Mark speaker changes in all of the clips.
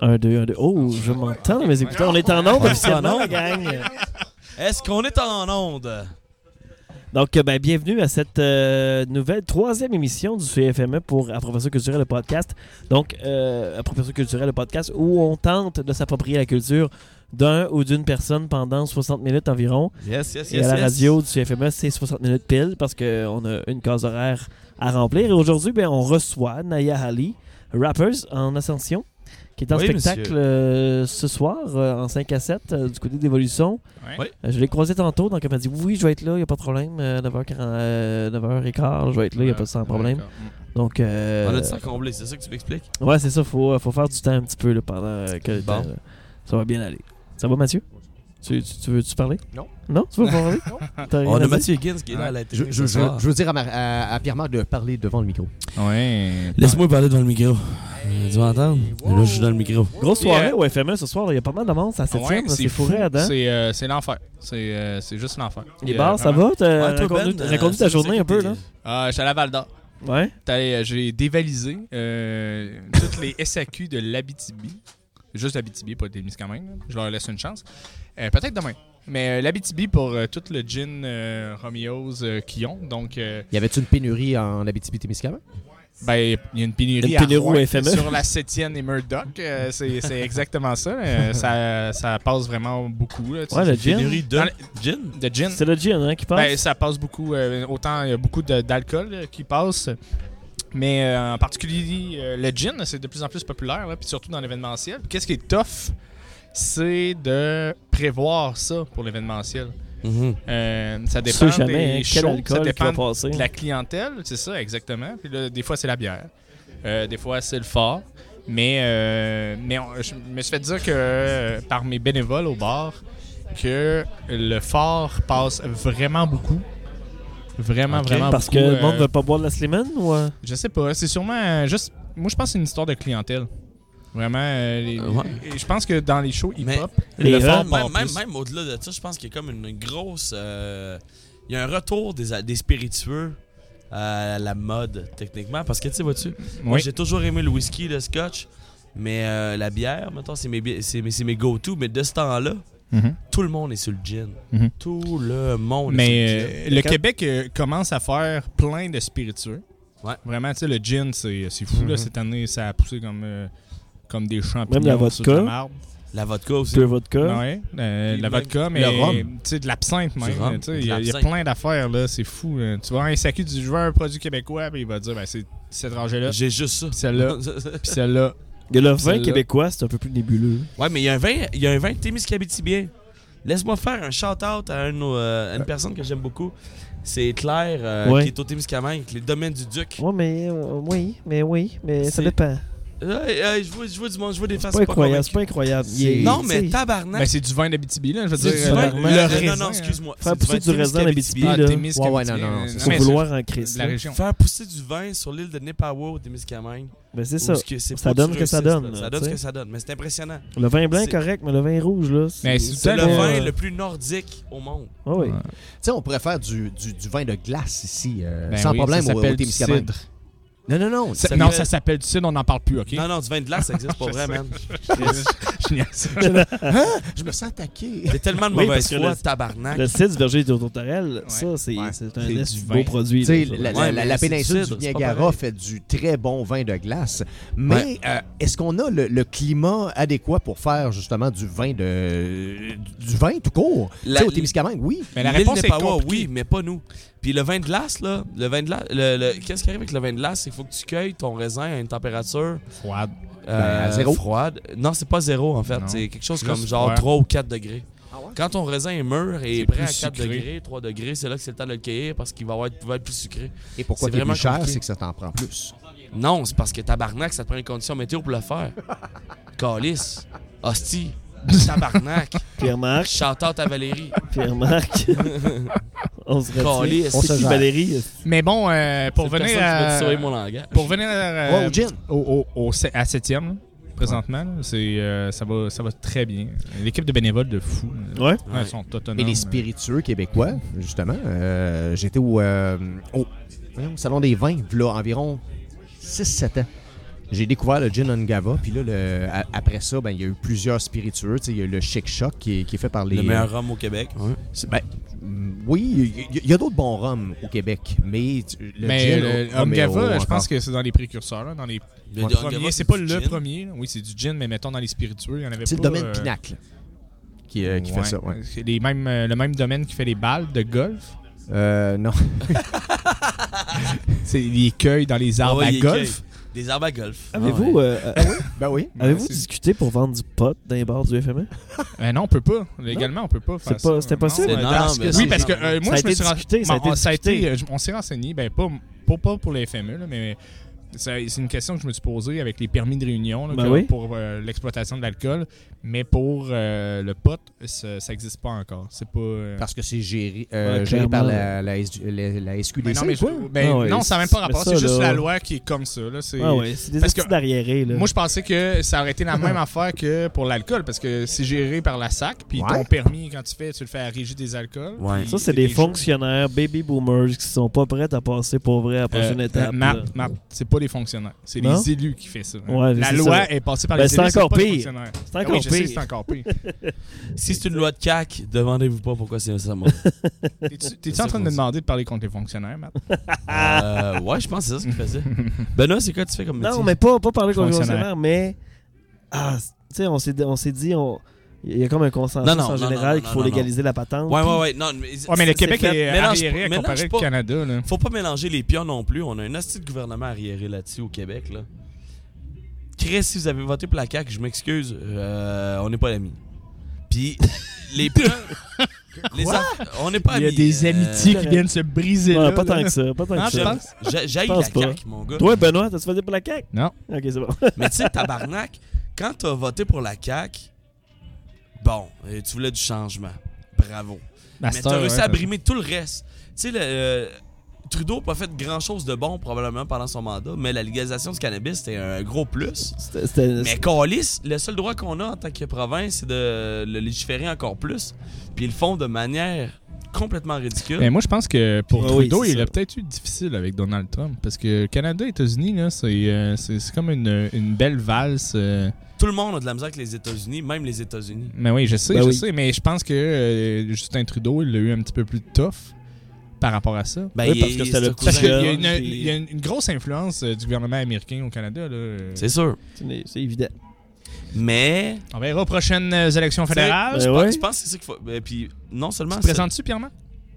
Speaker 1: Un, deux, un, deux. Oh, je m'entends dans mes écouteurs. On est en onde
Speaker 2: On est en
Speaker 1: officiellement,
Speaker 2: onde.
Speaker 1: gang.
Speaker 2: Est-ce qu'on est en onde?
Speaker 1: Donc, euh, ben, bienvenue à cette euh, nouvelle troisième émission du CFME E pour À Professeur culturelle, le podcast. Donc, euh, À Professeur culturelle, le podcast où on tente de s'approprier la culture d'un ou d'une personne pendant 60 minutes environ.
Speaker 2: Yes, yes, yes.
Speaker 1: Et à la
Speaker 2: yes.
Speaker 1: radio du CFME, E, c'est 60 minutes pile parce qu'on a une case horaire à remplir. Et aujourd'hui, ben, on reçoit Naya Ali, Rappers en Ascension, qui est en
Speaker 2: Oui,
Speaker 1: spectacle
Speaker 2: monsieur.
Speaker 1: euh, ce soir euh, en 5 à 7 euh, du côté d'Évolution.
Speaker 3: Ouais.
Speaker 2: Ouais.
Speaker 1: Euh, je l'ai croisé tantôt, donc elle m'a dit Oui, je vais être là, il n'y a pas de problème. euh, 9h40, euh, 9h15, je vais être là, il n'y a pas de sans problème.
Speaker 3: D'accord.
Speaker 1: Donc, euh,
Speaker 2: Mm. On a du temps comblé, c'est ça que tu m'expliques?
Speaker 1: ouais, c'est ça, faut, euh, faut faire du temps un petit peu là, pendant euh, que le
Speaker 2: Bon.
Speaker 1: temps, euh, ça va bien aller. Ça va, Mathieu tu, tu, tu veux-tu parler
Speaker 2: Non.
Speaker 1: Non, tu veux pas parler T'as rien
Speaker 2: On
Speaker 1: à
Speaker 2: a
Speaker 1: dire?
Speaker 2: Mathieu Higgins qui est là à la
Speaker 4: Je,
Speaker 2: télé.
Speaker 4: Ah, je-
Speaker 2: ce
Speaker 4: je-
Speaker 2: soir.
Speaker 4: je veux dire à, Mar- à- à Pierre-Marc de parler devant le micro.
Speaker 3: Ouais.
Speaker 5: Laisse-moi parler devant le micro. Tu m'entends? Là, je suis dans le micro.
Speaker 1: Grosse
Speaker 3: Yeah.
Speaker 1: soirée au FME ce soir, là. il y a pas mal de monde, ça
Speaker 3: Ouais,
Speaker 1: s'étire, c'est
Speaker 3: fou.
Speaker 1: fourré à dents.
Speaker 3: C'est euh, c'est l'enfer. C'est euh, c'est juste l'enfer.
Speaker 1: Les
Speaker 3: Euh,
Speaker 1: bars, ça
Speaker 3: vraiment.
Speaker 1: va T'as-
Speaker 2: Ouais, toi,
Speaker 1: Raconte-nous
Speaker 2: Ben, euh,
Speaker 1: raconte-nous ta
Speaker 2: c'est-
Speaker 1: journée
Speaker 2: c'est-
Speaker 1: un peu, là.
Speaker 3: Euh, je suis à la Val d'Or.
Speaker 1: Ouais.
Speaker 3: T'as- euh, J'ai dévalisé euh, toutes les SAQ de l'Abitibi. Juste l'Abitibi, pas des quand même. Je leur laisse une chance. Euh, Peut-être demain. Mais euh, l'Abitibi pour euh, tout le gin euh, Romeo's euh, qu'ils ont. Donc, euh,
Speaker 4: Y avait-tu une pénurie en Abitibi-Témiscamingue? Ah
Speaker 3: Ben, il y a une pénurie,
Speaker 1: Une
Speaker 3: à
Speaker 1: pénurie
Speaker 3: Rouen
Speaker 1: au
Speaker 2: E.
Speaker 1: E. FME.
Speaker 3: sur la 7e et Murdoch. euh, c'est c'est exactement ça. euh, ça. Ça passe vraiment beaucoup. là, tu
Speaker 1: Ouais,
Speaker 3: sais,
Speaker 1: le gin.
Speaker 2: Pénurie de
Speaker 3: Dans
Speaker 2: gin?
Speaker 3: de gin.
Speaker 1: C'est le gin hein, qui passe.
Speaker 3: Ben, ça passe beaucoup. euh, autant, il y a beaucoup de- d'alcool euh, qui passe. Mais euh, en particulier, euh, le gin, c'est de plus en plus populaire, là, puis surtout dans l'événementiel. Puis Qu'est-ce qui est tough, c'est de prévoir ça pour l'événementiel.
Speaker 1: Mhm.
Speaker 3: Euh, ça
Speaker 1: tu
Speaker 3: dépend
Speaker 1: sais jamais hein,
Speaker 3: des
Speaker 1: quel
Speaker 3: shows, ça
Speaker 1: alcool qui
Speaker 3: dépend
Speaker 1: va passer. hein.
Speaker 3: de la clientèle, c'est ça, exactement. Puis là, des fois, c'est la bière. Euh, des fois, c'est le fort. Mais, euh, mais on- je me suis fait dire que euh, par mes bénévoles au bar, que le fort passe vraiment beaucoup. Vraiment,
Speaker 1: Ok,
Speaker 3: vraiment
Speaker 1: Parce
Speaker 3: beaucoup.
Speaker 1: que le monde
Speaker 3: euh,
Speaker 1: veut pas boire de la Slimane ou. euh?
Speaker 3: Je sais pas. C'est sûrement euh, juste. Moi, je pense que c'est une histoire de clientèle. Vraiment. euh, les-
Speaker 5: Euh, ouais.
Speaker 3: et Je pense que dans les shows
Speaker 2: Mais-
Speaker 3: hip-hop,
Speaker 1: Les
Speaker 3: le fort
Speaker 1: rums,
Speaker 3: part
Speaker 2: Même, même,
Speaker 3: plus.
Speaker 2: même au-delà de ça, je pense qu'il y a comme une grosse. euh, Il y a un retour des, a- des spiritueux à la mode, techniquement. Parce que, tu sais, vois-tu, moi
Speaker 3: Oui.
Speaker 2: j'ai toujours aimé le whisky, le scotch, mais euh, la bière, maintenant, c'est mes, bi- c'est mes, c'est mes go-to. Mais de ce temps-là,
Speaker 3: Mhm.
Speaker 2: tout le monde est sur le gin.
Speaker 3: Mhm.
Speaker 2: Tout le monde est sur le gin.
Speaker 3: Mais euh, le
Speaker 2: Quand-
Speaker 3: Québec euh, commence à faire plein de spiritueux.
Speaker 2: Ouais.
Speaker 3: Vraiment, tu sais, le gin, c'est c'est fou. là. Cette année, ça a poussé comme, euh, comme des champignons
Speaker 1: Mhm. Même la
Speaker 3: sur de
Speaker 1: vodka.
Speaker 3: marbre.
Speaker 2: La vodka aussi.
Speaker 1: Deux vodka.
Speaker 3: Ouais, euh,
Speaker 2: Puis
Speaker 3: la
Speaker 2: même
Speaker 3: vodka,
Speaker 2: le
Speaker 3: mais
Speaker 2: rhum.
Speaker 3: tu sais, de l'absinthe
Speaker 2: Du
Speaker 3: même.
Speaker 2: rhum,
Speaker 3: là, tu sais,
Speaker 2: de
Speaker 3: Il y, a- il y a
Speaker 2: l'absinthe.
Speaker 3: plein d'affaires, là. C'est fou. là. Tu vas à un SAQ, tu dis, je veux un produit québécois, puis il va te dire, ben, c'est cette rangée-là, puis
Speaker 2: J'ai juste ça.
Speaker 3: celle-là, puis celle-là.
Speaker 1: Il y a le vin
Speaker 3: Celle-là.
Speaker 1: québécois, c'est un peu plus nébuleux.
Speaker 2: ouais, mais il y a un vin, il y a un vin Témiscabitibien. Laisse-moi faire un shout-out à, un de nos, euh, à une personne que j'aime beaucoup. C'est Claire, euh,
Speaker 1: Ouais.
Speaker 2: qui est au Témiscamingue, les domaines du Duc.
Speaker 1: Ouais, mais euh, oui, mais oui, mais ça
Speaker 2: C'est-
Speaker 1: dépend.
Speaker 2: Hey, hey, je, vois, je vois du monde, je vois des
Speaker 1: C'est
Speaker 2: faces
Speaker 1: pas incroyable, c'est
Speaker 2: convaincues.
Speaker 1: pas incroyable. Il est-
Speaker 2: Non,
Speaker 1: tu
Speaker 2: mais
Speaker 1: sais,
Speaker 2: tabarnak.
Speaker 3: Ben, c'est du vin d'Abitibi, là. Je veux
Speaker 1: C'est du
Speaker 3: dire, euh,
Speaker 1: vin-
Speaker 3: le
Speaker 1: mais-
Speaker 2: Le
Speaker 3: raisin,
Speaker 2: Non, non,
Speaker 3: hein.
Speaker 2: excuse-moi. C'est
Speaker 1: Faire
Speaker 2: du
Speaker 1: pousser
Speaker 2: vin
Speaker 1: du raisin en Abitibi,
Speaker 3: Ah,
Speaker 1: là,
Speaker 3: Témis,
Speaker 4: Ouais, ouais,
Speaker 3: Cabitibi,
Speaker 4: non, non,
Speaker 3: euh,
Speaker 4: c'est
Speaker 3: mais
Speaker 1: faut
Speaker 3: c'est-
Speaker 1: vouloir en Christ.
Speaker 3: de la
Speaker 1: là.
Speaker 3: région.
Speaker 2: Faire pousser du vin sur l'île de Nepawa au Témiscamingue.
Speaker 1: Ben, c'est
Speaker 2: Ou
Speaker 1: ça.
Speaker 2: ce que c'est
Speaker 1: Ça
Speaker 2: pas
Speaker 1: donne
Speaker 2: du
Speaker 1: ce que ça
Speaker 2: racisme,
Speaker 1: donne,
Speaker 2: là.
Speaker 1: là,
Speaker 2: Ça donne
Speaker 1: tu
Speaker 2: ce
Speaker 1: sais.
Speaker 2: que ça donne. Mais c'est impressionnant.
Speaker 1: Le vin blanc est
Speaker 2: C'est-
Speaker 1: correct, mais le vin rouge, là.
Speaker 3: Mais Ben, c'est
Speaker 2: C'est le
Speaker 3: Tellement- euh,
Speaker 2: vin le plus nordique au monde.
Speaker 1: Ah oui.
Speaker 4: Tu sais, on pourrait faire du, du- du vin de glace ici, euh,
Speaker 3: Ben
Speaker 4: sans
Speaker 3: oui,
Speaker 4: problème,
Speaker 3: ça
Speaker 4: au, au
Speaker 3: s'appelle du
Speaker 4: Témiscamingue.
Speaker 3: cidre.
Speaker 4: Non, non, non.
Speaker 3: Ça-
Speaker 2: Ça
Speaker 3: non,
Speaker 2: s'appelle-
Speaker 3: ça s'appelle du cidre, on n'en parle plus, OK?
Speaker 2: Non, non, du vin de glace, ça existe pour vrai, man.
Speaker 3: Je niaise.
Speaker 4: Je me sens attaqué.
Speaker 2: T'es tellement de
Speaker 1: Oui,
Speaker 2: mauvaise
Speaker 1: parce que
Speaker 2: foi,
Speaker 1: le-
Speaker 2: tabarnak.
Speaker 1: Le cidre verger de tourterelle,
Speaker 3: Ouais.
Speaker 1: ça, c'est
Speaker 4: Ouais.
Speaker 1: c'est
Speaker 3: C'est
Speaker 1: un est
Speaker 3: du
Speaker 1: beau
Speaker 3: vin.
Speaker 1: produit.
Speaker 4: Tu sais,
Speaker 1: là, ça.
Speaker 4: la, la-
Speaker 2: Ouais,
Speaker 4: la-
Speaker 2: mais
Speaker 4: la
Speaker 2: c'est du
Speaker 4: péninsule
Speaker 2: cidre,
Speaker 4: du
Speaker 2: c'est pas
Speaker 4: Niagara
Speaker 2: pareil.
Speaker 4: fait du très bon vin de glace. Mais
Speaker 2: Ouais.
Speaker 4: euh, est-ce qu'on a le, le climat adéquat pour faire justement du vin de du vin tout court? Tu
Speaker 2: La-
Speaker 4: sais, au Témiscamingue, oui.
Speaker 3: Mais la
Speaker 2: L'île
Speaker 3: réponse est
Speaker 2: Nepawa,
Speaker 3: compliquée.
Speaker 2: oui, mais pas nous. Puis le vin de glace, là, le vin de glace, le- le- qu'est-ce qui arrive avec le vin de glace? C'est qu'il faut que tu cueilles ton raisin à une température
Speaker 3: Froide.
Speaker 1: ben,
Speaker 2: euh,
Speaker 4: à zéro.
Speaker 2: froide. Non, c'est pas zéro, en fait.
Speaker 3: Non.
Speaker 2: C'est quelque chose
Speaker 3: Juste
Speaker 2: comme genre
Speaker 3: froid.
Speaker 2: 3 ou 4 degrés.
Speaker 4: Ah ouais?
Speaker 2: Quand ton raisin est mûr et
Speaker 3: C'est
Speaker 2: est prêt à
Speaker 3: plus
Speaker 2: 4
Speaker 3: sucré.
Speaker 2: degrés, 3 degrés, c'est là que c'est le temps de le cueillir parce qu'il va, avoir, il va être plus sucré.
Speaker 4: Et pourquoi
Speaker 2: C'est
Speaker 4: c'est
Speaker 2: vraiment
Speaker 4: plus cher,
Speaker 2: compliqué.
Speaker 4: c'est que ça t'en prend plus.
Speaker 2: Non, c'est parce que tabarnak, ça te prend une condition météo pour le faire. Calice, hostie, tabarnak,
Speaker 1: Pierre-Marc,
Speaker 2: chanteur à Valérie.
Speaker 1: Pierre-Marc. On se retire.
Speaker 2: Caliste.
Speaker 1: On se
Speaker 4: C'est
Speaker 1: gère. Valérie.
Speaker 3: Mais bon, euh, pour
Speaker 2: C'est une
Speaker 3: venir
Speaker 2: personne qui m'a
Speaker 3: à...
Speaker 2: dit sauver mon langage.
Speaker 3: Pour venir euh,
Speaker 4: Ouais, au gin.
Speaker 3: au- au- au se- à 7e, présentement, là, c'est, euh, ça, va, ça va très bien. L'équipe de bénévoles de fou. là.
Speaker 1: Ouais.
Speaker 3: Ouais, Ils sont autonomes. euh.
Speaker 4: Mais les spiritueux québécois, justement, euh, j'étais au, euh, au- voyons, Salon des vins, là, environ 6-7 ans. J'ai découvert le gin Ungava, puis là, le- a- après ça, ben, il y a eu plusieurs spiritueux. Tu sais, Il y a eu le Chic Choc qui est, qui est fait par les.
Speaker 2: Le meilleur rhum au Québec.
Speaker 4: C'est- ben, mm, oui, il y- il y, a d'autres bons rhums au Québec, mais tu- le
Speaker 3: mais
Speaker 4: gin.
Speaker 3: le
Speaker 1: Ah,
Speaker 4: oh, mais
Speaker 3: Ungava,
Speaker 4: oh,
Speaker 3: je pense
Speaker 4: encore.
Speaker 3: que c'est dans les précurseurs, là, dans les
Speaker 2: Le
Speaker 3: premiers.
Speaker 2: Ungava,
Speaker 3: C'est pas
Speaker 2: du
Speaker 3: le
Speaker 2: gin.
Speaker 3: premier. là. Oui, c'est du gin, mais mettons dans les spiritueux, il y en avait
Speaker 4: C'est le
Speaker 3: pas,
Speaker 4: domaine
Speaker 3: euh,
Speaker 4: Pinacle qui, euh, qui
Speaker 3: ouais.
Speaker 4: fait ça. ouais.
Speaker 3: C'est les mêmes, euh, le même domaine qui fait les balles de golf.
Speaker 4: Euh, non.
Speaker 3: C'est les cueils dans les arbres
Speaker 2: Ah ouais,
Speaker 3: à
Speaker 2: il y a
Speaker 3: golf. Ah
Speaker 2: que- Des arbres à golf. Ah
Speaker 1: Avez-vous euh, euh,
Speaker 4: ben oui.
Speaker 1: avez-vous
Speaker 3: c'est-
Speaker 1: discuté pour vendre du pot dans les bars du FME?
Speaker 3: Ben non, on peut pas. Légalement, on peut pas faire
Speaker 1: C'est pas-
Speaker 3: ça.
Speaker 1: c'était
Speaker 3: Non,
Speaker 1: possible?
Speaker 2: C'est-
Speaker 3: euh,
Speaker 2: non,
Speaker 4: parce
Speaker 2: mais
Speaker 4: que
Speaker 2: non,
Speaker 3: Oui,
Speaker 2: mais
Speaker 3: parce que
Speaker 2: non.
Speaker 3: euh, moi,
Speaker 1: Ça a
Speaker 3: je me
Speaker 1: été
Speaker 3: suis ren-
Speaker 1: discuté, ça a
Speaker 3: ben,
Speaker 1: été
Speaker 3: on- ça a été-
Speaker 1: discuté.
Speaker 3: euh, je- On s'est renseigné, ben, pas, pas, pas pour les FME, là, mais ça- c'est une question que je me suis posée avec les permis de réunion là,
Speaker 1: Ben
Speaker 3: que-
Speaker 1: oui.
Speaker 3: pour euh, l'exploitation de l'alcool, mais pour euh, le pot, ça n'existe pas encore. C'est pas. euh,
Speaker 4: Parce que c'est géré, euh,
Speaker 1: Ouais,
Speaker 4: géré par
Speaker 1: clairement.
Speaker 4: la, la, SQ la, la SQDC.
Speaker 3: Ben non, mais
Speaker 4: quoi.
Speaker 3: ben,
Speaker 1: Ah ouais,
Speaker 3: non, ça n'a même pas
Speaker 1: mais
Speaker 3: rapport.
Speaker 1: ça,
Speaker 3: C'est juste
Speaker 1: là-
Speaker 3: la loi qui est comme ça. là, c'est-
Speaker 1: Ah ouais, c'est des
Speaker 3: Parce
Speaker 1: petits
Speaker 3: que-
Speaker 1: d'arriérés, là.
Speaker 3: Moi, je pensais que ça aurait été la même affaire que pour l'alcool, parce que c'est géré par la SAC, puis
Speaker 4: Ouais.
Speaker 3: ton permis, quand tu fais, tu le fais à la régie des alcools.
Speaker 2: Ouais.
Speaker 3: puis
Speaker 1: ça, c'est des,
Speaker 3: jeux.
Speaker 1: fonctionnaires baby boomers qui sont pas prêts à passer pour vrai à la prochaine
Speaker 3: Euh,
Speaker 1: étape.
Speaker 3: euh, Marc,
Speaker 1: là.
Speaker 3: Marc, c'est pas les fonctionnaires, c'est
Speaker 1: Non?
Speaker 3: les élus qui font ça.
Speaker 1: Ouais,
Speaker 3: la
Speaker 1: c'est
Speaker 3: loi
Speaker 1: ça.
Speaker 3: est passée par
Speaker 1: Ben,
Speaker 3: les
Speaker 1: c'est
Speaker 3: élus, c'est
Speaker 1: encore
Speaker 3: pas les
Speaker 1: pire.
Speaker 3: fonctionnaires.
Speaker 1: C'est
Speaker 3: Ah
Speaker 1: encore
Speaker 3: oui, je sais,
Speaker 1: pire.
Speaker 3: c'est encore pire.
Speaker 2: Si c'est une loi de CAC, demandez-vous pas pourquoi c'est ça, moi.
Speaker 3: T'es-tu- T'es-tu
Speaker 2: ça
Speaker 3: en train de
Speaker 2: qu'on
Speaker 3: me
Speaker 2: dit.
Speaker 3: demander de parler contre les fonctionnaires, Matt?
Speaker 2: Euh, ouais, je pense que c'est ça Ben, ce qu'il faisait. Benoît, c'est quoi tu fais comme métier?
Speaker 1: Non, mais pas, pas parler contre les
Speaker 3: Fonctionnaire.
Speaker 1: fonctionnaires, mais. Ah, c- tu sais, on s'est on s'est dit, on- il y a comme un consensus
Speaker 2: Non, non,
Speaker 1: en
Speaker 2: non,
Speaker 1: général
Speaker 2: non,
Speaker 1: qu'il
Speaker 2: non,
Speaker 1: faut
Speaker 2: non,
Speaker 1: légaliser la patente.
Speaker 2: Ouais, ouais, ouais. Non, mais,
Speaker 3: Ouais, mais le
Speaker 2: c'est-
Speaker 3: Québec
Speaker 2: c'est fait.
Speaker 3: est
Speaker 2: Mélange
Speaker 3: arriéré
Speaker 2: pas-
Speaker 3: comparé
Speaker 2: mélange
Speaker 3: au
Speaker 2: pas.
Speaker 3: Canada. Là.
Speaker 2: Faut pas mélanger les pions non plus. On a un hostie de gouvernement arriéré là-dessus au Québec, là. Chris, si vous avez voté pour la CAQ, je m'excuse, euh, on n'est pas amis. Puis, les pions... les aff- on n'est pas amis. Euh,
Speaker 1: qui viennent
Speaker 3: se briser
Speaker 1: Ouais, pas tant que ça, pas tant
Speaker 3: Non,
Speaker 1: que
Speaker 3: je
Speaker 1: ça.
Speaker 3: pense- ben,
Speaker 2: j'aime- j'a- J'haïs
Speaker 1: Je pense
Speaker 2: la
Speaker 1: pas.
Speaker 2: CAQ, mon gars.
Speaker 1: Toi, Benoît, t'as-tu fait pour la CAQ?
Speaker 3: Non.
Speaker 1: Ok, c'est bon.
Speaker 2: Mais tu sais, tabarnak, quand t'as voté pour la CAQ, bon, euh, tu voulais du changement. Bravo. Mais t'as réussi à brimer tout le reste. Tu sais, le, euh, Trudeau n'a pas fait grand-chose de bon probablement pendant son mandat, mais la légalisation du cannabis, c'était un gros plus.
Speaker 1: C'était- c'était-
Speaker 2: Mais Calis, le seul droit qu'on a en tant que province, c'est de le légiférer encore plus. Puis ils le font de manière complètement ridicule.
Speaker 3: Mais Ben, moi, je pense que pour
Speaker 1: Ah oui,
Speaker 3: Trudeau,
Speaker 1: c'est
Speaker 3: il
Speaker 1: ça.
Speaker 3: a peut-être eu difficile avec Donald Trump. Parce que Canada et États-Unis, là, c'est euh, c'est c'est comme une, une belle valse. euh.
Speaker 2: Tout le monde a de la misère avec les États-Unis, même les États-Unis.
Speaker 3: Mais oui, je sais,
Speaker 1: Ben
Speaker 3: je
Speaker 1: oui.
Speaker 3: sais. Mais je pense que euh, Justin Trudeau, il l'a eu un petit peu plus tough par rapport à ça.
Speaker 2: Ben,
Speaker 1: Oui,
Speaker 2: il-
Speaker 1: parce que
Speaker 2: il-
Speaker 1: c'était
Speaker 2: c'est
Speaker 1: le
Speaker 2: un
Speaker 1: coup
Speaker 2: cousin.
Speaker 1: de
Speaker 3: Parce qu'il y a
Speaker 1: Jeune,
Speaker 3: une,
Speaker 1: puis-
Speaker 3: il y a une- une grosse influence euh, du gouvernement américain au Canada. Là. euh.
Speaker 2: C'est sûr.
Speaker 1: c'est- C'est évident.
Speaker 2: Mais.
Speaker 3: On verra aux prochaines euh, élections fédérales.
Speaker 1: Ben
Speaker 2: Je pense,
Speaker 1: ouais.
Speaker 2: je pense que c'est ça qu'il faut. ben, puis non seulement.
Speaker 3: Tu te
Speaker 2: ça-
Speaker 3: présentes-tu, Pierre-Marc?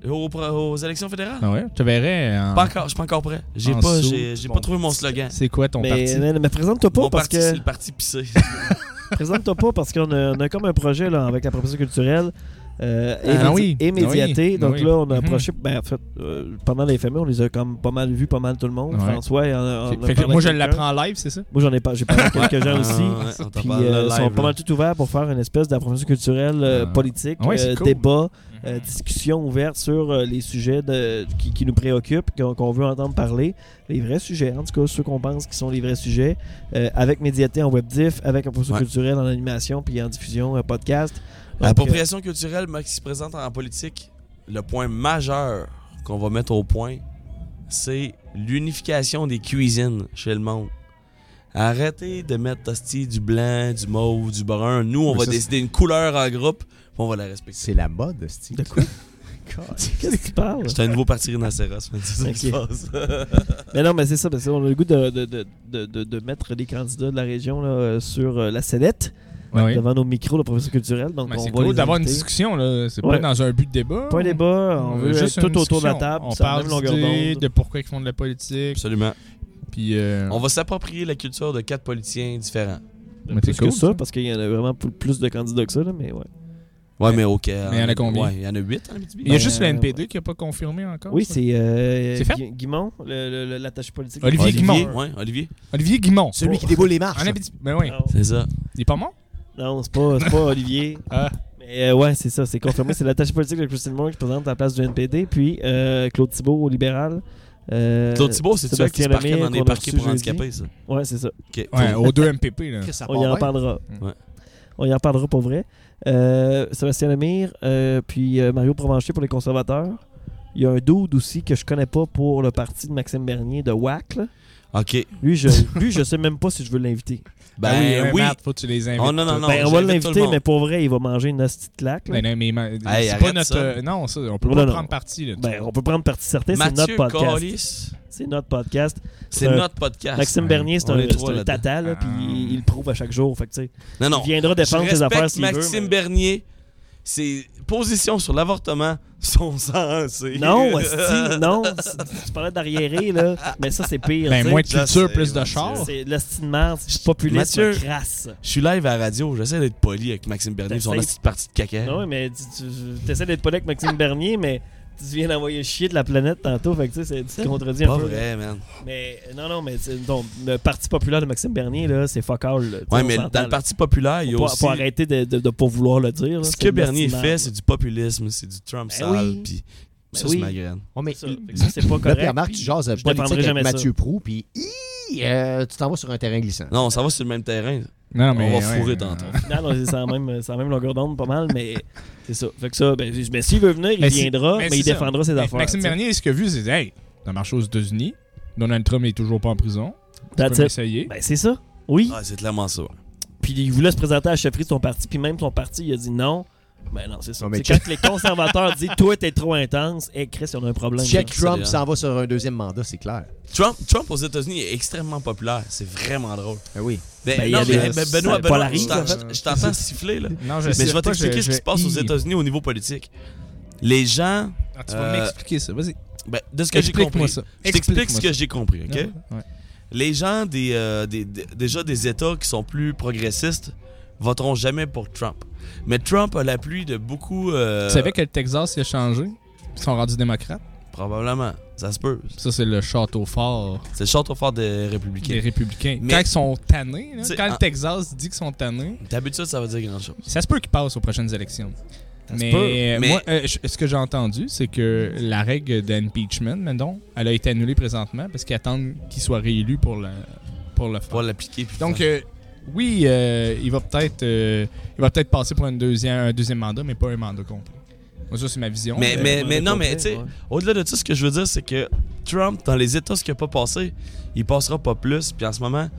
Speaker 2: aux, aux élections fédérales.
Speaker 3: Ah ouais, je te verrai. en-
Speaker 2: Pas encore, je suis pas encore prêt. J'ai
Speaker 3: En
Speaker 2: pas,
Speaker 3: sous,
Speaker 2: j'ai, j'ai
Speaker 3: bon.
Speaker 2: pas trouvé mon slogan.
Speaker 3: C'est quoi ton
Speaker 1: Mais,
Speaker 3: parti?
Speaker 1: Ben, euh, mais, mais présente-toi pas
Speaker 2: mon
Speaker 1: parce
Speaker 2: parti,
Speaker 1: que.
Speaker 2: c'est le parti pissé.
Speaker 1: Présente-toi pas parce qu'on a, on a comme un projet là, avec la proposition culturelle euh, et,
Speaker 3: Ah
Speaker 1: médi-
Speaker 3: oui,
Speaker 1: et médiatée.
Speaker 3: oui,
Speaker 1: Donc
Speaker 3: oui.
Speaker 1: là, on a
Speaker 3: Mhm.
Speaker 1: approché. ben, en fait, euh, pendant les FME, on les a comme pas mal vus, pas mal tout le monde.
Speaker 3: Ouais.
Speaker 1: François, il en a- on
Speaker 3: Fait-
Speaker 1: a
Speaker 3: fait que
Speaker 1: parlé à
Speaker 3: moi, je
Speaker 1: quelqu'un.
Speaker 3: l'apprends en live, c'est ça?
Speaker 1: Moi, j'en ai pas. J'ai parlé à quelques
Speaker 3: Ah,
Speaker 1: gens aussi.
Speaker 2: Ouais, on t'en
Speaker 1: Puis
Speaker 2: parle
Speaker 1: euh,
Speaker 2: live,
Speaker 1: ils sont
Speaker 2: là.
Speaker 1: pas mal tout ouverts pour faire une espèce d'approche culturelle, euh,
Speaker 3: Ah.
Speaker 1: politique,
Speaker 3: Ah ouais, c'est
Speaker 1: euh,
Speaker 3: cool.
Speaker 1: débat, euh, discussion ouverte sur euh, les sujets de- qui, qui nous préoccupent, qu'on qu'on veut entendre parler. Les vrais sujets, en tout cas ceux qu'on pense qui sont les vrais sujets, euh, avec médiaté en webdiff, avec approche
Speaker 2: Ouais.
Speaker 1: culturelle en animation, puis en diffusion, euh, podcast. Donc, euh,
Speaker 2: Appropriation culturelle, mais qui se présente en politique, le point majeur qu'on va mettre au point, c'est l'unification des cuisines chez le monde. Arrêtez de mettre hostie, du blanc, du mauve, du brun. Nous, on
Speaker 4: Mais
Speaker 2: va
Speaker 4: ça,
Speaker 2: décider une couleur en groupe, puis on va la respecter.
Speaker 4: C'est la mode, Steve.
Speaker 1: de quoi Qu'est-ce que tu parles
Speaker 2: C'est un nouveau parti rhinocéros. mais C'est ça qui se
Speaker 1: euh, Ok.
Speaker 2: passe.
Speaker 1: Mais non, mais c'est ça, parce qu'on a le goût de, de, de, de, de- de mettre les candidats de la région là, euh, sur euh, la sellette
Speaker 3: Ouais.
Speaker 1: devant nos micros, le professeur culturel. Donc
Speaker 3: Ben,
Speaker 1: on
Speaker 3: c'est
Speaker 1: va
Speaker 3: cool
Speaker 1: les
Speaker 3: d'avoir une
Speaker 1: inviter.
Speaker 3: discussion, là. C'est
Speaker 1: Ouais.
Speaker 3: pas dans un but de débat.
Speaker 1: Pas un débat, on
Speaker 3: Euh,
Speaker 1: veut juste
Speaker 3: juste une
Speaker 1: tout autour de la
Speaker 3: discussion.
Speaker 1: table,
Speaker 3: On
Speaker 1: sur la
Speaker 3: parle
Speaker 1: même longueur
Speaker 3: d'idées,
Speaker 1: d'onde.
Speaker 3: de pourquoi ils font de la politique.
Speaker 2: Absolument.
Speaker 3: Puis, euh,
Speaker 2: On va s'approprier la culture de quatre politiciens différents.
Speaker 3: Mais
Speaker 1: Plus
Speaker 3: c'est cool,
Speaker 1: que ça,
Speaker 3: ça.
Speaker 1: parce qu'il y en a vraiment pl- plus de candidats que ça, là, mais ouais.
Speaker 2: Ouais, mais OK. Mais
Speaker 3: il y en a combien?
Speaker 2: Ouais, il y en a 8 en Abitibi.
Speaker 3: Il y a juste
Speaker 1: Euh,
Speaker 3: le NPD qui n'a pas confirmé encore.
Speaker 1: Oui,
Speaker 3: ça.
Speaker 1: c'est euh,
Speaker 3: C'est fait?
Speaker 1: Gui- Guimond, le- le- le- l'attaché politique.
Speaker 3: Olivier Guimond.
Speaker 2: Ouais, Olivier. Ah
Speaker 3: Olivier Guimont.
Speaker 4: Celui qui déboule les marches.
Speaker 3: En Abitibi. Ben oui.
Speaker 1: Non,
Speaker 2: C'est ça.
Speaker 3: Il est pas mort?
Speaker 1: Non, c'est pas, c'est pas Olivier.
Speaker 3: Ah.
Speaker 1: Mais euh, ouais, c'est ça, c'est confirmé. c'est l'attaché politique de Christine Moore qui se présente à la place du NPD, puis euh, Claude Thibault au libéral. Euh,
Speaker 2: Claude Thibault, c'est celui qui se
Speaker 1: Sébastien
Speaker 2: parquait
Speaker 1: Lemire,
Speaker 2: dans des
Speaker 1: qu'on a
Speaker 2: parquets
Speaker 1: reçu
Speaker 2: pour
Speaker 1: jeudi.
Speaker 2: handicapés, ça.
Speaker 1: Ouais, c'est ça.
Speaker 2: OK.
Speaker 3: Ouais, aux deux MPP, là.
Speaker 4: Chris, ça
Speaker 1: On y
Speaker 4: part
Speaker 1: en
Speaker 4: bien.
Speaker 1: parlera.
Speaker 2: Ouais.
Speaker 1: On y en parlera pour vrai. Euh, Sébastien Lemire, euh, puis euh, Mario Provencher pour les conservateurs. Il y a un dude aussi que je connais pas pour le parti de Maxime Bernier de WAC. là.
Speaker 2: OK.
Speaker 1: Lui, je, lui, je sais même pas si je veux l'inviter.
Speaker 3: Ah
Speaker 2: Ben
Speaker 3: hein,
Speaker 2: oui.
Speaker 3: Matt, faut que tu les invites.
Speaker 2: Oh, non, non, non.
Speaker 1: ben, on
Speaker 2: j'invite tout
Speaker 1: va
Speaker 2: le
Speaker 1: l'inviter,
Speaker 2: monde.
Speaker 1: mais pour vrai, il va manger une hostie de claque. là.
Speaker 3: Ben non, mais man-
Speaker 2: Hey,
Speaker 3: c'est pas
Speaker 2: arrête
Speaker 3: notre.
Speaker 2: ça.
Speaker 3: euh, non, ça, on peut
Speaker 1: Non,
Speaker 3: pas
Speaker 1: non,
Speaker 3: prendre
Speaker 1: non.
Speaker 3: parti. Là,
Speaker 1: Ben, on peut prendre partie certaine, c'est notre
Speaker 2: Mathieu
Speaker 1: podcast.
Speaker 2: Callis,
Speaker 1: C'est notre podcast.
Speaker 2: c'est
Speaker 1: Euh,
Speaker 2: notre podcast.
Speaker 1: Maxime
Speaker 3: ouais,
Speaker 1: Bernier, c'est
Speaker 2: on
Speaker 1: un,
Speaker 2: est trois
Speaker 1: c'est un
Speaker 2: là-dedans.
Speaker 1: tata, là, puis
Speaker 3: Ah.
Speaker 1: il, il le prouve à chaque jour. Fait que, tu sais,
Speaker 2: non, non.
Speaker 1: il viendra
Speaker 2: Je
Speaker 1: défendre ses
Speaker 2: respecte
Speaker 1: affaires s'il
Speaker 2: Maxime
Speaker 1: veut. mais-
Speaker 2: Bernier, ses positions sur l'avortement sont sensées.
Speaker 1: Non, hostie, non. c'est- Tu parlais d'arriéré, là. Mais ça, c'est pire.
Speaker 3: Ben,
Speaker 1: tu sais.
Speaker 3: moins de
Speaker 2: je
Speaker 3: culture,
Speaker 2: sais,
Speaker 3: plus de
Speaker 2: Mathieu.
Speaker 3: char.
Speaker 1: C'est l'hostie de merde, c'est populiste,
Speaker 2: Mathieu.
Speaker 1: crasse.
Speaker 2: Je suis live à la radio, j'essaie d'être poli avec Maxime Bernier, son
Speaker 1: T'essayes-
Speaker 2: petite partie de caca.
Speaker 1: Non, mais tu, tu- t'essaies d'être poli avec Maxime Bernier, mais tu viens d'envoyer chier de la planète tantôt. Fait que, tu sais, c'est- tu te contredis un
Speaker 2: pas
Speaker 1: peu. là.
Speaker 2: vrai, man.
Speaker 1: Mais euh, non, non, mais tu sais, donc, le Parti populaire de Maxime Bernier, là, c'est fuck all. là. Tu sais,
Speaker 2: Ouais,
Speaker 1: on
Speaker 2: mais
Speaker 1: s'entend,
Speaker 2: dans
Speaker 1: là.
Speaker 2: le Parti populaire, il y a
Speaker 1: Faut pas,
Speaker 2: aussi...
Speaker 1: faut arrêter de, de, de pas vouloir le dire. là.
Speaker 2: Ce
Speaker 1: C'est
Speaker 2: que
Speaker 1: une
Speaker 2: Bernier
Speaker 1: estimable.
Speaker 2: fait, c'est du populisme, c'est du Trump
Speaker 1: Ben
Speaker 2: sale,
Speaker 1: oui.
Speaker 2: puis
Speaker 1: Ben
Speaker 2: ça,
Speaker 1: oui.
Speaker 2: c'est ma graine.
Speaker 4: Ouais, mais
Speaker 1: Ça, fait que ça, c'est pas
Speaker 4: Là, puis
Speaker 1: correct.
Speaker 4: remarque,
Speaker 1: puis
Speaker 4: tu jases
Speaker 1: je
Speaker 4: politique
Speaker 1: défendrai jamais
Speaker 4: avec
Speaker 1: ça.
Speaker 4: Mathieu Prou, puis hi, euh, tu t'en vas sur un terrain glissant.
Speaker 2: Non, ça va sur le même terrain.
Speaker 3: Non,
Speaker 2: On va
Speaker 3: ouais,
Speaker 2: fourrer
Speaker 3: euh,
Speaker 2: tantôt.
Speaker 1: Non, non, c'est sans même, sans même longueur d'onde, pas mal, mais c'est ça. Fait que ça, ben, je- mais s'il veut venir, il
Speaker 3: Mais si-
Speaker 1: viendra,
Speaker 3: mais
Speaker 1: mais,
Speaker 3: c'est
Speaker 1: il
Speaker 3: ça.
Speaker 1: défendra ses
Speaker 3: Mais
Speaker 1: affaires.
Speaker 3: Maxime
Speaker 1: tu sais.
Speaker 3: Bernier, ce qu'il a vu, c'est Hey, ça marche aux États-Unis. Donald Trump est toujours pas en prison. Tu
Speaker 1: That's
Speaker 3: peux
Speaker 1: it.
Speaker 3: l'essayer.
Speaker 1: Ben, c'est ça. Oui.
Speaker 2: Ah, c'est clairement ça. ouais.
Speaker 1: Puis il voulait se présenter à la chefferie de son parti, puis même son parti, il a dit non. Ben non, c'est ça.
Speaker 4: Non, mais
Speaker 1: C'est quand les conservateurs disent Toi, t'es trop intense, et Chris, on a un problème.
Speaker 4: Check
Speaker 1: là.
Speaker 4: Trump
Speaker 2: c'est
Speaker 4: s'en va sur un deuxième mandat, c'est clair.
Speaker 2: Trump, Trump aux États-Unis est extrêmement populaire. C'est vraiment drôle.
Speaker 4: Ben oui.
Speaker 2: Ben,
Speaker 1: Ben, il y
Speaker 2: non, mais,
Speaker 1: a des-
Speaker 2: ben,
Speaker 1: ça
Speaker 2: Benoît,
Speaker 1: le
Speaker 2: Benoît,
Speaker 1: polarise,
Speaker 2: je t'entends-
Speaker 3: en fait.
Speaker 2: je t'entends siffler, là.
Speaker 3: Non,
Speaker 2: Mais je
Speaker 3: sais
Speaker 2: vais
Speaker 3: pas,
Speaker 2: t'expliquer
Speaker 3: je-
Speaker 2: ce qui
Speaker 3: je
Speaker 2: se passe aux
Speaker 3: hais.
Speaker 2: États-Unis au niveau politique. Les gens,
Speaker 3: Ah, Tu vas
Speaker 2: Euh,
Speaker 3: m'expliquer ça. Vas-y.
Speaker 2: ben, de ce que j'ai
Speaker 3: Explique-moi
Speaker 2: compris,
Speaker 3: ça.
Speaker 2: je t'explique
Speaker 3: Explique-moi
Speaker 2: ce que j'ai compris, OK?
Speaker 3: Non, ouais.
Speaker 2: Les gens des, euh, des- des- déjà des États qui sont plus progressistes voteront jamais pour Trump. Mais Trump a l'appui de beaucoup... euh,
Speaker 3: Tu savais que le Texas il a changé Ils sont rendus démocrates.
Speaker 2: Probablement, ça se peut.
Speaker 3: Ça, c'est le château fort
Speaker 2: C'est le château fort des
Speaker 3: des
Speaker 2: républicains.
Speaker 3: républicains.
Speaker 2: Mais-
Speaker 3: Quand ils sont tannés, là,
Speaker 2: Tu sais,
Speaker 3: quand
Speaker 2: en-
Speaker 3: le Texas dit qu'ils sont tannés,
Speaker 2: D'habitude, ça veut dire grand-chose.
Speaker 3: ça se peut qu'ils passent aux prochaines élections.
Speaker 1: Ça se
Speaker 3: Mais,
Speaker 1: peut.
Speaker 3: euh,
Speaker 2: Mais-
Speaker 3: moi, euh, je- ce que j'ai entendu, c'est que la règle d'impeachment, maintenant, elle a été annulée présentement parce qu'ils attendent qu'il soit réélu pour le, pour le faire.
Speaker 2: Faut l'appliquer. puis
Speaker 3: Donc,
Speaker 2: faire.
Speaker 3: euh, oui, euh, il va peut-être euh, il va peut-être passer pour une deuxième, un deuxième mandat, mais pas un mandat complet. Moi, ça, c'est ma vision.
Speaker 2: mais,
Speaker 3: Euh,
Speaker 2: mais,
Speaker 1: on
Speaker 2: mais
Speaker 1: est
Speaker 2: non, mais
Speaker 1: complet,
Speaker 2: tu sais,
Speaker 1: ouais.
Speaker 2: au-delà de tout, ce que je veux dire, c'est que Trump, dans les États, ce qui n'a pas passé, il passera pas plus. Puis en ce moment,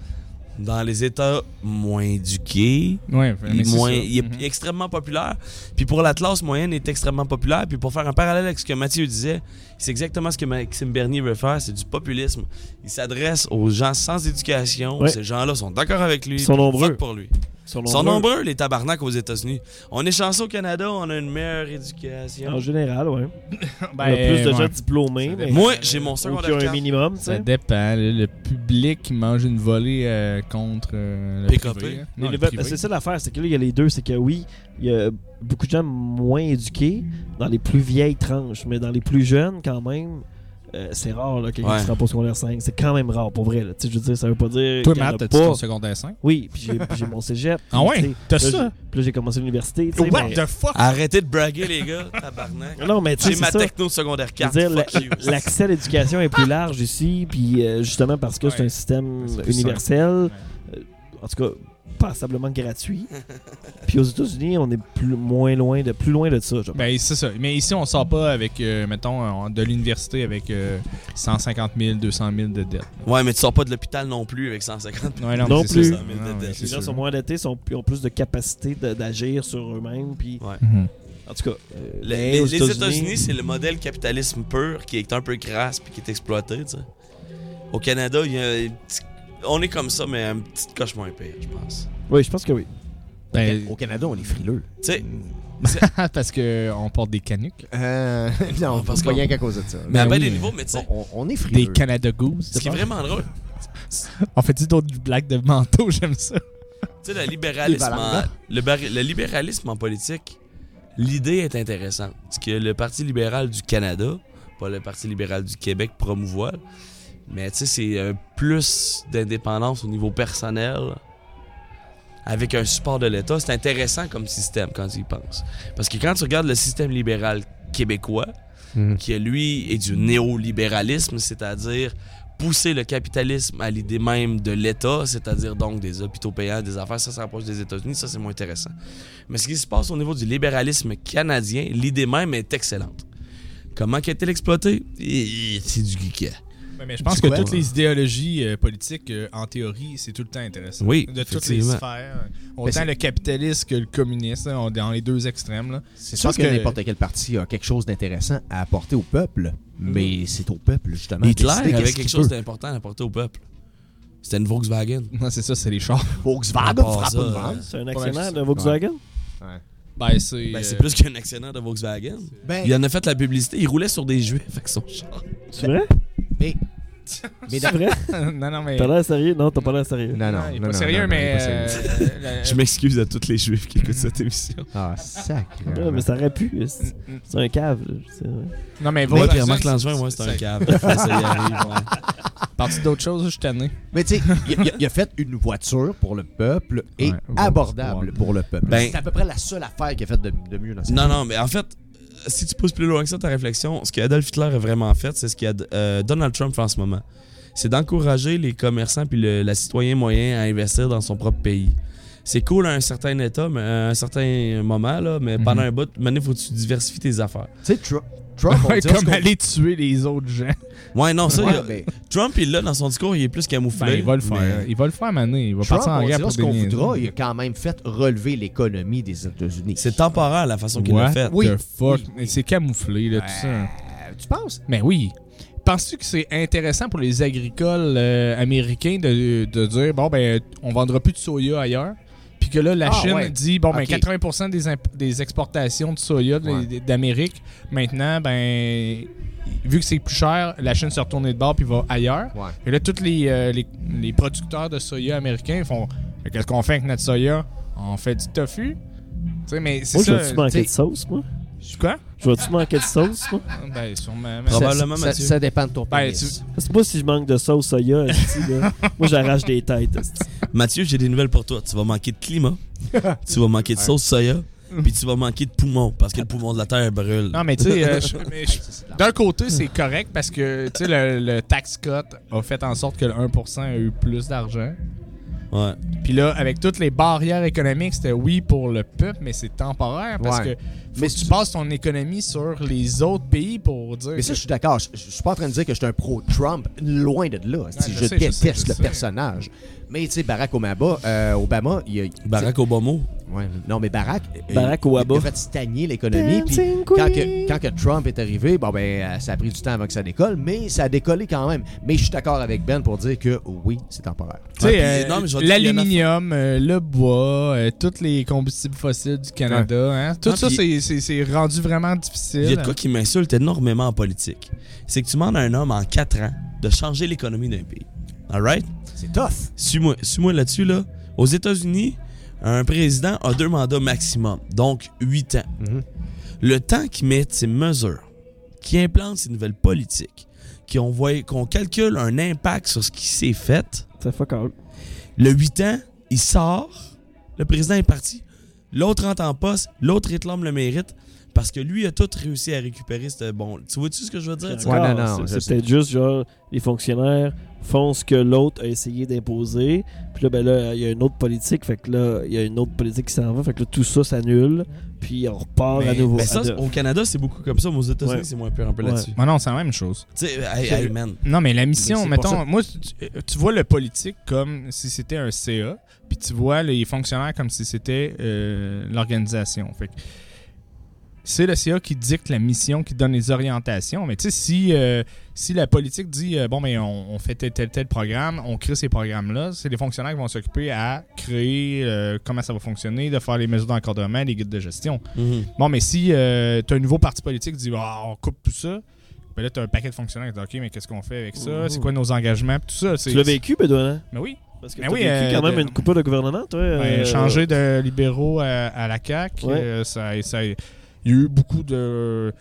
Speaker 2: dans les États moins éduqués,
Speaker 3: ouais,
Speaker 2: il,
Speaker 3: mais
Speaker 2: est
Speaker 3: c'est
Speaker 2: moins-
Speaker 3: ça.
Speaker 2: il est
Speaker 3: Mhm.
Speaker 2: extrêmement populaire. Puis pour la classe moyenne, il est extrêmement populaire. Puis pour faire un parallèle avec ce que Mathieu disait, c'est exactement ce que Maxime Bernier veut faire, c'est du populisme. Il s'adresse aux gens sans éducation.
Speaker 1: Ouais.
Speaker 2: Ces gens-là sont d'accord avec lui.
Speaker 1: Ils sont
Speaker 2: puis
Speaker 1: nombreux.
Speaker 2: votent pour lui. Ils sont nombreux, les tabarnaks aux États-Unis. On est chanceux au Canada, on a une meilleure éducation.
Speaker 1: En général, ouais.
Speaker 3: Ben,
Speaker 1: on a plus de
Speaker 3: ouais.
Speaker 1: gens diplômés,
Speaker 3: Ça
Speaker 1: mais
Speaker 2: Moi, j'ai mon
Speaker 1: ou qui ont
Speaker 2: secondaire
Speaker 1: un
Speaker 2: 4.
Speaker 1: minimum, tu
Speaker 3: Ça
Speaker 1: sais.
Speaker 3: dépend. Le, le public qui mange une volée euh, contre euh, le
Speaker 2: PKP.
Speaker 3: privé, hein.
Speaker 1: Mais
Speaker 3: Non,
Speaker 1: le-
Speaker 3: le
Speaker 1: ben,
Speaker 3: privé.
Speaker 1: c'est ça l'affaire, c'est que là, il y a les deux. C'est que oui, il y a beaucoup de gens moins éduqués dans les plus vieilles tranches, mais dans les plus jeunes, quand même, euh, c'est rare là, quelqu'un
Speaker 2: Ouais.
Speaker 1: qui se rend pas au secondaire 5. C'est quand même rare, pour vrai. Là. Tu sais, Je veux dire, ça veut pas dire.
Speaker 3: Toi,
Speaker 1: qu'il y en a
Speaker 3: Matt, t'as-tu
Speaker 1: pas.
Speaker 3: ton secondaire 5?
Speaker 1: Oui, puis j'ai- puis j'ai mon cégep.
Speaker 3: Ah
Speaker 1: puis,
Speaker 3: ouais?
Speaker 1: tu sais,
Speaker 3: T'as
Speaker 1: là,
Speaker 3: ça?
Speaker 1: j'ai- Puis là, j'ai commencé l'université. tu sais, mais-
Speaker 3: fuck?
Speaker 2: Arrêtez de braguer, les gars, tabarnak.
Speaker 1: Non, mais tu sais,
Speaker 2: J'ai
Speaker 1: c'est
Speaker 2: ma
Speaker 1: ça.
Speaker 2: techno secondaire
Speaker 1: Je veux
Speaker 2: 4.
Speaker 1: dire, la-
Speaker 2: Fuck you.
Speaker 1: L'accès à l'éducation est plus large ici, puis euh, justement parce que c'est
Speaker 3: Ouais.
Speaker 1: un système
Speaker 3: C'est plus
Speaker 1: universel,
Speaker 3: simple.
Speaker 1: euh, en tout cas passablement gratuit. puis aux États-Unis, on est plus moins loin de plus loin de ça. genre.
Speaker 3: Ben, c'est ça. Mais ici, on sort pas avec, euh, mettons, euh, de l'université avec euh, 150 000, 200 000 de dettes.
Speaker 2: Ouais, mais tu sors pas de l'hôpital non plus avec 150.
Speaker 3: Ouais,
Speaker 1: Non
Speaker 3: mais c'est
Speaker 1: plus.
Speaker 2: 200
Speaker 3: ça.
Speaker 2: 000 de
Speaker 3: Non, mais
Speaker 2: dettes.
Speaker 1: les
Speaker 3: c'est
Speaker 1: gens
Speaker 3: sûr.
Speaker 1: sont moins endettés, sont plus- ont plus de capacité de- d'agir sur eux-mêmes, puis
Speaker 3: Mhm.
Speaker 1: en tout cas. euh,
Speaker 2: Le-
Speaker 1: mais
Speaker 2: les
Speaker 1: aux
Speaker 2: les États-Unis, c'est le modèle capitalisme pur qui est un peu crasse puis qui est exploité, tu sais. Au Canada, il y a une petite- on est comme ça, mais une petite coche moins pire, je pense.
Speaker 1: Oui, je pense que oui.
Speaker 3: Ben,
Speaker 4: Au Canada, on est frileux.
Speaker 2: Tu sais,
Speaker 3: parce qu'on porte des canuques.
Speaker 4: Euh, non,
Speaker 2: parce
Speaker 4: parce pas
Speaker 2: qu'on-
Speaker 4: rien qu'à cause de ça.
Speaker 2: mais à bien
Speaker 3: Ben oui,
Speaker 2: des
Speaker 3: mais-
Speaker 2: niveaux, mais tu sais,
Speaker 4: On, on est frileux.
Speaker 3: Des Canada Goose.
Speaker 2: ce qui est vraiment drôle,
Speaker 3: On fait-tu d'autres blagues de manteau? J'aime ça.
Speaker 2: Tu sais, le libéralisme,
Speaker 4: Les
Speaker 2: en,
Speaker 4: balangas.
Speaker 2: le, bari- le libéralisme en politique, l'idée est intéressante. Ce que le Parti libéral du Canada, pas le Parti libéral du Québec, promouvoit. Mais tu sais, c'est euh, plus d'indépendance au niveau personnel avec un support de l'État. C'est intéressant comme système quand tu y penses. Parce que quand tu regardes le système libéral québécois,
Speaker 4: Mhm.
Speaker 2: qui lui est du néolibéralisme, c'est-à-dire pousser le capitalisme à l'idée même de l'État, c'est-à-dire donc des hôpitaux payants, des affaires, ça s'approche des États-Unis, ça c'est moins intéressant. Mais ce qui se passe au niveau du libéralisme canadien, l'idée même est excellente. Comment qu'elle est-elle exploitée? Hi, hi, C'est du geek.
Speaker 3: Ouais, mais je pense
Speaker 4: Du
Speaker 3: que
Speaker 4: quoi?
Speaker 3: toutes les idéologies euh, politiques, euh, en théorie, c'est tout le temps intéressant.
Speaker 5: Oui,
Speaker 3: De toutes les
Speaker 5: effectivement.
Speaker 3: sphères.
Speaker 4: Mais
Speaker 3: Autant
Speaker 4: c'est-
Speaker 3: le capitaliste que le communiste, là, on est dans les deux extrêmes. là.
Speaker 4: C'est
Speaker 3: Je
Speaker 4: sûr
Speaker 3: pense
Speaker 4: que,
Speaker 3: que-
Speaker 4: n'importe quel parti a quelque chose d'intéressant à apporter au peuple, mais c'est au peuple, justement. de
Speaker 2: Hitler
Speaker 4: décider
Speaker 2: avait
Speaker 4: qu'est-ce
Speaker 2: quelque
Speaker 4: qu'il
Speaker 2: chose
Speaker 4: veut.
Speaker 2: d'important à apporter au peuple. C'était une Volkswagen.
Speaker 3: Non, c'est ça, c'est les chars.
Speaker 4: Volkswagen
Speaker 2: À part
Speaker 4: Ah, ben, frappe
Speaker 2: ça, euh,
Speaker 4: une vente.
Speaker 1: C'est un
Speaker 3: Ouais, c'est
Speaker 1: actionnaire
Speaker 3: ça.
Speaker 1: de Volkswagen?
Speaker 3: Ben, c'est.
Speaker 2: Ben, c'est
Speaker 3: euh,
Speaker 2: plus qu'un actionnaire de Volkswagen.
Speaker 4: Ben,
Speaker 2: Il en a fait la publicité. Il roulait sur des juifs avec son char.
Speaker 1: C'est vrai?
Speaker 4: mais- mais
Speaker 1: C'est vrai?
Speaker 3: non, non, mais.
Speaker 1: T'as l'air sérieux? Non, t'as pas l'air sérieux.
Speaker 4: Non, non,
Speaker 3: il est
Speaker 4: non,
Speaker 3: pas
Speaker 4: non,
Speaker 3: sérieux,
Speaker 4: non, non, il
Speaker 3: mais.
Speaker 4: est pas sérieux.
Speaker 3: euh, la-
Speaker 2: Je m'excuse à tous les juifs qui écoutent cette émission.
Speaker 4: Ah, sacré.
Speaker 1: Ouais, mais ça aurait pu. C'est c'est un cave. là. C'est vrai.
Speaker 3: Non, mais
Speaker 2: Ouais,
Speaker 3: Volkswagen,
Speaker 2: puis Marc Langevin, ouais, c'est un cave. Faut essayer d'y aller, ouais.
Speaker 3: Parti d'autre chose, je suis tanné.
Speaker 4: Mais tu sais, il, il- il a fait une voiture pour le peuple et
Speaker 3: Ouais, ouais,
Speaker 4: abordable
Speaker 3: ouais.
Speaker 4: pour le peuple.
Speaker 2: Ben-
Speaker 4: c'est à peu près la seule affaire qu'il a fait de, de mieux dans sa
Speaker 2: Non,
Speaker 4: vie.
Speaker 2: non, mais en fait, euh, si tu pousses plus loin que ça ta réflexion, ce que Adolf Hitler a vraiment fait, c'est ce que Donald Trump fait en ce moment. C'est d'encourager les commerçants puis le, la citoyen moyen à investir dans son propre pays. C'est cool à un certain état, mais à un certain moment, là, mais
Speaker 4: Mhm.
Speaker 2: pendant un bout, il faut que tu diversifies tes affaires.
Speaker 4: Tu sais, Tru- Trump, on
Speaker 3: Ouais,
Speaker 4: dirait ce
Speaker 3: comme
Speaker 4: qu'on-
Speaker 3: aller tuer les autres gens.
Speaker 2: Ouais, non, ça,
Speaker 4: Ouais,
Speaker 2: il a-
Speaker 4: mais
Speaker 2: Trump, il l'a dans son discours, il est plus camouflé.
Speaker 3: Ben, il va le
Speaker 2: mais-
Speaker 3: faire. Il va le faire, Mané. Il va
Speaker 4: Trump,
Speaker 3: partir en
Speaker 4: on
Speaker 3: guerre
Speaker 4: dira
Speaker 3: pour
Speaker 4: ce qu'on
Speaker 3: des
Speaker 4: voudra,
Speaker 3: niaiseries.
Speaker 4: il a quand même fait relever l'économie des États-Unis.
Speaker 2: C'est temporaire la façon qu'il l'a
Speaker 3: What
Speaker 2: fait.
Speaker 4: Oui.
Speaker 3: the fuck?
Speaker 4: Oui.
Speaker 3: Mais C'est camouflé, là, tout ça.
Speaker 4: Euh, tu penses?
Speaker 3: Mais oui. Penses-tu que c'est intéressant pour les agricoles euh, américains de, de dire bon ben on vendra plus de soya ailleurs puis que là la
Speaker 4: Ah,
Speaker 3: Chine
Speaker 4: ouais.
Speaker 3: dit bon
Speaker 4: Ok.
Speaker 3: ben 80% des, imp- des exportations de soya de-
Speaker 4: Ouais.
Speaker 3: d'Amérique maintenant ben vu que c'est plus cher la Chine se retourne de bord puis va ailleurs
Speaker 4: Ouais.
Speaker 3: et là tous les, euh, les, les producteurs de soya américains font qu'est-ce qu'on fait avec notre soya on fait du tofu tu sais mais c'est
Speaker 1: Moi, je
Speaker 3: ça
Speaker 1: vais-tu manquer
Speaker 4: t'sais-
Speaker 1: de sauce, moi?
Speaker 3: quoi
Speaker 1: Je vais-tu manquer de sauce, moi?
Speaker 3: ben sûrement
Speaker 2: Probable- Probablement,
Speaker 4: ça,
Speaker 2: Mathieu.
Speaker 4: ça dépend de ton
Speaker 3: Ben,
Speaker 4: pays.
Speaker 3: tu-
Speaker 1: Parce que moi, si je manque de sauce soya, esti, là, moi, j'arrache des têtes. esti.
Speaker 2: Mathieu, j'ai des nouvelles pour toi. Tu vas manquer de climat, tu vas manquer de sauce soya, puis tu vas manquer de poumons, parce que le poumon de la terre brûle.
Speaker 3: Non, mais tu sais, euh, je- mais je-
Speaker 4: Ça, c'est de la-
Speaker 3: d'un côté, c'est correct parce que tu sais, le, le tax cut a fait en sorte que le 1% a eu plus d'argent.
Speaker 2: Ouais.
Speaker 3: Puis là, avec toutes les barrières économiques, c'était oui pour le peuple, mais c'est temporaire parce
Speaker 4: Ouais.
Speaker 3: que faut
Speaker 4: Mais
Speaker 3: que tu
Speaker 4: tu-
Speaker 3: passes ton économie sur les autres pays pour dire.
Speaker 4: Mais ça,
Speaker 3: que-
Speaker 4: je suis d'accord. Je, je suis pas en train de dire que je suis un pro-Trump. Loin de là. Si
Speaker 3: je
Speaker 4: je
Speaker 3: sais, je
Speaker 4: déteste
Speaker 3: sais, je
Speaker 4: le
Speaker 3: sais.
Speaker 4: personnage. Mais tu sais, Barack Obama, euh, Obama, il a.
Speaker 2: Barack Obama.
Speaker 4: Ouais, non, mais Barack. euh,
Speaker 1: Barack
Speaker 4: il-
Speaker 1: Obama.
Speaker 4: Il a fait stagner l'économie. Puis
Speaker 1: Dancing
Speaker 4: quand,
Speaker 1: Queen.
Speaker 4: que, quand que Trump est arrivé, bon, ben, euh, ça a pris du temps avant que ça décolle, mais ça a décollé quand même. Mais je suis d'accord avec Ben pour dire que oui, c'est temporaire.
Speaker 3: Tu sais,
Speaker 2: Ouais, puis-
Speaker 3: euh,
Speaker 2: non, mais je vais te dire, il y en a-
Speaker 3: L'aluminium, euh, le bois, euh, tous les combustibles fossiles du Canada, hein, tout
Speaker 2: Non,
Speaker 3: ça,
Speaker 2: puis-
Speaker 3: c'est- c'est c'est rendu vraiment difficile.
Speaker 2: Il y a de quoi qui m'insulte énormément en politique. C'est que tu demandes à un homme en 4 ans de changer l'économie d'un pays. Alright?
Speaker 4: C'est tough.
Speaker 2: Suis-moi suis-moi là-dessus, là. Aux États-Unis, un président a deux mandats maximum, donc 8 ans.
Speaker 4: Mhm.
Speaker 2: Le temps qu'il met ses mesures, qu'il implante ses nouvelles politiques, qu'on voit- qu'on calcule un impact sur ce qui s'est fait,
Speaker 1: Ça fuck all.
Speaker 2: le 8 ans, il sort, le président est parti, l'autre rentre en poste, l'autre réclame le mérite, parce que lui a tout réussi à récupérer ce bon. Tu vois-tu ce que je veux dire? tu sais?
Speaker 1: Encore,
Speaker 4: Ouais, non, non,
Speaker 1: c'est-
Speaker 4: je
Speaker 1: c'est peut-être juste, genre, les fonctionnaires font ce que l'autre a essayé d'imposer. Puis là, ben là, il y a une autre politique. Fait que là, il y a une autre politique qui s'en va. Fait que là, tout ça s'annule. Puis on repart
Speaker 3: Mais-
Speaker 1: à nouveau.
Speaker 2: Mais ça,
Speaker 1: À
Speaker 2: c'est-
Speaker 1: de-
Speaker 2: au Canada, c'est beaucoup comme ça, mais aux États-Unis,
Speaker 1: Ouais.
Speaker 2: c'est moins pire un peu
Speaker 1: Ouais.
Speaker 2: là-dessus.
Speaker 3: Ah non, c'est la même chose.
Speaker 2: Tu sais, euh, hey,
Speaker 4: C'est-
Speaker 2: hey, man.
Speaker 3: Non, mais la mission,
Speaker 4: Mais c'est pour
Speaker 3: mettons, moi, tu, tu vois le politique comme si c'était un CA, puis tu vois les fonctionnaires comme si c'était euh, l'organisation. Fait que c'est le CA qui dicte la mission, qui donne les orientations. Mais tu sais, si, euh, si la politique dit, euh, bon, mais on, on fait tel, tel, tel programme, on crée ces programmes-là, c'est les fonctionnaires qui vont s'occuper à créer euh, comment ça va fonctionner, de faire les mesures d'encadrement, les guides de gestion.
Speaker 2: Mhm.
Speaker 3: Bon, mais si euh, t'as un nouveau parti politique qui dit Ah, on coupe tout ça, ben là t'as un paquet de fonctionnaires qui disent Ok, mais qu'est-ce qu'on fait avec ça C'est quoi nos engagements Puis Tout ça. c'est-
Speaker 1: Tu l'as vécu, Benoît? hein?
Speaker 3: Mais oui.
Speaker 1: Parce que
Speaker 3: Mais
Speaker 1: t'as
Speaker 3: oui,
Speaker 1: vécu
Speaker 3: euh,
Speaker 1: quand même
Speaker 3: de-
Speaker 1: une coupure de gouvernement, toi.
Speaker 3: Ben,
Speaker 1: euh,
Speaker 3: changer de libéraux à, à la CAQ,
Speaker 1: Ouais.
Speaker 3: euh, ça, ça- il y a eu beaucoup de, de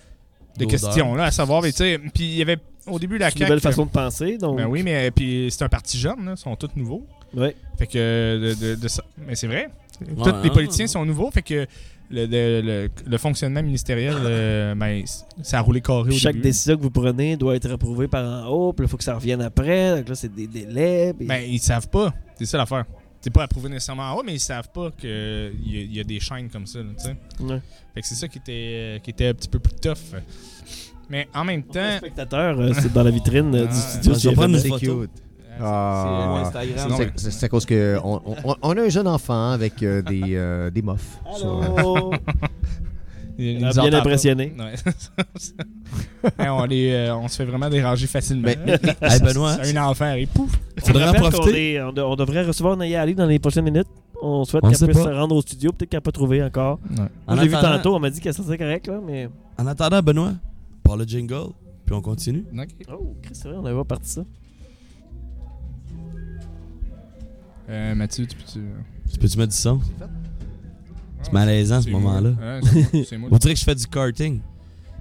Speaker 2: D'odeurs.
Speaker 3: questions là, à savoir. Mais tu sais, puis il y avait au début la
Speaker 1: C'est une
Speaker 3: CAQ.
Speaker 1: nouvelle façon de penser. Donc,
Speaker 3: Ben oui, mais puis c'est un parti jeune, là, ils sont tous nouveaux.
Speaker 1: Ouais.
Speaker 3: Fait que euh, de, de- de ça. Mais c'est vrai. Tous
Speaker 2: Ouais,
Speaker 3: les
Speaker 2: hein,
Speaker 3: politiciens
Speaker 2: ouais.
Speaker 3: sont nouveaux. Fait que le, le- le- le fonctionnement ministériel, euh, ben, c- ça a roulé carré au
Speaker 1: Puis Chaque
Speaker 3: début.
Speaker 1: décision que vous prenez doit être approuvée par en haut, puis il faut que ça revienne après. Donc là, c'est des délais. puis-
Speaker 3: Ben, ils savent pas. C'est ça l'affaire. C'est pas approuvé nécessairement en haut, mais ils savent pas qu'il y, a- il y a des chaînes comme ça. là, tu sais.
Speaker 1: Ouais.
Speaker 3: fait que c'est ça qui était, qui était un petit peu plus tough. Mais en même temps,
Speaker 1: Les spectateurs euh, c'est dans la vitrine euh, du
Speaker 3: Ah,
Speaker 1: studio.
Speaker 2: ouais.
Speaker 1: chez
Speaker 2: Ils ont pas
Speaker 1: FM.
Speaker 2: une
Speaker 4: C'est
Speaker 2: photo.
Speaker 4: cute. Ah.
Speaker 5: C'est Instagram.
Speaker 3: Non,
Speaker 4: C'est-
Speaker 3: mais-
Speaker 4: C'est c'est à cause que on, on- on a un jeune enfant avec euh, des, euh, des muffs. euh,
Speaker 1: Allô?
Speaker 3: il
Speaker 1: Elle a
Speaker 3: nous
Speaker 1: bien
Speaker 3: entend
Speaker 1: impressionné.
Speaker 3: pas. Ouais. Hein, on, les, euh, on se fait vraiment déranger facilement.
Speaker 4: Mais- mais- mais-
Speaker 2: Hey, Benoît,
Speaker 3: un enfant arrive, pouf!
Speaker 1: On
Speaker 2: Faudrait en
Speaker 1: rappelle qu'on
Speaker 2: profiter.
Speaker 1: est- On, de- on devrait recevoir Naya Ali dans les prochaines minutes. On souhaite
Speaker 5: On
Speaker 1: qu'elle
Speaker 5: sait
Speaker 1: puisse
Speaker 5: pas.
Speaker 1: se rendre au studio. Peut-être qu'elle n'a pas trouvé encore.
Speaker 2: En
Speaker 1: Je l'ai vu
Speaker 2: attendant-
Speaker 1: tantôt. On m'a dit qu'elle serait correcte. là, Mais...
Speaker 2: En attendant, Benoît, par le jingle, puis on continue.
Speaker 3: Ok.
Speaker 1: Oh, Chris, c'est vrai, on avait pas parti ça.
Speaker 3: Euh, Mathieu, tu peux-tu.
Speaker 2: Tu peux-tu mettre du son? C'est malaisant, ce moment-là.
Speaker 3: Ouais, c'est moi- c'est moi,
Speaker 2: On dirait que je fais du karting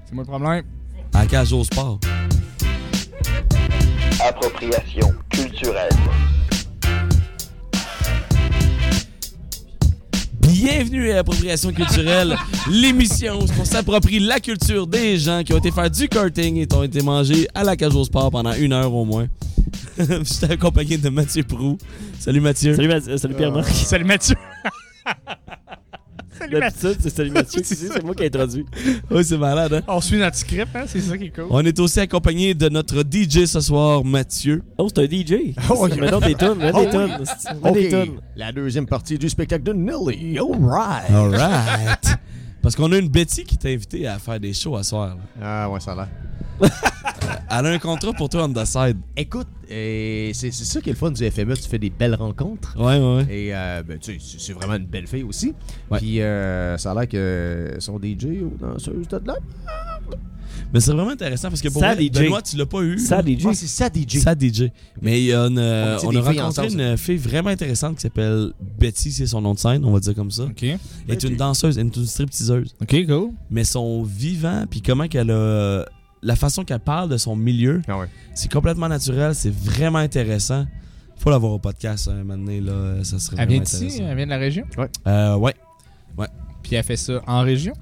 Speaker 3: c'est moi le problème.
Speaker 2: à la cage au sport.
Speaker 6: Appropriation culturelle.
Speaker 2: Bienvenue à l'appropriation culturelle, l'émission où on s'approprie la culture des gens qui ont été faire du karting et qui ont été mangés à la cage au sport pendant une heure au moins. J'étais accompagné de Mathieu Prou. Salut Mathieu.
Speaker 1: Salut, Mathieu- euh, salut Pierre-Marc.
Speaker 3: Salut Mathieu!
Speaker 1: D'habitude, c'est salut Mathieu. qui dit, c'est moi qui ai introduit.
Speaker 2: Oui, c'est malade, hein?
Speaker 3: On suit notre script, hein? c'est ça qui est cool.
Speaker 2: On est aussi accompagné de notre DJ ce soir, Mathieu.
Speaker 1: Oh, c'est un DJ.
Speaker 4: Oh, ok.
Speaker 1: Mets donc des tonnes. Mets
Speaker 4: Oh,
Speaker 1: des
Speaker 4: oui.
Speaker 1: tonnes. Mets des
Speaker 4: Ok,
Speaker 1: tonnes.
Speaker 4: la deuxième partie du spectacle de Nelly. All right.
Speaker 2: Alright. Parce qu'on a une Betty qui t'a invité à faire des shows à soir. là. Euh,
Speaker 4: Ah ouais, ça a l'air.
Speaker 2: Elle a un contrat pour toi on the side.
Speaker 4: Écoute, euh, c'est c'est ça qui est le fun du FME. Tu fais des belles rencontres.
Speaker 2: Ouais, ouais, ouais.
Speaker 4: Et euh, ben, tu sais, c'est c'est vraiment une belle fille aussi.
Speaker 2: Ouais.
Speaker 4: Puis euh, ça a l'air que son DJ ou danseuse, t'as de l'air.
Speaker 2: Mais c'est vraiment intéressant parce que pour
Speaker 1: Ça,
Speaker 2: vrai,
Speaker 1: DJ.
Speaker 2: Benoît, tu l'as pas eu.
Speaker 1: Ça, DJ.
Speaker 4: Ah, c'est ça, DJ.
Speaker 2: Ça, DJ. Mais il y a une, euh,
Speaker 4: On dit
Speaker 2: on,
Speaker 4: des
Speaker 2: a
Speaker 4: filles
Speaker 2: rencontré
Speaker 4: ensemble,
Speaker 2: une fille vraiment intéressante qui s'appelle Betty, c'est son nom de scène, on va dire comme ça.
Speaker 3: Ok,
Speaker 2: Elle est une danseuse, elle est une stripteaseuse.
Speaker 3: ok, cool.
Speaker 2: Mais son vivant, puis comment qu'elle a. La façon qu'elle parle de son milieu,
Speaker 4: Ah ouais.
Speaker 2: c'est complètement naturel, c'est vraiment intéressant. Faut l'avoir au podcast hein, un moment donné, là, ça serait
Speaker 3: Elle vient
Speaker 2: vraiment
Speaker 3: d'ici,
Speaker 2: intéressant.
Speaker 3: elle vient de la région.
Speaker 2: Euh, ouais.
Speaker 3: Puis elle fait ça en région.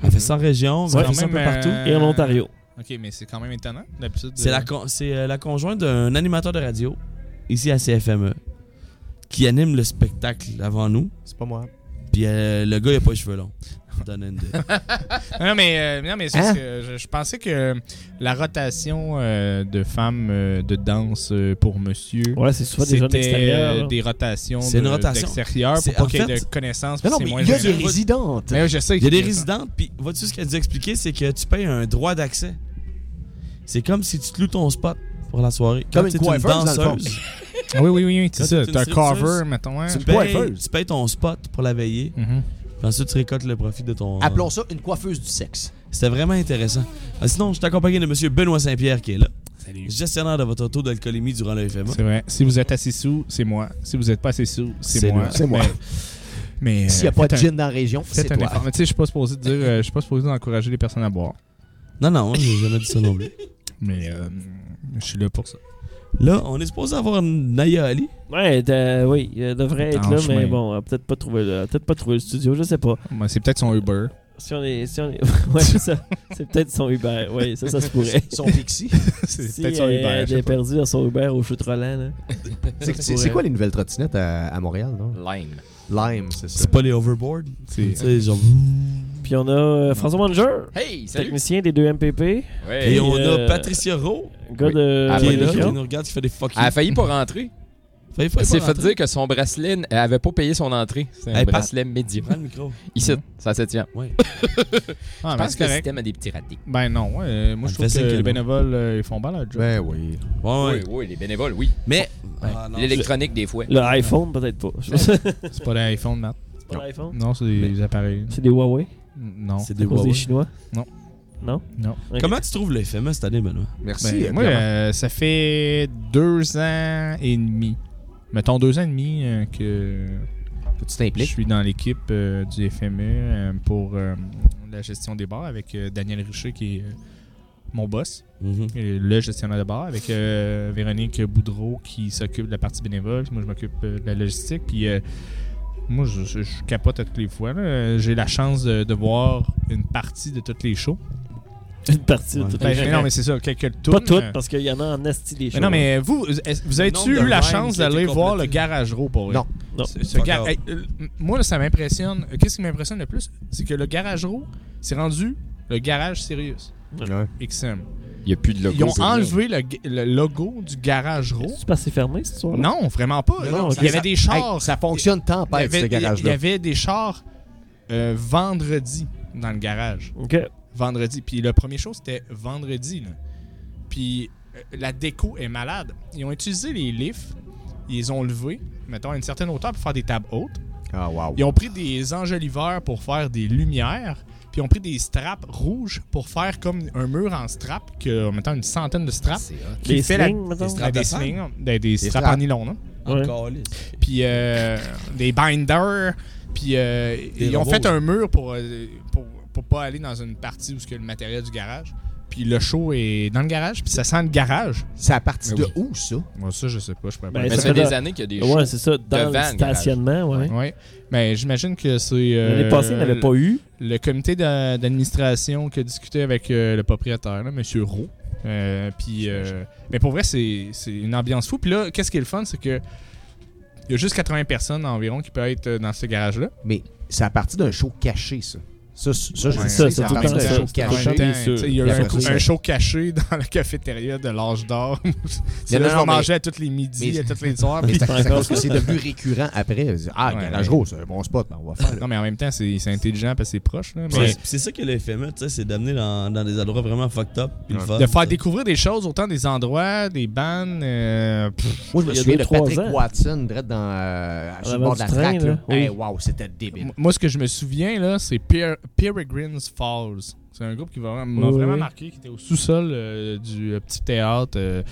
Speaker 2: Elle fait ça en région,
Speaker 3: C'est
Speaker 2: elle
Speaker 3: quand
Speaker 2: fait ça un
Speaker 3: même,
Speaker 2: peu partout.
Speaker 3: euh,
Speaker 1: Et en Ontario.
Speaker 3: Ok, mais c'est quand même étonnant d'habitude.
Speaker 2: C'est
Speaker 3: euh,
Speaker 2: la, con- c'est, euh, la conjointe d'un animateur de radio, ici à CFME, E, qui anime le spectacle avant nous.
Speaker 4: C'est pas moi.
Speaker 2: Puis euh, le gars, il a pas les cheveux longs. Je donne une idée.
Speaker 3: Non, mais, euh, non, mais c'est
Speaker 2: Hein?
Speaker 3: parce que je, je pensais que la rotation euh, de femmes euh, de danse euh, pour monsieur.
Speaker 1: Ouais, c'est souvent des gens de
Speaker 3: C'était
Speaker 1: l'extérieur.
Speaker 3: euh,
Speaker 1: là.
Speaker 3: des rotations
Speaker 2: C'est une
Speaker 3: de-
Speaker 2: rotation.
Speaker 3: d'extérieur
Speaker 2: C'est-
Speaker 3: pour pas
Speaker 2: en
Speaker 3: qu'il y ait
Speaker 2: fait-
Speaker 3: de connaissances.
Speaker 4: Mais non,
Speaker 3: c'est
Speaker 4: mais
Speaker 3: moins
Speaker 4: il y a des
Speaker 3: gênant.
Speaker 4: résidentes.
Speaker 3: Mais je sais
Speaker 2: Il y a des
Speaker 3: que-
Speaker 2: résidentes, puis vois-tu ce qu'elle nous a expliqué? C'est que tu payes un droit d'accès. C'est comme si tu te loues ton spot pour la soirée.
Speaker 4: Comme
Speaker 2: Quand
Speaker 4: une
Speaker 2: t'es une
Speaker 4: coiffeuse, dans le fond.
Speaker 2: danseuse,
Speaker 3: Ah Oui, oui, oui, oui, c'est
Speaker 2: Quand
Speaker 3: ça.
Speaker 2: t'es
Speaker 3: T'as un
Speaker 2: une stripteaseuse,
Speaker 3: cover, mettons. hein.
Speaker 2: tu,
Speaker 4: une
Speaker 2: payes,
Speaker 4: coiffeuse.
Speaker 2: tu payes ton spot pour la veiller.
Speaker 3: Mhm.
Speaker 2: Puis ensuite, tu récoltes le profit de ton...
Speaker 4: Appelons ça une coiffeuse du sexe.
Speaker 2: C'était vraiment intéressant. Ah, sinon, je suis accompagné de M. Benoît Saint-Pierre qui est là.
Speaker 3: Salut.
Speaker 2: Gestionnaire de votre taux d'alcoolémie durant le FMA.
Speaker 3: C'est vrai. Si vous êtes assez sous, c'est moi. Si vous n'êtes pas assez sous,
Speaker 2: C'est
Speaker 3: c'est moi.
Speaker 2: lui.
Speaker 4: C'est moi.
Speaker 3: Mais, mais, euh,
Speaker 4: S'il n'y a pas de
Speaker 3: faites un-
Speaker 4: gin dans la région, c'est
Speaker 3: Faites un
Speaker 4: toi.
Speaker 3: effort. Mais tu sais, je suis pas supposé dire, euh, je suis pas supposé encourager les personnes à boire.
Speaker 2: Non, non, j'ai jamais dit ça non plus.
Speaker 3: Mais euh, je suis là pour ça.
Speaker 2: Là, on est supposé avoir Naya Ali.
Speaker 1: Ouais, de- oui, elle devrait être
Speaker 3: En
Speaker 1: là, mais
Speaker 3: chemin.
Speaker 1: bon, elle a peut-être pas trouvé le, peut-être pas trouvé le studio, je sais pas.
Speaker 3: Moi, C'est peut-être son Uber.
Speaker 1: Si on est, si on est, ouais, c'est ça, c'est peut-être son Uber. Oui, ça, ça se pourrait.
Speaker 4: Son pixie.
Speaker 3: C'est
Speaker 1: Si
Speaker 3: peut-être son
Speaker 1: elle-
Speaker 3: Uber.
Speaker 1: elle
Speaker 3: je sais
Speaker 1: est
Speaker 3: pas.
Speaker 1: perdue dans son Uber au chute Roland, là.
Speaker 4: C'est c'est- c'est quoi les nouvelles trottinettes à, à Montréal, non?
Speaker 5: Lime.
Speaker 4: Lime, c'est ça.
Speaker 2: C'est pas les overboard.
Speaker 3: C'est-
Speaker 2: Tu sais, genre...
Speaker 1: Puis on a euh, François Manger,
Speaker 5: Hey, salut.
Speaker 1: technicien des deux MPP,
Speaker 5: Ouais.
Speaker 2: Et on
Speaker 1: euh,
Speaker 2: a Patricia Rowe.
Speaker 1: gars
Speaker 5: Oui.
Speaker 1: de
Speaker 5: Ah,
Speaker 2: qui est là, qui
Speaker 1: Région.
Speaker 2: nous regarde, qui fait des fuck you.
Speaker 5: Elle a failli pas rentrer.
Speaker 2: Fallait- fallait
Speaker 5: Elle s'est
Speaker 2: pas
Speaker 5: fait
Speaker 2: rentrer.
Speaker 5: dire que son bracelet n- elle avait pas payé son entrée. C'est un
Speaker 2: Hey, Pat.
Speaker 5: bracelet média.
Speaker 2: Prends le micro.
Speaker 5: Ici, ça se tient.
Speaker 3: Ah,
Speaker 5: Je
Speaker 3: mais
Speaker 5: pense
Speaker 3: c'est
Speaker 5: que le
Speaker 3: correct.
Speaker 5: système a des petits ratés.
Speaker 3: Ben non, ouais,
Speaker 2: Elle
Speaker 3: moi je
Speaker 2: fait
Speaker 3: trouve que
Speaker 2: signe que
Speaker 3: les
Speaker 2: non.
Speaker 3: bénévoles euh, ils font bien leur job.
Speaker 4: Ben oui.
Speaker 2: Ouais, ouais.
Speaker 5: Oui, oui, les bénévoles, oui.
Speaker 7: Oh,
Speaker 2: Mais.
Speaker 5: Ouais.
Speaker 2: Ah, non.
Speaker 5: L'électronique, des fois.
Speaker 1: Le iPhone, peut-être pas. Je sais pas.
Speaker 3: C'est pas l'iPhone, Matt.
Speaker 1: C'est pas l'iPhone.
Speaker 3: Non, c'est des appareils.
Speaker 1: C'est des Huawei.
Speaker 3: Non.
Speaker 2: C'est
Speaker 1: C'est
Speaker 2: des
Speaker 1: à cause
Speaker 2: Huawei.
Speaker 1: des Chinois.
Speaker 3: Non.
Speaker 1: Non.
Speaker 3: Non.
Speaker 1: Ok.
Speaker 2: Comment tu trouves le FME cette année, Benoît
Speaker 4: Merci.
Speaker 3: Ben, moi,
Speaker 4: Pierre.
Speaker 3: euh, ça fait deux ans et demi. Mettons deux ans et demi euh, que
Speaker 4: Que tu
Speaker 3: je
Speaker 4: t'impliques.
Speaker 3: suis dans l'équipe euh, du FME euh, pour euh, la gestion des bars avec euh, Daniel Richer qui est euh, mon boss.
Speaker 4: Mm-hmm.
Speaker 3: et le gestionnaire de bar avec euh, Véronique Boudreau qui s'occupe de la partie bénévole. Puis Moi, je m'occupe euh, de la logistique. Puis euh, moi, je, je- je capote à toutes les fois. là. Euh, J'ai la chance de, de voir une partie de toutes les shows.
Speaker 1: Une partie de tout
Speaker 3: Ben, mais non, mais c'est ça, quelques tours.
Speaker 1: Pas toutes, parce qu'il y en a en esti des
Speaker 3: mais
Speaker 1: choses.
Speaker 3: non, mais vous, est-ce- vous
Speaker 2: Le
Speaker 3: avez-tu
Speaker 2: nombre
Speaker 3: eu
Speaker 2: de
Speaker 3: la
Speaker 2: rhymes
Speaker 3: chance
Speaker 2: qui a été
Speaker 3: d'aller voir le
Speaker 2: complété.
Speaker 3: garage row pour vrai?
Speaker 4: Non.
Speaker 1: Non.
Speaker 3: Ce- ce
Speaker 2: Fuck
Speaker 3: gar-
Speaker 2: out.
Speaker 3: Hey, euh, m- moi, là, ça euh, m'impressionne. Qu'est-ce qui m'impressionne le plus? C'est que le garage row, c'est rendu le garage Sirius.
Speaker 4: Ouais.
Speaker 3: XM.
Speaker 7: Il n'y a plus de logo.
Speaker 3: Ils ont
Speaker 7: pour
Speaker 3: enlevé le, g- le logo du garage Raw.
Speaker 1: C'est parce que c'est fermé, ce soir
Speaker 3: Non, vraiment pas.
Speaker 1: Non, non,
Speaker 3: il y avait
Speaker 1: ça-
Speaker 3: des chars.
Speaker 4: Hey, ça fonctionne
Speaker 3: il, y
Speaker 4: tempête,
Speaker 3: avait,
Speaker 4: ce
Speaker 3: il y- il y
Speaker 4: garage-là.
Speaker 3: avait des chars euh, vendredi dans le garage.
Speaker 1: OK.
Speaker 3: Vendredi. Puis le premier show, c'était vendredi. là. Puis euh, la déco est malade. Ils ont utilisé les lifts. Ils les ont levés, mettons, à une certaine hauteur pour faire des tables hautes.
Speaker 4: Ah, wow.
Speaker 3: Ils ont pris des enjoliveurs pour faire des lumières, puis ils ont pris des straps rouges pour faire comme un mur en strap, qui a, mettons, une centaine de straps.
Speaker 4: C'est hot.
Speaker 3: Qui
Speaker 1: Les
Speaker 3: fait la-
Speaker 1: slings, mettons.
Speaker 2: les straps.
Speaker 3: Ben,
Speaker 2: de
Speaker 3: des
Speaker 2: sang?
Speaker 3: slings, hein. Ben, des straps en
Speaker 4: straps.
Speaker 3: nylon, hein.
Speaker 1: Ouais.
Speaker 2: Encore lisse.
Speaker 3: puis euh, des binders, puis euh, ils ont
Speaker 2: robots
Speaker 3: fait
Speaker 2: aussi.
Speaker 3: un mur pour, euh, pour, pour pas aller dans une partie où ce que le matériel du garage. Puis le show est dans le garage, puis ça sent le garage.
Speaker 4: Ah, C'est à partir
Speaker 2: Ben
Speaker 3: Mais
Speaker 4: de
Speaker 3: Ben oui.
Speaker 4: où, ça?
Speaker 3: Moi, ça, je sais pas, je pourrais
Speaker 1: Ben,
Speaker 3: pas.
Speaker 7: Mais
Speaker 1: ça
Speaker 7: ça
Speaker 1: fait
Speaker 7: fait des
Speaker 1: de-
Speaker 7: années qu'il y a des
Speaker 1: Ouais,
Speaker 7: shows.
Speaker 1: c'est ça, dans
Speaker 7: Devant
Speaker 1: le
Speaker 7: le garage.
Speaker 1: stationnement, ouais.
Speaker 3: Ouais. Mais j'imagine que c'est. euh,
Speaker 1: L'année passée, il n'y avait pas eu.
Speaker 3: le comité d'a- d'administration qui a discuté avec euh, le propriétaire, là, M. Roux. Euh, puis, euh, mais pour vrai, c'est c'est une ambiance fou. Puis là, qu'est-ce qui est le fun, c'est que il y a juste 80 personnes environ qui peuvent être euh, dans ce garage-là.
Speaker 4: Mais c'est à partir d'un show caché, ça. Ça, c- ça je
Speaker 3: Ouais,
Speaker 4: le
Speaker 3: ça,
Speaker 4: sais,
Speaker 3: c'est
Speaker 4: c'est à
Speaker 3: tout le
Speaker 4: partir
Speaker 3: temps
Speaker 4: d'un
Speaker 3: ça,
Speaker 4: show
Speaker 3: c'est tout le
Speaker 4: caché.
Speaker 3: temps
Speaker 1: Caché,
Speaker 3: ça.
Speaker 1: c'est-
Speaker 3: Tu sais, Il y a eu
Speaker 4: Après
Speaker 3: un,
Speaker 4: ça.
Speaker 3: un show caché dans la cafétéria de l'âge d'or. C'est
Speaker 4: Non,
Speaker 3: là que je
Speaker 4: non,
Speaker 3: vais
Speaker 4: non,
Speaker 3: manger à tous les midis,
Speaker 4: mais-
Speaker 3: à toutes les soirs.
Speaker 4: Mais
Speaker 3: puis-
Speaker 4: c'est à c'est à cause que c'est devenu récurrent après. Ah,
Speaker 3: Ouais,
Speaker 4: Garage
Speaker 3: ouais.
Speaker 4: Rose, c'est un bon spot, ben, on va faire. là.
Speaker 3: Non, mais en même temps, c'est c'est intelligent parce que c'est proche. là,
Speaker 2: Puis
Speaker 3: mais-
Speaker 2: c'est- C'est ça que le FME, tu sais, c'est d'amener dans, dans des endroits vraiment fucked up. Puis le fun,
Speaker 3: De faire
Speaker 2: ça.
Speaker 3: découvrir des choses, autant des endroits, des bandes. euh, pff,
Speaker 4: Moi, je
Speaker 1: Il
Speaker 4: me
Speaker 1: y a
Speaker 4: souviens
Speaker 1: deux,
Speaker 4: de
Speaker 1: trois
Speaker 4: Patrick
Speaker 1: ans.
Speaker 4: Watson, direct dans, euh, sur le
Speaker 1: avant
Speaker 4: bord
Speaker 1: du
Speaker 4: de la
Speaker 1: train,
Speaker 4: track.
Speaker 1: là.
Speaker 4: Là.
Speaker 1: Oui.
Speaker 4: Hey, wow, c'était débile.
Speaker 3: Moi, ce que je me souviens, là, c'est Pere- Peregrine's Falls. C'est un groupe qui va- m'a
Speaker 1: Oui,
Speaker 3: vraiment
Speaker 1: oui.
Speaker 3: marqué, qui était au sous-sol euh, du euh, petit théâtre. euh,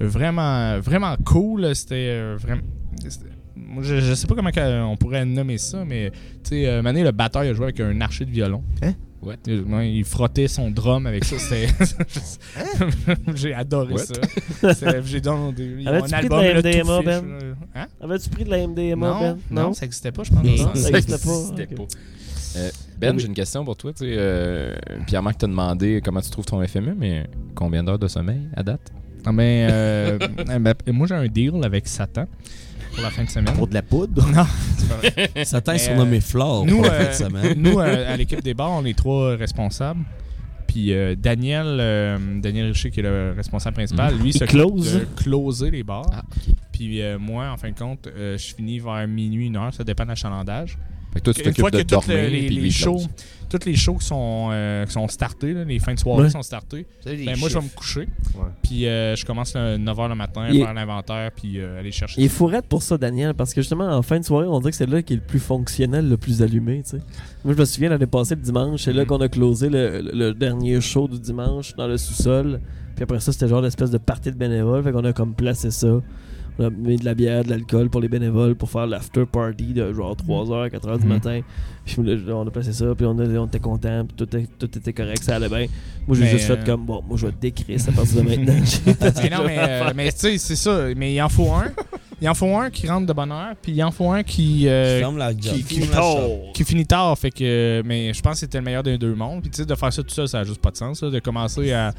Speaker 3: vraiment, vraiment cool. là. C'était euh, vraiment. c'était- moi, je, je sais pas comment que- euh, on pourrait nommer ça, mais tu sais, euh, Mané, le batteur, il a joué avec un archer de violon.
Speaker 4: Hein?
Speaker 7: What?
Speaker 3: Il, ouais, il frottait son drum avec ça. C'était. Hein? J'ai adoré
Speaker 7: What?
Speaker 3: ça. C'était- euh, J'ai demandé. Ils ont
Speaker 1: Avais-tu
Speaker 3: un
Speaker 1: pris de
Speaker 3: album,
Speaker 1: la
Speaker 3: là, tout
Speaker 1: MDMA,
Speaker 3: fiche,
Speaker 1: Ben?
Speaker 7: Ah,
Speaker 3: là. Hein?
Speaker 1: Avais-tu pris de la MDMA,
Speaker 3: Non,
Speaker 1: Ben?
Speaker 3: non, ça existait pas, je pense.
Speaker 4: Mais-
Speaker 3: dans le sens-
Speaker 1: Ça existait pas.
Speaker 7: C'était
Speaker 1: ok.
Speaker 7: pas. Euh,
Speaker 3: Ah
Speaker 7: ben, j'ai une question pour toi. tu sais, Euh, Pierre-Marc t'a demandé comment tu trouves ton FME, mais combien d'heures de sommeil à date?
Speaker 3: Ah ben, euh, eh ben, moi j'ai un deal avec Satan pour la fin de semaine.
Speaker 4: Pour de la poudre.
Speaker 3: Non, c'est pas vrai.
Speaker 2: Satan
Speaker 3: Mais,
Speaker 2: est surnommé
Speaker 3: euh,
Speaker 2: Flore
Speaker 3: Nous,
Speaker 2: pour
Speaker 3: euh,
Speaker 2: la fin de semaine.
Speaker 3: nous euh, à l'équipe des bars, on est trois responsables. Puis euh, Daniel, euh, Daniel Richer, qui est le responsable principal, lui,
Speaker 1: Il
Speaker 3: s'occupe
Speaker 1: close.
Speaker 3: de closer les bars.
Speaker 7: Ah,
Speaker 3: Puis euh, moi, en fin de compte, euh, je finis vers minuit, une heure, ça dépend de l'achalandage.
Speaker 7: Fait que toi, tu
Speaker 3: Une fois
Speaker 7: t'occupes
Speaker 3: que
Speaker 7: de
Speaker 3: toutes
Speaker 7: dormir,
Speaker 3: les, les-
Speaker 7: puis lui,
Speaker 3: les
Speaker 7: il
Speaker 3: shows,
Speaker 7: close.
Speaker 3: toutes les shows qui sont, euh, qui sont startées, là, les fins de soirée
Speaker 1: Ouais.
Speaker 3: qui sont startées, ben, moi je vais me coucher.
Speaker 4: Ouais.
Speaker 3: Puis euh, je commence le 9h le matin,
Speaker 1: Il-
Speaker 3: faire l'inventaire, puis euh, aller chercher.
Speaker 1: Il est fourrette pour ça, Daniel, parce que justement, en fin de soirée, on dirait que c'est là qui est le plus fonctionnel, le plus allumé, tu sais. Moi, je me souviens, l'année passée, le dimanche, c'est là
Speaker 3: Mhm.
Speaker 1: qu'on a closé le, le dernier show du dimanche dans le sous-sol. Puis après ça, c'était genre l'espèce de partie de bénévoles. Fait qu'on a comme placé ça. On a mis de la bière, de l'alcool pour les bénévoles pour faire l'after party de genre 3h, 4h du
Speaker 3: Mhm.
Speaker 1: matin. Puis là, on a placé ça, puis on, a- on était content, puis tout, est- tout était correct, ça allait bien. Moi, j'ai
Speaker 3: Mais,
Speaker 1: juste fait
Speaker 3: euh,
Speaker 1: comme bon, moi, je vais décrire ça à partir de maintenant. J'ai-
Speaker 3: Mais non, mais, euh, mais tu sais, c'est ça. Mais il en faut un. Il en faut un qui rentre de bonne heure, puis il en faut un qui, euh,
Speaker 2: Qui ferme la job.
Speaker 3: qui- qui-
Speaker 2: Ferme la shop.
Speaker 3: qui finit tard. Fait que, mais je pense que c'était le meilleur des deux mondes. Puis tu sais, de faire ça tout seul, ça n'a juste pas de sens. là, de commencer à,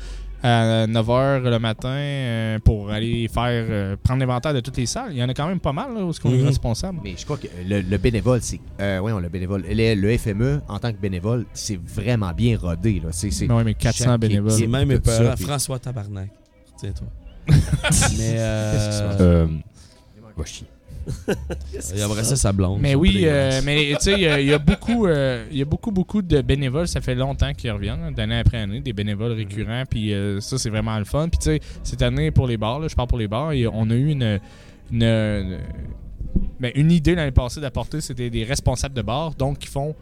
Speaker 3: 9h le matin euh, pour aller faire euh, prendre l'inventaire de toutes les salles. Il y en a quand même pas mal là, où est-ce qu'on est
Speaker 2: Mhm.
Speaker 3: responsable.
Speaker 4: Mais je crois que le, le bénévole, c'est. Euh, ouais, on le bénévole. Le, le FME, en tant que bénévole, c'est vraiment bien rodé. Là. C'est, c'est...
Speaker 3: Mais ouais, mais 400
Speaker 4: Chaque
Speaker 3: bénévoles.
Speaker 2: C'est
Speaker 4: équipe.
Speaker 2: même
Speaker 4: Tout
Speaker 2: épeurant.
Speaker 4: ça, puis-
Speaker 2: François Tabarnak. Tiens-toi. Mais euh,
Speaker 7: Euh, va chier.
Speaker 2: il aimerait ça, sa blonde.
Speaker 3: Mais
Speaker 2: ça,
Speaker 3: oui,
Speaker 2: puis
Speaker 3: euh,
Speaker 2: les-
Speaker 3: mais tu sais, il y a- il y, a beaucoup, euh, il y a beaucoup, beaucoup de bénévoles. Ça fait longtemps qu'ils reviennent, hein, d'année après année, des bénévoles récurrents. Puis euh, ça, c'est vraiment le fun. Puis tu sais, cette année pour les bars, là, je parle pour les bars, et on a eu une, une, une- ben, une idée l'année passée d'apporter, c'était des responsables de bars, donc qui font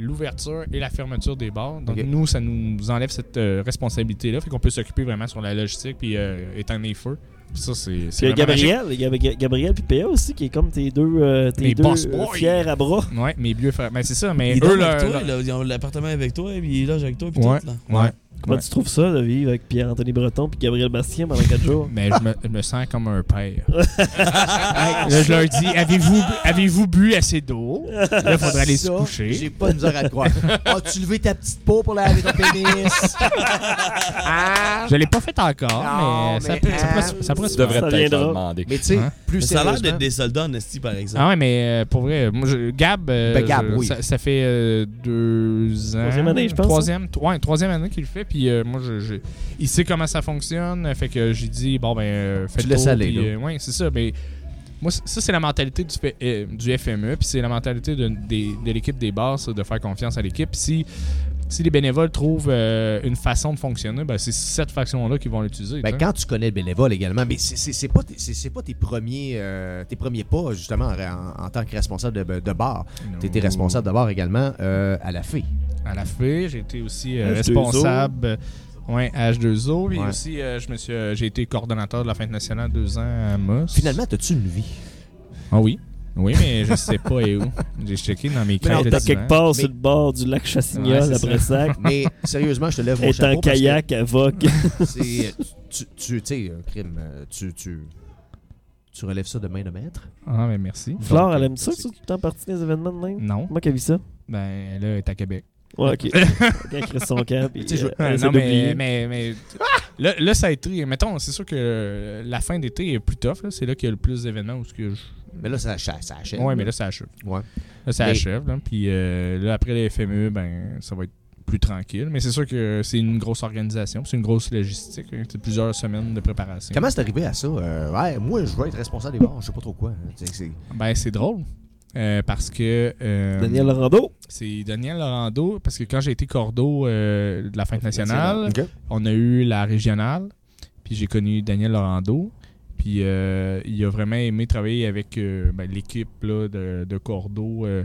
Speaker 3: l'ouverture et la fermeture des bars. Donc
Speaker 4: Ok.
Speaker 3: nous, ça nous enlève cette euh, responsabilité-là, fait qu'on peut s'occuper vraiment sur la logistique puis euh, éteindre les feux. Puis ça, c'est
Speaker 1: Puis il y
Speaker 3: c'est
Speaker 1: a
Speaker 3: vraiment magique.
Speaker 1: Gabriel, il y a Ga- Gabriel puis PA aussi, qui est comme tes deux, euh, tes
Speaker 3: Les
Speaker 1: deux
Speaker 3: boss
Speaker 1: euh,
Speaker 3: boys.
Speaker 1: fiers à bras.
Speaker 3: Ouais, mes vieux frères. Mais c'est ça, mais
Speaker 2: Il
Speaker 3: eux,
Speaker 2: dort avec
Speaker 3: leur-
Speaker 2: toi, là, ils ont l'appartement avec toi, puis il loge avec toi, puis
Speaker 3: Ouais.
Speaker 2: tout. là.
Speaker 3: Ouais.
Speaker 1: Comment
Speaker 3: Ouais.
Speaker 1: tu trouves ça de vivre avec Pierre-Anthony Breton puis Gabriel Bastien pendant 4 jours?
Speaker 3: Mais je me, je me sens comme un père. Hey, là, je leur dis avez-vous avez-vous bu assez d'eau Là, il faudrait aller se
Speaker 4: Ça,
Speaker 3: coucher.
Speaker 4: J'ai pas de misère à te croire. As-tu levé ta petite peau pour laver ton pénis? ah!
Speaker 3: Je l'ai pas fait encore,
Speaker 4: Non,
Speaker 3: mais, ça,
Speaker 4: mais,
Speaker 3: peut- ça,
Speaker 4: hein.
Speaker 3: pourrait- ça pourrait
Speaker 7: Tu
Speaker 3: se
Speaker 7: devrais
Speaker 3: faire.
Speaker 1: Ça
Speaker 7: peut-être
Speaker 1: viendra.
Speaker 7: leur demander.
Speaker 4: Mais tu sais,
Speaker 3: Hein?
Speaker 4: plus
Speaker 2: Mais Ça a l'air
Speaker 4: sérieusement...
Speaker 2: d'être des soldats en esti, par exemple.
Speaker 3: Ah ouais, mais euh, pour vrai, moi, je- Gab, euh,
Speaker 4: Ben, Gab,
Speaker 3: je-
Speaker 4: oui.
Speaker 3: ça, ça fait euh, deux ans.
Speaker 1: Troisième année, je pense, hein?
Speaker 3: Troisième, t- ouais, troisième année qu'il le fait. puis euh, moi, je, je- il sait comment ça fonctionne, euh, fait que j'ai dit, bon, ben, euh, fais
Speaker 4: Tu
Speaker 3: le
Speaker 4: laisses
Speaker 3: tour,
Speaker 4: aller,
Speaker 3: puis,
Speaker 4: là.
Speaker 3: euh, ouais, c'est ça, mais moi, c- ça, c'est la mentalité du, fait- euh, du FME, puis c'est la mentalité de, des- de l'équipe des bars, ça, de faire confiance à l'équipe. Puis Si, si les bénévoles trouvent euh, une façon de fonctionner, ben, c'est cette faction-là qu'ils vont l'utiliser.
Speaker 4: Ben,
Speaker 3: tu sais.
Speaker 4: quand tu connais le bénévole également, mais c'est- c'est c'est pas, tes- c'est c'est pas tes, premiers, euh, tes premiers pas, justement, en, en tant que responsable de, de bar. Tu étais responsable de bar également euh, à la fée.
Speaker 3: à la fée. J'ai été aussi euh,
Speaker 1: H2O.
Speaker 3: responsable euh, ouais, à H2O. Puis
Speaker 4: Ouais.
Speaker 3: aussi, euh, je me suis, euh, j'ai été coordonnateur de la fête nationale deux ans à Moss.
Speaker 4: Finalement, as-tu une vie?
Speaker 3: Ah oui. Oui, mais je sais pas et où. J'ai checké dans mes
Speaker 1: Mais
Speaker 3: cartes.
Speaker 1: t'as quelque part
Speaker 4: Mais-
Speaker 1: sur le bord du lac Chassignol
Speaker 3: Ouais, c'est
Speaker 1: après ça.
Speaker 4: Mais sérieusement, je te lève mon
Speaker 1: est
Speaker 4: chapeau.
Speaker 1: en
Speaker 4: parce que
Speaker 1: kayak à Vogue.
Speaker 4: c'est- Tu tu- tu sais, un crime, euh, tu, tu, tu relèves ça de main de maître.
Speaker 3: Ah, mais merci.
Speaker 1: Flore,
Speaker 3: Donc,
Speaker 1: elle aime ça que
Speaker 3: c'est-
Speaker 1: tu tout le temps partie des événements de même?
Speaker 3: Non.
Speaker 1: Moi qui ai vu ça.
Speaker 3: Ben, là, elle est à Québec.
Speaker 1: Ouais, ok. Quand crée son camp, puis
Speaker 4: Tu sais, je-
Speaker 1: euh, elle essaie
Speaker 3: non, mais,
Speaker 1: d'oublier.
Speaker 3: mais, mais- là, là, ça a été. Mettons, c'est sûr que euh, la fin d'été est plus tough. là. C'est là qu'il y a le plus d'événements. Où ce que je...
Speaker 4: Mais là, ça, ça, ça achève.
Speaker 3: Ouais, mais là, ça achève.
Speaker 4: Ouais.
Speaker 3: Là, ça
Speaker 4: Mais-
Speaker 3: achève. Là. Puis euh, là, après les FME, ben, ça va être plus tranquille. Mais c'est sûr que c'est une grosse organisation. C'est une grosse logistique. hein. C'est plusieurs semaines de préparation.
Speaker 4: Comment c'est arrivé à ça? Euh, ouais, moi, je veux être responsable des bars, je sais pas trop quoi. hein, Tu sais, c'est-
Speaker 3: Ben, c'est drôle. euh, parce que. euh,
Speaker 1: Daniel Rando.
Speaker 3: C'est Daniel Laurando. Parce que quand j'ai été cordeau euh, de la fête nationale,
Speaker 4: Ok.
Speaker 3: on a eu la régionale. Puis j'ai connu Daniel Laurando. Puis euh, il a vraiment aimé travailler avec euh, ben, l'équipe là, de, de cordeau euh,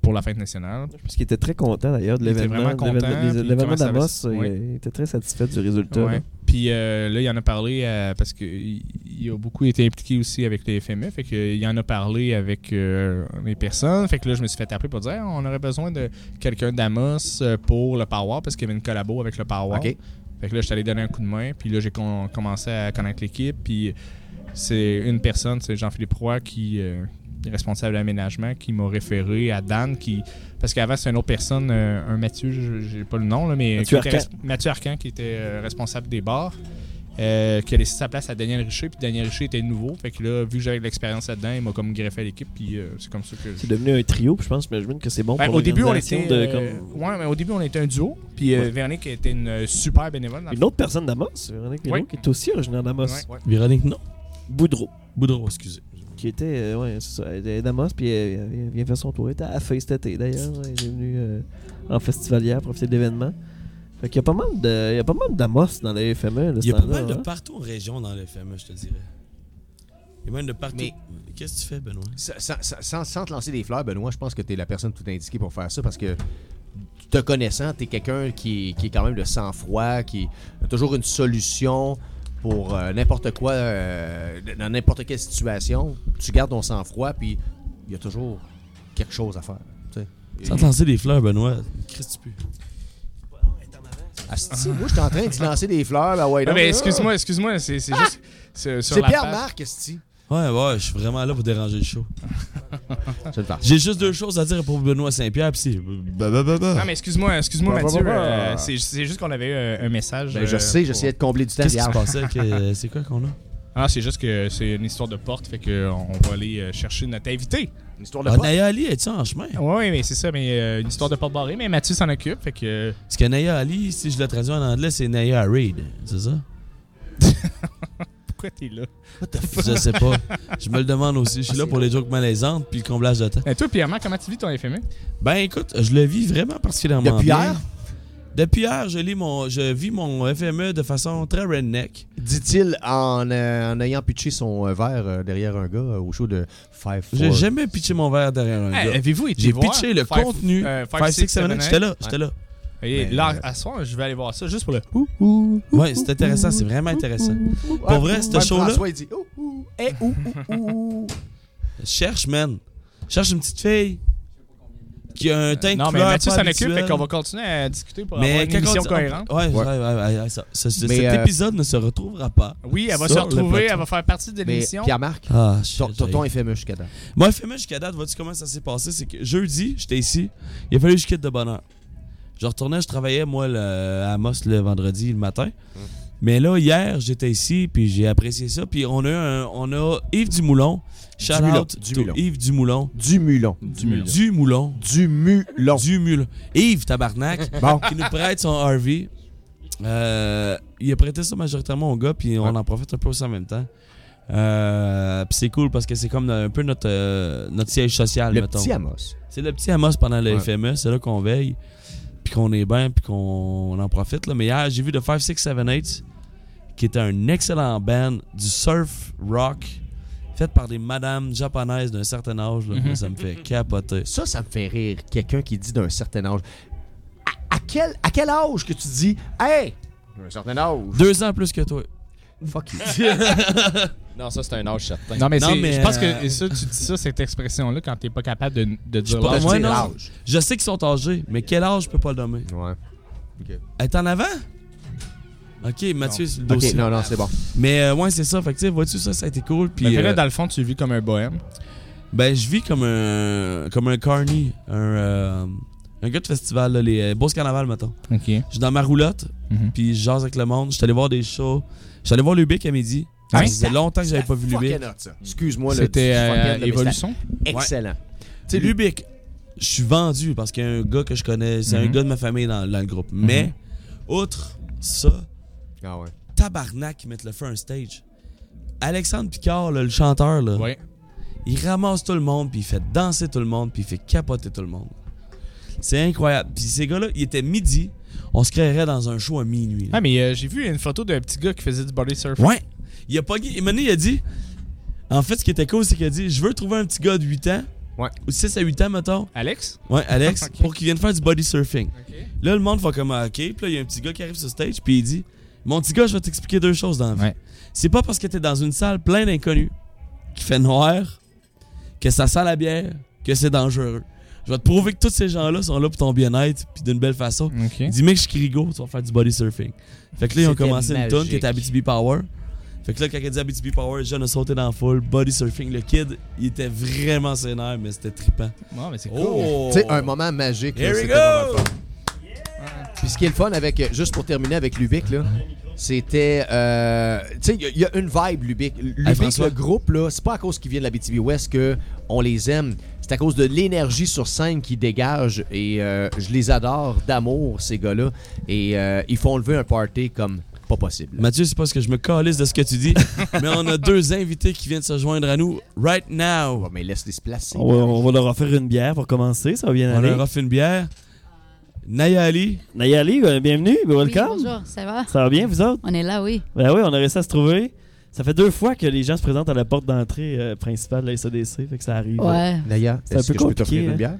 Speaker 3: pour la fête nationale.
Speaker 1: Parce qu'il était très content d'ailleurs de
Speaker 3: Il était
Speaker 1: l'événement.
Speaker 3: vraiment
Speaker 1: de l'événement-
Speaker 3: content,
Speaker 1: des-
Speaker 3: puis
Speaker 1: L'événement
Speaker 3: comment ça va-
Speaker 1: d'Amos, euh,
Speaker 3: Ouais.
Speaker 1: il était très satisfait du résultat.
Speaker 3: Ouais.
Speaker 1: là.
Speaker 3: Puis euh, là, il en a parlé à- parce qu'il il a beaucoup été impliqué aussi avec les FME. Fait que, euh, il en a parlé avec euh, les personnes. Fait que là, je me suis fait appeler pour dire Ah, on aurait besoin de quelqu'un d'Amos euh, pour le Power parce qu'il y avait une collabo avec le Power.
Speaker 4: Ok.
Speaker 3: Fait que là, je suis allé donner un coup de main. Puis là, j'ai con- commencé à connaître l'équipe. Puis c'est une personne, c'est Jean-Philippe Roy, qui euh, est responsable de l'aménagement, qui m'a référé à Dan. qui Parce qu'avant, c'est une autre personne, euh, un Mathieu, je- j'ai pas le nom, là, mais
Speaker 1: Mathieu
Speaker 3: qui était
Speaker 1: Arcan.
Speaker 3: res- Mathieu Arcan, qui était euh, responsable des bars. euh, qui a laissé sa place à Daniel Richer, puis Daniel Richer était nouveau. Fait que là, vu que j'avais de l'expérience là-dedans, il m'a comme greffé à l'équipe, puis euh, c'est comme ça que.
Speaker 1: C'est devenu un trio, puis je pense, j'imagine que c'est bon
Speaker 3: Ben,
Speaker 1: pour
Speaker 3: au début, on était.
Speaker 1: l'organisation de,
Speaker 3: euh,
Speaker 1: comme-
Speaker 3: ouais, mais au début, on était un duo, puis euh,
Speaker 1: Ouais.
Speaker 3: Véronique était une euh, super bénévole. dans le
Speaker 1: Une autre personne d'Amos, Véronique Leno,
Speaker 3: Ouais.
Speaker 1: qui est aussi originaire d'Amos.
Speaker 3: Ouais.
Speaker 5: Véronique, non.
Speaker 1: Boudreau,
Speaker 2: Boudreau, excusez.
Speaker 1: qui était, euh, ouais, c'est ça, elle était d'Amos, puis elle, elle vient- vient faire son tour. Elle était à la Face cet été d'ailleurs, elle est venue euh, en festivalière profiter de l'événement. Fait qu'il y a pas mal de, il y a pas mal d'Amos dans les E, FME.
Speaker 2: Il y a pas mal de
Speaker 1: hein.
Speaker 3: hein?
Speaker 2: partout en région dans le FME, je te dirais. Il y a même de partout.
Speaker 4: Mais-
Speaker 2: Qu'est-ce que tu fais, Benoît?
Speaker 4: Sa- sa- sa- Sans, sans te lancer des fleurs, Benoît, je pense que tu es la personne tout indiquée pour faire ça parce que te connaissant, tu es quelqu'un qui, qui est quand même de sang-froid, qui a toujours une solution pour euh, n'importe quoi, euh, dans n'importe quelle situation. Tu gardes ton sang-froid, puis il y a toujours quelque chose à faire. tu sais.
Speaker 2: Sans te lancer des fleurs, Benoît. Christ, tu pues.
Speaker 4: Asti, moi, je suis en train de te lancer des fleurs. Ben ouais,
Speaker 3: Ah,
Speaker 4: non,
Speaker 3: ben,
Speaker 4: là. Ah,
Speaker 3: excuse-moi, excuse-moi, c'est c'est juste. C'est Euh, sur
Speaker 4: C'est
Speaker 3: la page.
Speaker 4: Pierre-Marc, Asti.
Speaker 2: Ouais, ouais, je suis vraiment là pour déranger le show.
Speaker 4: Je le fais.
Speaker 2: J'ai juste deux choses à dire pour Benoît Saint-Pierre, pis c'est. Bah, bah, bah, bah.
Speaker 3: Non, mais excuse-moi, excuse-moi,
Speaker 4: Bah, bah,
Speaker 3: Mathieu.
Speaker 4: bah, bah.
Speaker 3: euh, c'est c'est juste qu'on avait euh, un message.
Speaker 4: Ben, je
Speaker 3: euh,
Speaker 4: sais,
Speaker 3: pour-
Speaker 4: j'essayais de combler du temps.
Speaker 2: Qu'est-ce qui se
Speaker 4: hier.
Speaker 2: passait? avec, euh, C'est quoi qu'on a?
Speaker 3: Ah, c'est juste que c'est une histoire de porte, fait qu'on va aller euh, chercher notre invité.
Speaker 4: Une histoire de
Speaker 2: Ah,
Speaker 4: pote.
Speaker 2: Naya Ali, es-tu en chemin?
Speaker 3: Oui, mais c'est ça, mais euh, une histoire de porte barrée, mais Mathieu s'en occupe, fait que. euh,
Speaker 2: Parce que Naya Ali, si je le traduis en anglais, c'est Naya Reid, c'est ça?
Speaker 3: Pourquoi t'es là?
Speaker 2: Je sais pas. Je me le demande aussi. Je suis là
Speaker 4: Ah,
Speaker 2: pour les jokes malaisantes puis le comblage de temps.
Speaker 3: Ben, toi, Pierre-Marc, comment tu vis ton FME?
Speaker 2: Ben écoute, je le vis vraiment particulièrement
Speaker 4: Depuis
Speaker 2: bien.
Speaker 4: hier?
Speaker 2: Depuis hier, je, lis mon, je vis mon FME de façon très redneck.
Speaker 4: Dit-il en, euh, en ayant pitché son euh, verre euh, derrière un gars euh, au show de Five Four.
Speaker 2: J'ai jamais pitché mon verre derrière un gars.
Speaker 3: Eh, Avez-vous été
Speaker 2: J'ai pitché le contenu.
Speaker 3: euh, Five,
Speaker 2: 5, 6,
Speaker 3: Six,
Speaker 2: 7,
Speaker 3: Seven,
Speaker 2: J'étais
Speaker 3: Eight.
Speaker 2: là, j'étais là. euh,
Speaker 3: Et
Speaker 4: Mais,
Speaker 3: là, à ce soir, je vais aller voir ça juste pour le.
Speaker 2: Ouais, c'est intéressant, c'est vraiment intéressant. Pour vrai, ce
Speaker 4: Même
Speaker 2: show-là-
Speaker 4: François, il dit Ouh, ouh, eh, ouh, ouh, ouh.
Speaker 2: Cherche, man. Cherche une petite fille qui a un teint de
Speaker 3: non, mais
Speaker 2: couleur
Speaker 3: Mathieu
Speaker 2: pas
Speaker 3: s'en occupe,
Speaker 2: habituel.
Speaker 3: fait qu'on va continuer à discuter pour avoir
Speaker 2: Mais
Speaker 3: une
Speaker 2: quand
Speaker 3: émission
Speaker 2: on-
Speaker 3: cohérente.
Speaker 2: Ouais, ouais,
Speaker 4: Ouais.
Speaker 2: ouais, ouais, ouais, ça- ce- ce-
Speaker 4: Mais,
Speaker 2: cet
Speaker 4: euh,
Speaker 2: épisode ne se retrouvera pas.
Speaker 3: Oui, elle va
Speaker 2: Sur
Speaker 3: se
Speaker 2: le
Speaker 3: retrouver,
Speaker 2: plateau.
Speaker 3: elle va faire partie de
Speaker 4: Mais
Speaker 3: l'émission.
Speaker 4: Pierre-Marc,
Speaker 2: Ah,
Speaker 4: ton- ton ton FME jusqu'à date.
Speaker 2: Moi, FME jusqu'à date, vois-tu comment ça s'est passé? C'est que jeudi, j'étais ici. Il a fallu que je quitte de bonne heure. Je retournais, je travaillais, moi, le- à Amos le vendredi, le matin.
Speaker 4: Hum.
Speaker 2: Mais là, hier, j'étais ici, puis j'ai apprécié ça. Puis on a, eu un- on a Yves Dumoulon. Shout
Speaker 4: Dumoulon,
Speaker 2: out to
Speaker 4: Dumoulon.
Speaker 2: Yves Dumoulon.
Speaker 4: Du mulon.
Speaker 2: Dumoulon.
Speaker 4: Du mulon.
Speaker 2: Dumoulon. Yves Tabarnak,
Speaker 4: Bon.
Speaker 2: qui nous prête son RV. Euh, il a prêté ça majoritairement aux gars, puis on en profite un peu aussi en même temps. Euh, puis c'est cool parce que c'est comme un peu notre, euh, notre siège social,
Speaker 4: Le
Speaker 2: mettons.
Speaker 4: petit Amos.
Speaker 2: C'est le petit Amos pendant le
Speaker 4: Ouais.
Speaker 2: FME, c'est là qu'on veille, puis qu'on est bien, puis qu'on on en profite. Là. Mais hier, j'ai vu The 5678, qui était un excellent band du surf rock, fait par des madames japonaises d'un certain âge. là. Moi, ça me fait capoter.
Speaker 4: Mhm. Ça, ça me fait rire, quelqu'un qui dit d'un certain âge. À, à quel, à quel âge que tu dis Hey D'un certain âge.
Speaker 2: Deux ans plus que toi.
Speaker 4: Fuck you.
Speaker 7: Non, ça, c'est un
Speaker 4: Oh,
Speaker 7: âge certain.
Speaker 3: Non, mais,
Speaker 2: Non,
Speaker 3: c'est-
Speaker 2: mais,
Speaker 3: je pense que
Speaker 2: euh,
Speaker 3: et ça, tu dis ça, cette expression-là, quand t'es pas capable de, de dire
Speaker 2: pas-
Speaker 3: l'âge.
Speaker 2: moi,
Speaker 4: Je dis
Speaker 2: non.
Speaker 4: l'âge.
Speaker 2: Je sais qu'ils sont âgés, mais quel âge je peux pas le nommer?
Speaker 4: Ouais.
Speaker 2: Elle est en avant? Ok, Mathieu, c'est le
Speaker 4: Ok,
Speaker 2: dossier.
Speaker 4: non, non, c'est bon.
Speaker 2: Mais euh, ouais, c'est ça. Fait que tu sais, vois-tu, ça, ça a été cool.
Speaker 3: Mais
Speaker 2: Puis,
Speaker 3: fait là,
Speaker 2: euh,
Speaker 3: dans le fond, tu vis comme un bohème.
Speaker 2: ben, je vis comme un, comme un carny, un, euh, un gars de festival, là, les euh, Beauce Carnaval, mettons.
Speaker 3: OK.
Speaker 2: Je suis dans ma roulotte,
Speaker 3: Mhm.
Speaker 2: puis je jase avec le monde. Je suis allé voir des shows. Je suis allé voir Lubic à midi.
Speaker 3: Hein?
Speaker 2: Ça faisait longtemps que j'avais pas vu Lubic.
Speaker 4: Fucking hot, ça. Excuse-moi, là,
Speaker 3: C'était
Speaker 4: du fucking,
Speaker 3: euh,
Speaker 4: là, mais
Speaker 3: Évolution.
Speaker 4: c'était Excellent.
Speaker 2: Tu sais, Lubic, je suis vendu parce qu'il y a un gars que je connais, c'est un
Speaker 3: Mhm.
Speaker 2: gars de ma famille dans, dans le groupe. Mais, outre ça,
Speaker 4: Ah ouais.
Speaker 2: tabarnak qui mettent le feu à un stage. Alexandre Picard, là, le chanteur, là,
Speaker 3: Ouais.
Speaker 2: il ramasse tout le monde, puis il fait danser tout le monde, puis il fait capoter tout le monde. C'est incroyable. Puis ces gars-là, il était midi, on se créerait dans un show à minuit. là.
Speaker 3: Ah, mais euh, j'ai vu une photo d'un petit gars qui faisait du body surfing.
Speaker 2: Ouais. Il a pas il, il a dit. En fait, ce qui était cool, c'est qu'il a dit Je veux trouver un petit gars de 8 ans.
Speaker 4: Ouais.
Speaker 2: Ou 6 à 8 ans, mettons.
Speaker 3: Alex?
Speaker 2: Ouais, Alex,
Speaker 3: Ok.
Speaker 2: pour qu'il vienne faire du body surfing.
Speaker 3: OK.
Speaker 2: Là, le monde va comme ah, OK. Puis là, il y a un petit gars qui arrive sur stage, puis il dit Mon petit gars, je vais t'expliquer deux choses dans la vie.
Speaker 3: Ouais.
Speaker 2: C'est pas parce que t'es dans une salle plein d'inconnus, qui fait noir, que ça sent la bière, que c'est dangereux. Je vais te prouver que tous ces gens-là sont là pour ton bien-être, puis d'une belle façon.
Speaker 3: OK.
Speaker 2: Il dit Mec, je Kirigo, tu vas faire du body surfing. Fait que là, ils ont
Speaker 4: C'était
Speaker 2: commencé une tune qui était
Speaker 4: magique.
Speaker 2: Abitibi Power. Fait que là, quand il a dit Abitibi Power, le jeune a sauté dans la foule, body surfing. Le kid, il était vraiment sénère, mais c'était trippant.
Speaker 3: Ouais, mais c'est cool.
Speaker 2: Oh!
Speaker 4: Tu sais, un moment magique. là,
Speaker 2: Here we
Speaker 4: c'était
Speaker 2: go!
Speaker 4: vraiment le fun. Puis ce qui est le fun avec, euh, juste pour terminer avec Lubic, là, c'était. euh, tu sais, il y a- il y, a une vibe, Lubic. Lubic,
Speaker 2: François.
Speaker 4: le groupe, là, c'est pas à cause qu'ils viennent de la BTV West que on les aime. C'est à cause de l'énergie sur scène qu'ils dégagent et euh, je les adore d'amour, ces gars-là. Et euh, ils font lever un party comme pas possible.
Speaker 2: Mathieu, c'est parce que je me calisse de ce que tu dis,
Speaker 3: Ah,
Speaker 2: mais on a deux invités qui viennent se joindre à nous right now.
Speaker 4: Ouais, mais laisse-les se placer.
Speaker 1: On va, on va leur offrir une bière pour commencer, ça va bien
Speaker 2: On
Speaker 1: aller.
Speaker 2: leur offre une bière. Nayali,
Speaker 1: Nayali, euh, bienvenue,
Speaker 8: Oui,
Speaker 1: welcome.
Speaker 8: bonjour, ça va?
Speaker 1: ça va bien, vous autres?
Speaker 8: On est là, oui.
Speaker 1: Ben oui, on a réussi à se trouver. Ça fait deux fois que les gens se présentent à la porte d'entrée euh, principale de la SADC, fait que ça arrive.
Speaker 8: Ouais.
Speaker 4: Naya,
Speaker 1: C'est un
Speaker 4: est-ce
Speaker 1: peu
Speaker 4: que je peux
Speaker 1: compliqué,
Speaker 4: t'offrir
Speaker 1: hein.
Speaker 4: une bière?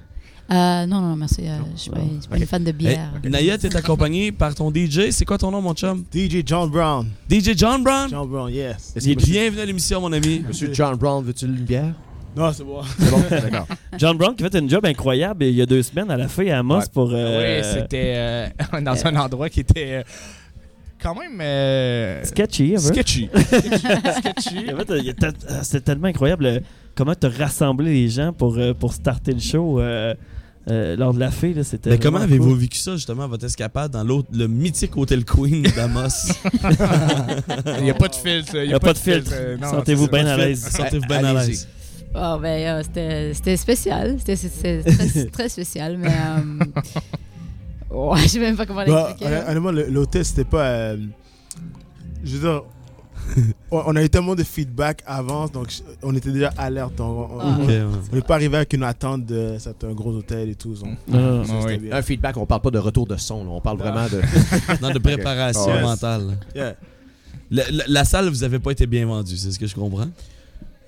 Speaker 8: Euh, non, non, merci. euh, je suis pas, je suis pas une fan de bière.
Speaker 2: Hey, Naya, t'es accompagnée par ton DJ. C'est quoi ton nom, mon chum?
Speaker 9: DJ John Brown.
Speaker 2: DJ John Brown.
Speaker 9: John Brown, yes.
Speaker 4: Est-ce
Speaker 2: Il est
Speaker 4: que monsieur,
Speaker 2: bienvenu à l'émission, mon ami.
Speaker 4: monsieur John Brown, veux-tu une bière?
Speaker 9: Non, c'est bon.
Speaker 4: C'est bon? D'accord.
Speaker 1: John Brown qui a fait un job incroyable il y a deux semaines à la feuille à Amos
Speaker 4: Ouais.
Speaker 1: pour. euh,
Speaker 3: Oui, c'était euh, dans un endroit qui était euh, quand même euh,
Speaker 1: Sketchy, un peu.
Speaker 3: sketchy.
Speaker 1: En fait, euh, il y a tel- euh, C'était tellement incroyable euh, comment tu as rassemblé les gens pour, euh, pour starter le show euh, euh, lors de la fée. là, C'était
Speaker 2: Mais comment
Speaker 1: vraiment cool.
Speaker 2: avez-vous vécu ça, justement, votre escapade dans l'autre, le mythique Hôtel Queen d'Amos?
Speaker 3: Il n'y a pas de filtre.
Speaker 1: Il n'y a pas de filtre.
Speaker 3: euh, non,
Speaker 1: Sentez-vous
Speaker 3: c'est ça.
Speaker 1: bien à l'aise.
Speaker 2: Sentez-vous bien à
Speaker 4: Allez-y.
Speaker 2: l'aise.
Speaker 8: Oh, ben, euh, c'était c'était spécial. C'était c'était très, très spécial, mais. Euh, oh, je sais même pas comment
Speaker 9: Bah,
Speaker 8: l'expliquer. hein.
Speaker 9: honn- honnêtement, le- l'hôtel, c'était pas. euh, je veux dire, on, on a eu tellement de feedback avant, donc je- on était déjà alerte. On on-
Speaker 8: Ah.
Speaker 9: on-
Speaker 2: Ok, ouais.
Speaker 9: on n'est pas arrivé avec une attente de. C'est un gros hôtel et tout. donc,
Speaker 1: Ah,
Speaker 9: ça,
Speaker 3: Ah
Speaker 9: c'était
Speaker 3: oui.
Speaker 9: bien.
Speaker 4: Un feedback, on parle pas de retour de son, là, on parle
Speaker 2: Ah.
Speaker 4: vraiment de.
Speaker 2: Dans de préparation
Speaker 9: Ok. Oh, yes.
Speaker 2: mentale.
Speaker 9: Yeah.
Speaker 2: La, la- la salle, vous avez pas été bien vendue, c'est ce que je comprends.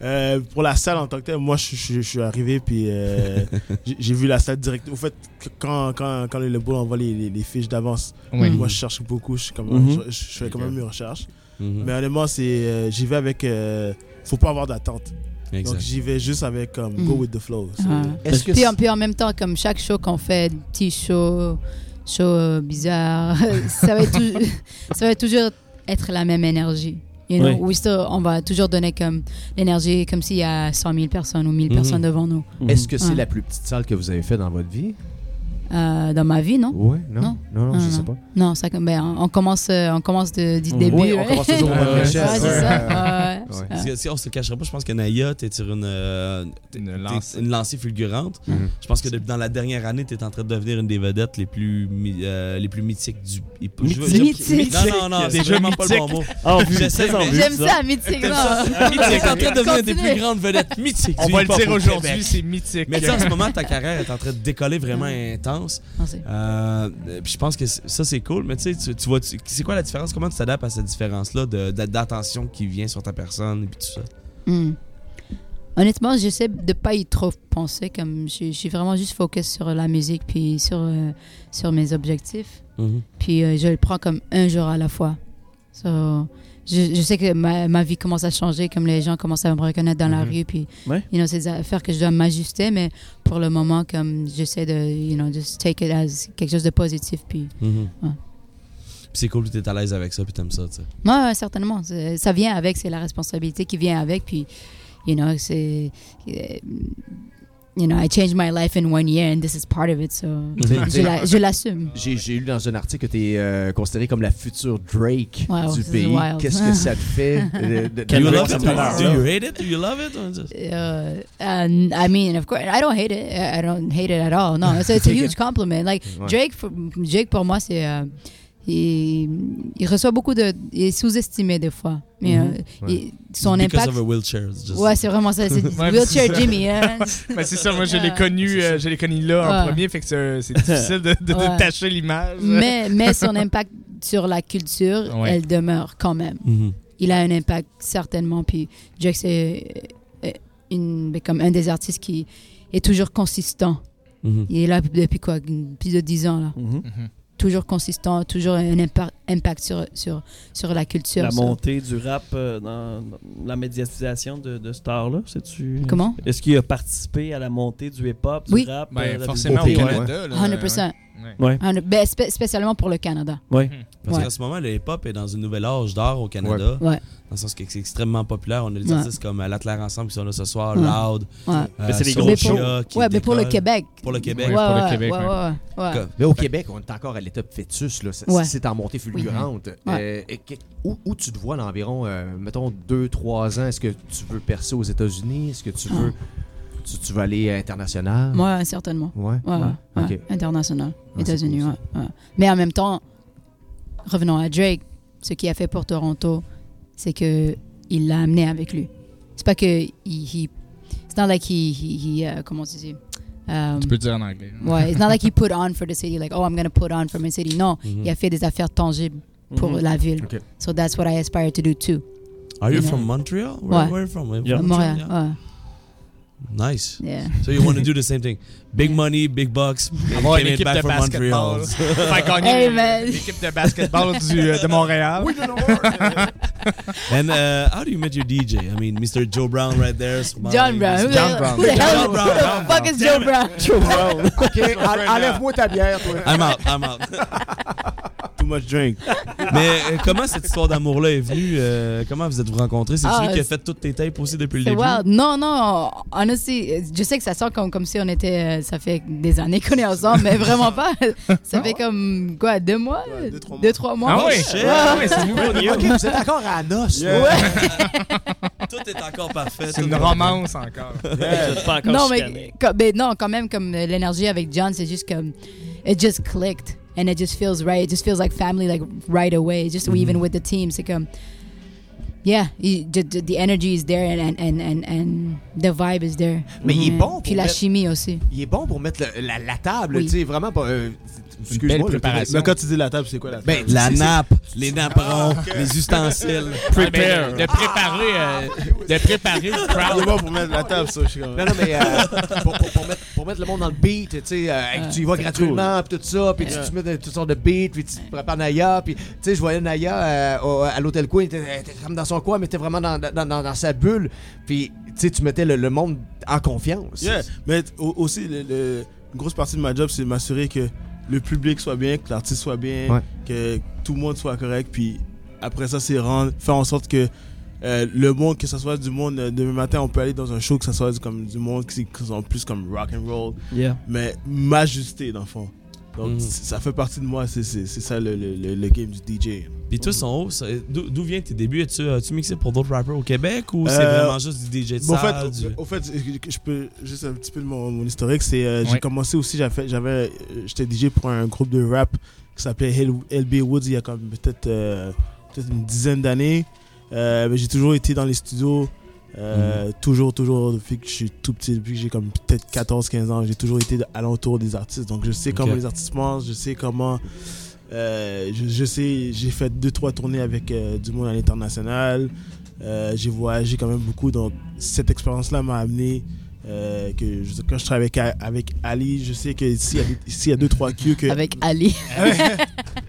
Speaker 9: Euh, pour la salle en tant que telle, moi je, je- je suis arrivé puis euh, j'ai- j'ai vu la salle direct. Au fait, qu- quand, quand, quand le boulot envoie les, les- les fiches d'avance,
Speaker 3: Oui. Mhm.
Speaker 9: moi je cherche beaucoup, je, suis quand même-
Speaker 1: Mhm.
Speaker 9: je- je fais quand même mes recherches.
Speaker 2: Mhm.
Speaker 9: Mais honnêtement, c'est, euh, j'y vais avec. euh, faut pas avoir d'attente.
Speaker 2: Exact.
Speaker 9: Donc j'y vais juste avec comme
Speaker 8: Mhm.
Speaker 9: go with the flow. C'est-
Speaker 8: Ah.
Speaker 4: Est-ce que
Speaker 8: Puis, en, puis en même temps, comme chaque show qu'on fait, petit show, show euh, bizarre, ça va, être tou- ça va toujours être la même énergie. You know?
Speaker 1: Oui.
Speaker 8: Oui, ça, on va toujours donner comme l'énergie comme s'il y a 100 000 personnes ou 1000
Speaker 2: Mhm.
Speaker 8: personnes devant nous.
Speaker 1: Mhm.
Speaker 4: Est-ce que c'est
Speaker 8: Ouais.
Speaker 4: la plus petite salle que vous avez fait dans votre vie?
Speaker 8: euh, dans ma vie, non
Speaker 4: Ouais, non. Non,
Speaker 8: Non.
Speaker 4: non,
Speaker 8: Non,
Speaker 4: je
Speaker 8: non,
Speaker 4: sais
Speaker 8: non.
Speaker 4: pas.
Speaker 8: Non, ça, ben, on commence, euh, on commence de- du début.
Speaker 4: Oui, on
Speaker 8: ouais.
Speaker 4: commence toujours au
Speaker 8: Ouais,
Speaker 4: mode
Speaker 3: Ouais,
Speaker 8: Ah, c'est ça. Ah,
Speaker 4: richesse.
Speaker 8: ouais,
Speaker 4: Ouais.
Speaker 8: ouais.
Speaker 2: Parce que Si on se le cachera pas, je pense que Naya, t'es sur une, euh, t'es-
Speaker 3: Une
Speaker 2: t'es-
Speaker 3: lancée.
Speaker 2: une lancée fulgurante.
Speaker 4: Mhm.
Speaker 2: Je pense que depuis dans la dernière année, t'es en train de devenir une des vedettes les plus, mi- euh, les plus mythiques du hip hop.
Speaker 8: Mythique.
Speaker 2: Non, non, non, c'est
Speaker 3: Déjà
Speaker 2: vraiment pas le bon mot.
Speaker 1: Ah, on vit
Speaker 2: J'essaie,
Speaker 1: ça, on
Speaker 2: mais-
Speaker 1: vit
Speaker 8: J'aime ça, mythique. non.
Speaker 2: Mythique, t'es en train de devenir une des
Speaker 8: Continuez.
Speaker 2: plus grandes vedettes mythiques
Speaker 3: On
Speaker 2: du
Speaker 3: va le
Speaker 2: hip-hop
Speaker 3: dire
Speaker 2: au
Speaker 3: aujourd'hui,
Speaker 2: Québec.
Speaker 3: c'est mythique.
Speaker 2: Mais tu sais, en ce moment, ta carrière est en train de décoller vraiment intense.
Speaker 8: Non, c'est-
Speaker 2: Euh, puis je pense que c- ça, c'est cool. Mais tu sais, tu- tu vois, tu- c'est quoi la différence? Comment tu t'adaptes à cette différence-là de- de- d'attention qui vient sur ta personne et puis tout ça?
Speaker 8: Hmm. Honnêtement, j'essaie de pas y trop penser. Comme je, je suis vraiment juste focus sur la musique puis sur euh, sur mes objectifs. Puis euh, je le prends comme un jour à la fois. So, je, je sais que ma, ma vie commence à changer, comme les gens commencent à me reconnaître dans la rue, puis
Speaker 1: Ouais.
Speaker 8: you know, c'est des affaires que je dois m'ajuster, mais pour le moment, comme j'essaie de, you know, just take it as quelque chose de positif, puis
Speaker 2: Mhm.
Speaker 8: Ouais.
Speaker 2: Puis c'est cool, t'es à l'aise avec ça, puis t'aimes ça, tu sais.
Speaker 8: Ouais, ouais, certainement. C'est- Ça vient avec, c'est la responsabilité qui vient avec. Puis, you know, c'est. euh, You know, I changed my life in one year and this is part of it, so. je la- je l'assume.
Speaker 4: J'ai j'ai lu dans un article que tu es considéré comme la future Drake
Speaker 8: Wow,
Speaker 4: du
Speaker 8: this is
Speaker 4: pays.
Speaker 8: wild.
Speaker 4: Qu'est-ce que ça te fait euh, de-
Speaker 1: Quel
Speaker 2: Do you
Speaker 4: de-
Speaker 2: love
Speaker 1: Drake, ça
Speaker 2: it?
Speaker 1: me fait peur,
Speaker 2: Do
Speaker 1: là.
Speaker 2: you hate it? Do you love it? Or just-
Speaker 8: Uh, and I mean, of course, I don't hate it. I I don't hate it at all. No, it's, it's a huge compliment. Like,
Speaker 4: Ouais.
Speaker 8: Drake, for- Drake pour moi, c'est. euh, il, il reçoit beaucoup de. Il est sous-estimé des fois. Mais
Speaker 2: Mhm.
Speaker 8: euh,
Speaker 4: Ouais.
Speaker 8: il- son
Speaker 2: Because
Speaker 8: impact.
Speaker 2: of a wheelchair. it's just-
Speaker 8: Ouais, c'est vraiment ça. C'est
Speaker 3: Ouais, c'est
Speaker 8: Wheelchair
Speaker 3: ça.
Speaker 8: Jimmy. hein.
Speaker 3: Ben, c'est ça, moi je l'ai
Speaker 8: Ah.
Speaker 3: connu, euh, je l'ai connu là en
Speaker 8: Ouais.
Speaker 3: premier, fait que c'est c'est difficile de, de
Speaker 8: Ouais.
Speaker 3: détacher l'image.
Speaker 8: mais, mais son impact sur la culture,
Speaker 3: Ouais.
Speaker 8: elle demeure quand même.
Speaker 2: Mhm.
Speaker 8: Il a un impact certainement. Puis Jack, c'est euh, une, ben, comme un des artistes qui est toujours consistant.
Speaker 2: Mhm.
Speaker 8: Il est là depuis quoi Plus de 10 ans. Là.
Speaker 1: Mhm.
Speaker 8: Toujours consistant, toujours un impa- impact sur, sur, sur la culture.
Speaker 1: La
Speaker 8: sur-
Speaker 1: montée du rap euh, dans dans la médiatisation de, de cette art-là, sais-tu?
Speaker 8: Comment
Speaker 1: Est-ce qu'il a participé à la montée du hip-hop, du
Speaker 8: Oui.
Speaker 1: rap?
Speaker 3: Ben,
Speaker 1: euh, de la
Speaker 3: forcément au
Speaker 4: Au Canada,
Speaker 3: Canada. là,
Speaker 8: 100%.
Speaker 3: ouais.
Speaker 1: Ouais.
Speaker 8: 100%. Ben, spé- spécialement pour le Canada.
Speaker 3: Hmm.
Speaker 1: Mhm.
Speaker 2: Parce
Speaker 8: Ouais.
Speaker 2: qu'en ce moment, le hip-hop est dans un nouvel âge d'or au Canada.
Speaker 8: Ouais. Ouais.
Speaker 2: Dans le sens que c'est extrêmement populaire. On a des
Speaker 8: Ouais.
Speaker 2: artistes comme euh, La Claire Ensemble qui sont là ce soir,
Speaker 8: Ouais.
Speaker 2: Loud.
Speaker 8: Ouais.
Speaker 1: Mais c'est des
Speaker 2: Soulja
Speaker 1: gros
Speaker 8: shows.
Speaker 2: qui
Speaker 8: Ouais, mais pour le
Speaker 2: décollent.
Speaker 8: Québec.
Speaker 2: Pour le Québec.
Speaker 8: Ouais,
Speaker 3: pour le
Speaker 8: ouais,
Speaker 3: Québec,
Speaker 8: ouais,
Speaker 3: ouais.
Speaker 8: ouais, ouais.
Speaker 2: Comme-
Speaker 4: Mais au Québec, on est encore à l'étape fœtus. Là. C'est,
Speaker 8: Ouais.
Speaker 4: c'est en montée fulgurante.
Speaker 8: Oui.
Speaker 4: Euh, et que- où, où tu te vois dans environ, euh, mettons, 2-3 ans? Est-ce que tu veux percer aux États-Unis? Est-ce que
Speaker 8: Ah.
Speaker 4: tu veux, tu, tu veux aller international?
Speaker 8: Ouais, certainement.
Speaker 4: Ouais.
Speaker 8: Ouais, ouais,
Speaker 4: Ok.
Speaker 8: ouais. international,
Speaker 4: c'est
Speaker 8: États-Unis,
Speaker 4: cool,
Speaker 8: ouais, ouais. Mais en même temps, revenons à Drake. Ce qu'il a fait pour Toronto, c'est que il l'a amené avec lui. C'est pas que il, he- it's not like he, he, he, uh, comment tu dis, um,
Speaker 3: Tu peux le dire en anglais. hein.
Speaker 8: ouais, it's not like he put on for the city, like oh I'm gonna put on for my city. Non, il a fait des affaires tangibles pour
Speaker 1: Mhm.
Speaker 8: la ville.
Speaker 4: Ok.
Speaker 8: So that's what I aspire to do too.
Speaker 2: Are you
Speaker 8: Yeah.
Speaker 2: from Montreal? Where,
Speaker 8: Ouais.
Speaker 2: where from? Where
Speaker 1: Yeah.
Speaker 8: À
Speaker 2: from
Speaker 8: Montréal,
Speaker 2: Montreal? Nice.
Speaker 8: ouais, yeah.
Speaker 2: So you want to do the same thing. Big money, big bucks.
Speaker 3: Avoir
Speaker 2: came
Speaker 3: une équipe
Speaker 2: back
Speaker 3: de
Speaker 2: from
Speaker 3: basketball.
Speaker 2: Montreal.
Speaker 3: Faire
Speaker 8: Hey,
Speaker 3: gagner
Speaker 8: man.
Speaker 3: l'équipe de basketball du, euh, de Montréal.
Speaker 2: And uh, how do you meet your DJ? I mean, Mr. Joe Brown right there. smiling.
Speaker 8: John Brown. Who the-
Speaker 3: John Brown.
Speaker 8: Who the hell?
Speaker 2: John Brown,
Speaker 8: Who
Speaker 2: John
Speaker 8: the fuck
Speaker 9: Ah,
Speaker 8: is Joe Brown?
Speaker 4: Ok, en- enlève-moi ta bière, toi.
Speaker 2: I'm out, I'm out.
Speaker 9: Too much drink.
Speaker 2: Mais euh, comment cette histoire d'amour-là est venue? Euh, comment vous êtes-vous rencontrés? C'est
Speaker 8: Ah,
Speaker 2: lui qui a
Speaker 8: c'est-
Speaker 2: fait toutes tes tapes aussi depuis le
Speaker 8: C'est
Speaker 2: début?
Speaker 8: wild. Non, non, honestly, euh, je sais que ça sort comme, comme si on était. euh, Ça fait des années qu'on est ensemble, mais vraiment pas. Ça fait comme, quoi, deux mois
Speaker 9: Ouais, deux, trois mois.
Speaker 8: Deux, trois mois.
Speaker 3: Ah oui,
Speaker 2: shit.
Speaker 3: ah oui, c'est nouveau.
Speaker 4: Ok, vous êtes encore
Speaker 8: Ah,
Speaker 4: à la noce.
Speaker 9: Yeah.
Speaker 4: là.
Speaker 2: Tout est encore parfait.
Speaker 3: C'est
Speaker 2: tout
Speaker 3: une
Speaker 2: est-
Speaker 3: romance encore.
Speaker 1: Je suis pas encore
Speaker 8: Non,
Speaker 1: chicané.
Speaker 8: mais, co- mais non, quand même, comme euh, l'énergie avec John, c'est juste comme. It just clicked. And it just feels right. It just feels like family, like right away. Just
Speaker 3: Mm-hmm.
Speaker 8: even with the team. C'est comme. Yeah, il- the, the- the energy is there and, and, and, and, and the vibe is there.
Speaker 4: Mais il est
Speaker 8: Yeah.
Speaker 4: bon pour
Speaker 8: Puis la
Speaker 4: mettre-
Speaker 8: chimie aussi.
Speaker 4: Il est bon pour mettre le- la, la table,
Speaker 8: Oui.
Speaker 4: tu sais, vraiment pas. euh,
Speaker 3: belle
Speaker 4: Excuse-moi,
Speaker 3: préparation.
Speaker 9: Là, quand tu dis la table, c'est quoi la table?
Speaker 4: Ben,
Speaker 2: La
Speaker 4: c'est-
Speaker 2: nappe, les napperons, les ustensiles.
Speaker 3: Ouais, ben, de préparer, euh, de préparer le
Speaker 9: C'est
Speaker 3: crowd.
Speaker 9: bon pour mettre la table, ça. Je suis comme.
Speaker 4: Non, non, mais euh, pour, pour- pour mettre, pour mettre le monde dans le beat, tu sais, euh,
Speaker 8: Ah,
Speaker 4: hey, tu y vas gratuitement, puis tout ça, puis tu, tu mets de- toutes sortes de beats, puis tu te prépares Naya, puis tu sais, je voyais Naya euh, au- à l'hôtel Queen, elle était- elle était comme dans son coin, mais était vraiment dans, dans, dans- dans sa bulle, puis tu sais, tu mettais le, le monde en confiance.
Speaker 9: Yeah, mais t- au- aussi, le- le- une grosse partie de ma job, c'est m'assurer que le public soit bien, que l'artiste soit bien,
Speaker 4: Ouais.
Speaker 9: que tout le monde soit correct. Puis après ça, c'est rendre, faire en sorte que euh, le monde, que ce soit du monde, euh, demain matin, on peut aller dans un show, que ce soit du- comme, du monde qui qui sont plus comme rock and roll,
Speaker 1: Yeah.
Speaker 9: mais m'ajuster dans le fond. Donc,
Speaker 2: Mhm.
Speaker 9: c- ça fait partie de moi. C'est c'est- c'est ça le, le- le- le game du DJ.
Speaker 2: Puis toi, son haut, Oh, ça- d'où d'où vient tes débuts? As-tu as-tu mixé pour d'autres rappers au Québec ou c'est
Speaker 9: Euh,
Speaker 2: vraiment juste du DJ de
Speaker 9: Bon, au
Speaker 2: salle,
Speaker 9: fait,
Speaker 2: du-
Speaker 9: au fait, je je peux juste un petit peu de mon, mon historique. C'est euh, j'ai
Speaker 3: Ouais.
Speaker 9: commencé aussi. j'avais fait- J'avais, euh, j'étais DJ pour un groupe de rap qui s'appelait L- LB Woods. Il y a comme peut-être euh, peut-être une dizaine d'années. Euh, mais j'ai toujours été dans les studios. euh, Toujours, toujours, depuis que je suis tout petit, depuis que j'ai comme peut-être 14-15 ans, j'ai toujours été alentour des artistes. Donc je sais comment les artistes pensent, je sais comment euh, je, je sais, j'ai fait deux, trois tournées avec euh, du monde à l'international. Euh, j'ai voyagé quand même beaucoup. Donc, cette expérience-là m'a amené. euh, que je- quand je travaille avec, A- avec Ali, je sais que s'il y, a des- s'il y a deux, trois Q que.
Speaker 8: Avec Ali.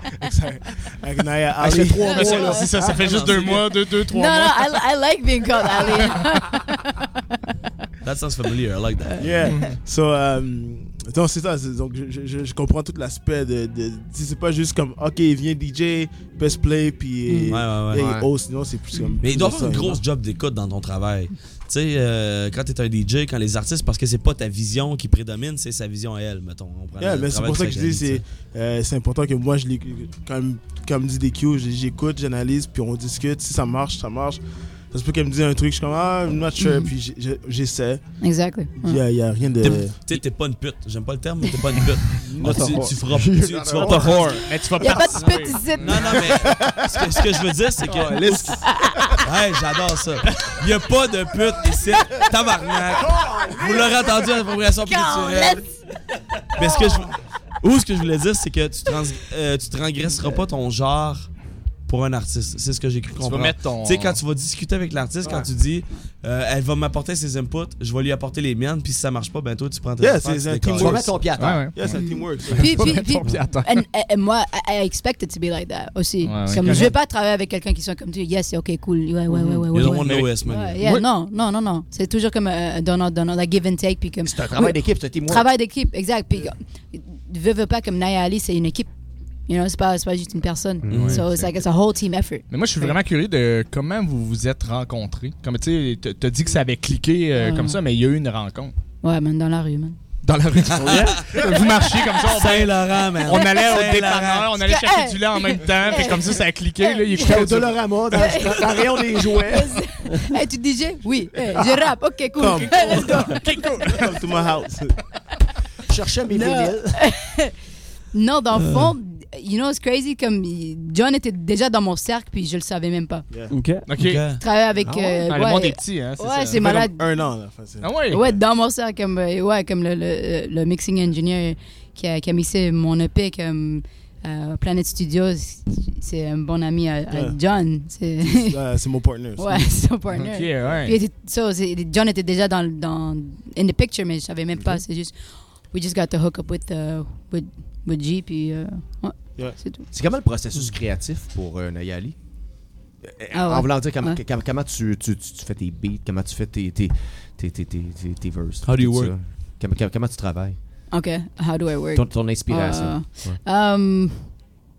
Speaker 9: avec Naya
Speaker 3: Ah, c'est
Speaker 9: Ali.
Speaker 3: trois
Speaker 8: mois, là.
Speaker 3: c'est ça, ça fait juste deux mois, deux, deux,
Speaker 8: non,
Speaker 3: trois
Speaker 8: non,
Speaker 3: mois.
Speaker 8: I, I like being called Ali.
Speaker 2: That sounds familiar, I like that.
Speaker 9: Yeah. So, euh, donc, c'est ça. c'est- Donc, je, je- je comprends tout l'aspect de. de tu sais, c'est pas juste comme, OK, viens DJ, best play,
Speaker 8: Mm.
Speaker 9: puis.
Speaker 2: Ouais, ouais, ouais.
Speaker 9: et
Speaker 4: Ouais.
Speaker 9: host, sinon, c'est plus comme.
Speaker 2: Mais il doit
Speaker 9: plus
Speaker 2: avoir une
Speaker 9: ça,
Speaker 2: grosse job d'écoute dans ton travail. Tu sais, euh, quand t'es un DJ, quand les artistes, parce que c'est pas ta vision qui prédomine, c'est sa vision à elle, mettons. On prend
Speaker 9: Yeah,
Speaker 2: hein, le
Speaker 9: mais c'est
Speaker 2: travail
Speaker 9: pour
Speaker 2: de
Speaker 9: ça que je dis,
Speaker 2: Sagali,
Speaker 9: c'est euh, c'est important que moi, je l'éc- comme, comme dit DQ, j- j'écoute, j'analyse, puis on discute. Si ça marche, ça marche. Ça se peut qu'elle me dise un truc, je suis comme, ah, I'm not sure,
Speaker 8: Mhm.
Speaker 9: puis j- j- j'essaie.
Speaker 8: exactly.
Speaker 9: Il n'y a, il y a rien de.
Speaker 2: T'es- Tu sais, t'es pas une pute. J'aime pas le terme, mais t'es pas une pute. Moi, tu, tu feras. Tu, tu vas pas.
Speaker 3: Mais tu vas
Speaker 8: Il n'y a pas de
Speaker 3: participer.
Speaker 8: petite
Speaker 2: Non, non, mais ce que, ce que je veux dire, c'est que. Ouais, j'adore ça. Il n'y a pas de pute ici. Tabarnak. Vous l'aurez entendu à l'appropriation culturelle. Mais ce que je. Ou ce que je voulais dire, c'est que tu, trans, euh, tu transgresseras pas ton genre pour un artiste. C'est ce que j'ai cru
Speaker 3: Tu vas
Speaker 2: comprendre.
Speaker 3: mettre ton.
Speaker 2: Tu sais, quand tu vas discuter avec l'artiste, quand tu dis euh, elle va m'apporter ses inputs, je vais lui apporter les miennes, puis si ça marche pas, ben toi tu prends tes
Speaker 9: Yeah,
Speaker 2: affaires,
Speaker 9: c'est
Speaker 2: tu
Speaker 9: un
Speaker 2: décolles.
Speaker 4: Tu vas mettre ton pied à terre.
Speaker 7: Ouais, ouais.
Speaker 9: Yeah, c'est un teamwork. ça.
Speaker 8: Puis, puis,
Speaker 7: mettre
Speaker 8: puis,
Speaker 7: ton pied à terre.
Speaker 8: and- and- and moi, I, I expect it to be like that aussi.
Speaker 7: Ouais, ouais.
Speaker 8: C'est comme, je vais pas travailler avec quelqu'un qui soit comme tu. Yes, ok, cool. Ouais, ouais, ouais, ouais.
Speaker 2: You
Speaker 8: ouais,
Speaker 2: don't
Speaker 8: ouais.
Speaker 2: want no ass,
Speaker 4: Mm-hmm.
Speaker 2: man.
Speaker 8: Ouais, yeah,
Speaker 7: Ouais.
Speaker 8: Non, non, non, non. C'est toujours comme euh, un un donnant, donnant, la give and take. Puis comme,
Speaker 4: C'est un travail
Speaker 8: Oui,
Speaker 4: d'équipe, c'est un teamwork.
Speaker 8: Travail d'équipe, exact. Puis, comme, veux, veux pas, comme Naya Ali, c'est une équipe. You know, c'est pas, c'est pas juste une personne. so, it's like, it's a whole team effort.
Speaker 3: Mais moi, je suis vraiment curieux de comment vous vous êtes rencontrés. Comme tu sais, t- t'as dit que ça avait cliqué euh,
Speaker 8: Ah.
Speaker 3: comme ça, mais il y a eu une rencontre.
Speaker 8: Ouais, man, dans la rue, man.
Speaker 3: Dans la rue. vous marchiez comme ça, on,
Speaker 2: Saint-Laurent, man.
Speaker 3: on allait
Speaker 2: Saint-Laurent.
Speaker 3: au dépanneur, on allait
Speaker 8: Parce que,
Speaker 3: chercher
Speaker 8: hey.
Speaker 3: du lait en même temps, puis comme ça, ça a cliqué. Là, il
Speaker 4: J'étais au
Speaker 3: écoutait du-
Speaker 4: Dolorama, dans, dans, dans le rayon des jouets.
Speaker 8: hey, tu DJ? Oui. Hey, je rappe. Ok, cool.
Speaker 9: Come.
Speaker 8: Let's go.
Speaker 9: Come to my house.
Speaker 4: Je cherchais mes
Speaker 8: Non.
Speaker 4: vinyles.
Speaker 8: Non, dans le fond, you know, c'est crazy. Comme John était déjà dans mon cercle, puis je le savais même pas.
Speaker 1: OK.
Speaker 3: Ok.
Speaker 2: Ok.
Speaker 8: Je travaillais avec.
Speaker 3: Ah ouais?
Speaker 8: euh,
Speaker 3: Ah, le monde est petit, hein.
Speaker 8: ouais,
Speaker 3: ça.
Speaker 8: c'est malade.
Speaker 9: Un an, là. enfin, c'est-
Speaker 3: Ah ouais.
Speaker 8: Ouais, dans mon cercle, comme, euh, ouais, comme le, le, le mixing engineer qui a, qui a mixé mon EP, comme euh, Planet Studios, c'est un bon ami à, à
Speaker 9: Ouais.
Speaker 8: John. C'est,
Speaker 9: Ah, C'est mon partner. ça.
Speaker 8: ouais, son
Speaker 3: Ok,
Speaker 8: partner. Puis,
Speaker 3: ouais.
Speaker 8: il était- so, c'est- John était déjà dans, dans in the picture, mais je savais même pas. C'est juste, we just got to hook up with, uh, with, with G, puis euh, ouais,
Speaker 9: Yeah.
Speaker 8: c'est tout.
Speaker 4: C'est comment le processus créatif pour euh, Nayali? Euh,
Speaker 8: Ah ouais.
Speaker 4: En voulant dire comment,
Speaker 8: Ouais.
Speaker 4: comment- comment tu, tu, tu- tu fais tes beats, comment tu fais tes, tes, tes, tes, tes, tes- tes verses.
Speaker 2: How do you
Speaker 4: tout
Speaker 2: work?
Speaker 4: ça. Comment, comment- comment tu travailles?
Speaker 8: Ok, how do I work?
Speaker 4: Ton, ton inspiration.
Speaker 8: Ah, euh,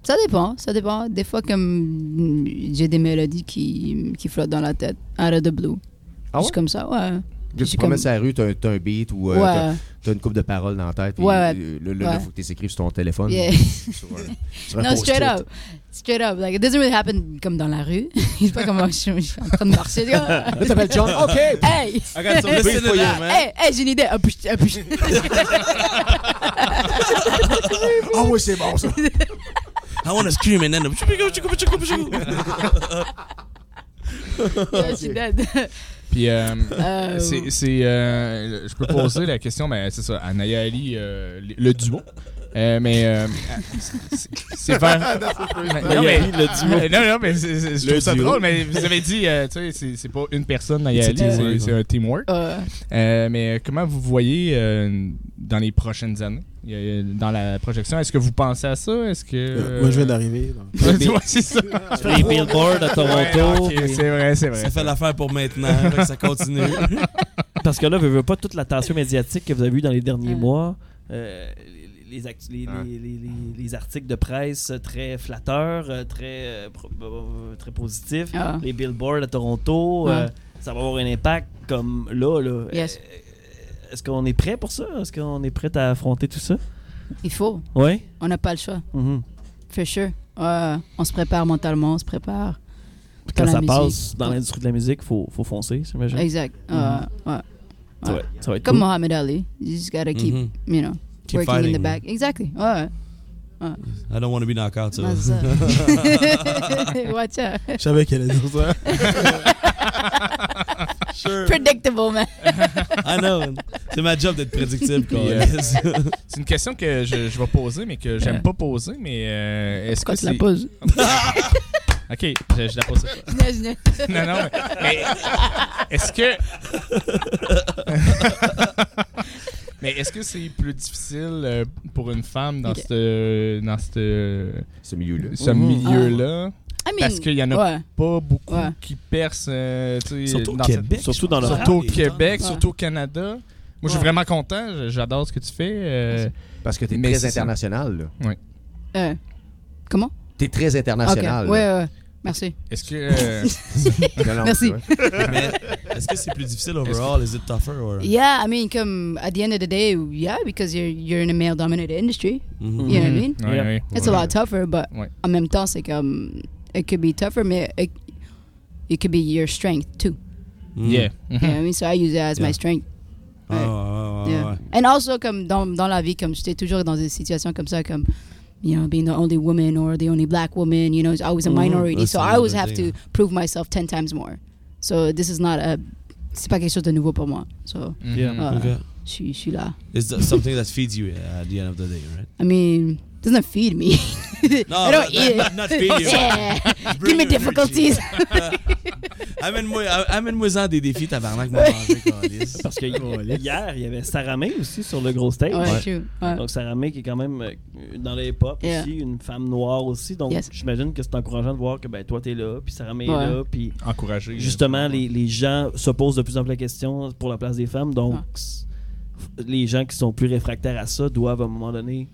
Speaker 8: ça dépend, ça dépend. Des fois, comme j'ai des mélodies qui, qui flottent dans la tête, out of the blue.
Speaker 4: Ah ouais?
Speaker 8: Juste comme ça, ouais.
Speaker 4: Tu
Speaker 8: je suis
Speaker 4: te promènes
Speaker 8: comme-
Speaker 4: sur la rue, tu as, un beat ou euh, t'as-
Speaker 8: ouais.
Speaker 4: T'as une coupe de paroles dans la tête.
Speaker 8: Ouais,
Speaker 4: Ouais,
Speaker 8: ouais.
Speaker 4: le, le,
Speaker 8: Ouais.
Speaker 4: le- faut que tu écrives sur ton téléphone.
Speaker 8: Yeah.
Speaker 4: Sur un- sur un
Speaker 8: Non,
Speaker 4: post-it.
Speaker 8: straight up. Straight up. Like, it doesn't really happen comme dans la rue. je sais pas comment je suis je suis en train de marcher. tu vois.
Speaker 4: Là, t'appelles John. OK.
Speaker 8: hey!
Speaker 9: I got some big for you, man.
Speaker 8: Hey, hey, j'ai une idée. Ah, push, ah, push.
Speaker 4: Ah oui, c'est bon, ça.
Speaker 2: I wanna scream and then
Speaker 8: Yeah, Je suis dead.
Speaker 3: Puis, euh,
Speaker 8: Euh,
Speaker 3: c'est. c'est, euh, je peux poser la question, mais c'est ça, à Naya Ali, euh, le- le duo. Euh, mais. euh, c'est- c'est vers. non, mais, Euh, non, non, mais c'est- c'est- je trouve ça
Speaker 9: duo.
Speaker 3: drôle, mais vous avez dit, euh, tu sais, c'est- c'est pas une personne, Naya Ali,
Speaker 8: C'est un
Speaker 3: c'est
Speaker 2: teamwork,
Speaker 3: c'est un teamwork.
Speaker 8: euh,
Speaker 3: Euh, mais euh, comment vous voyez euh, dans les prochaines années, Il y a- euh, dans la projection, est-ce que vous pensez à ça? Est-ce que...
Speaker 9: Euh, Moi, je viens d'arriver. donc.
Speaker 3: Ouais, tu vois, c'est ça.
Speaker 1: Les billboards à Toronto.
Speaker 3: Ouais, ok, c'est vrai, c'est vrai.
Speaker 2: Ça fait l'affaire pour maintenant, fait que ça continue.
Speaker 1: Parce que là, vous veux pas toute l'attention médiatique que vous avez eue dans les derniers
Speaker 8: Mm.
Speaker 1: mois. euh, les, les actu- les-
Speaker 4: Ouais.
Speaker 1: les- les- les- les articles de presse très flatteurs, euh, très, euh, pro- euh, très positifs.
Speaker 8: Ah.
Speaker 1: Les billboards à Toronto.
Speaker 8: Ouais.
Speaker 1: euh, ça va avoir un impact comme là. là.
Speaker 8: Yes.
Speaker 1: Euh, Est-ce qu'on est prêt pour ça? Est-ce qu'on est prêt à affronter tout ça?
Speaker 8: Il faut.
Speaker 1: Oui?
Speaker 8: On n'a pas le choix.
Speaker 1: Mhm.
Speaker 8: For sure. Ouais, on se prépare mentalement, on se prépare.
Speaker 1: Puis Quand
Speaker 8: Dans la
Speaker 1: ça
Speaker 8: musique.
Speaker 1: passe dans l'industrie de la musique, faut, faut foncer, j'imagine.
Speaker 8: Exact. Ouais,
Speaker 1: Mhm.
Speaker 8: ouais.
Speaker 1: Ça va, ça va être
Speaker 8: Comme
Speaker 1: cool.
Speaker 8: Muhammad Ali. You just gotta keep,
Speaker 2: Mhm.
Speaker 8: you know, working
Speaker 2: Keep
Speaker 8: in
Speaker 2: fighting.
Speaker 8: the back. Exactly. Ouais.
Speaker 2: I don't want to be knocked out, so.
Speaker 8: That's it. Watch out.
Speaker 9: Je savais qu'elle allait dire ça.
Speaker 2: Sure.
Speaker 8: Predictable, man.
Speaker 2: I know. C'est ma job d'être prédictible, quoi.
Speaker 3: Yeah. euh, C'est une question que je, je vais poser, mais que j'aime pas poser, mais euh, est-ce
Speaker 8: Quand
Speaker 3: que
Speaker 8: tu la
Speaker 3: c'est...
Speaker 8: poses.
Speaker 3: Ok, je, je la pose. cette fois.
Speaker 8: Imaginez.
Speaker 3: non, non, mais, mais est-ce que... mais est-ce que c'est plus difficile euh, pour une femme dans
Speaker 8: Ok.
Speaker 3: ce, dans ce,
Speaker 4: Ce milieu-là.
Speaker 3: ce
Speaker 2: Mhm.
Speaker 3: milieu-là?
Speaker 8: Ah. I mean,
Speaker 3: Parce qu'il y en a
Speaker 8: ouais.
Speaker 3: pas beaucoup
Speaker 8: Ouais.
Speaker 3: qui percent euh, tu sais,
Speaker 2: Surtout au
Speaker 3: dans cette-
Speaker 2: Québec.
Speaker 1: Surtout dans le
Speaker 2: je pense.
Speaker 1: rap.
Speaker 3: Surtout au Québec,
Speaker 8: Ouais.
Speaker 3: surtout au Canada. Moi, je suis
Speaker 8: Ouais.
Speaker 3: vraiment content. je- J'adore ce que tu fais. euh,
Speaker 4: Parce que t'es
Speaker 3: Mais
Speaker 4: très
Speaker 3: c'est ça.
Speaker 4: international, là.
Speaker 8: Euh, comment?
Speaker 4: T'es très international.
Speaker 8: Ok. Ouais, ouais. Merci.
Speaker 3: Est-ce que... euh,
Speaker 4: ouais.
Speaker 8: Merci.
Speaker 2: Mais est-ce que c'est plus difficile overall? Is it tougher? Or...
Speaker 8: Yeah, I mean, come at the end of the day, yeah, because you're you're in a male-dominated industry. You
Speaker 2: Mhm.
Speaker 8: know what Mm-hmm. I mean?
Speaker 3: ouais,
Speaker 1: Yeah.
Speaker 3: ouais,
Speaker 8: It's
Speaker 3: ouais.
Speaker 8: a lot tougher, but
Speaker 3: Ouais.
Speaker 8: en même temps, c'est comme it could be tougher, mais it, it could be your strength too.
Speaker 2: Mhm.
Speaker 3: Yeah. Mm-hmm.
Speaker 8: You know what I mean? So I use it as my
Speaker 2: Yeah.
Speaker 8: strength.
Speaker 2: Ah, ouais, ouais, ouais,
Speaker 8: Yeah.
Speaker 2: ouais.
Speaker 8: And also, comme dans, dans la vie, comme j'étais toujours dans des situations comme ça, comme, you know, being the only woman or the only black woman, you know, it's always a minority.
Speaker 2: Mm-hmm. That's
Speaker 8: So
Speaker 2: another
Speaker 8: I always have
Speaker 2: thing.
Speaker 8: to prove myself 10 times more. So this is not a. C'est pas quelque chose de nouveau pour moi. So
Speaker 3: Mhm.
Speaker 1: Yeah.
Speaker 8: uh,
Speaker 2: Okay.
Speaker 8: je suis- je suis là.
Speaker 2: It's the- something that feeds you at the end of the day, right?
Speaker 8: I mean, it doesn't feed me.
Speaker 2: No,
Speaker 8: I don't
Speaker 2: not-
Speaker 8: eat
Speaker 2: not-
Speaker 8: it.
Speaker 2: not feed you.
Speaker 8: Yeah. Give me
Speaker 2: Bring your
Speaker 8: difficulties.
Speaker 2: Amène-moi amène-moi-en des défis, tabarnak, mon manger, câlisse.
Speaker 1: Parce que hier, il y avait Saramé aussi sur le gros stage.
Speaker 8: Ouais, true. Ouais.
Speaker 1: Donc Saramé qui est quand même euh, dans les pop
Speaker 8: Yeah.
Speaker 1: aussi, une femme noire aussi. Donc
Speaker 8: Yes.
Speaker 1: j'imagine que c'est encourageant de voir que ben toi t'es là, puis Saramé
Speaker 8: Ouais.
Speaker 1: est là, puis
Speaker 3: Encourager.
Speaker 1: justement les, les gens se posent de plus en plus la question pour la place des femmes. Donc
Speaker 8: Ouais.
Speaker 1: s- les gens qui sont plus réfractaires à ça doivent à un moment donné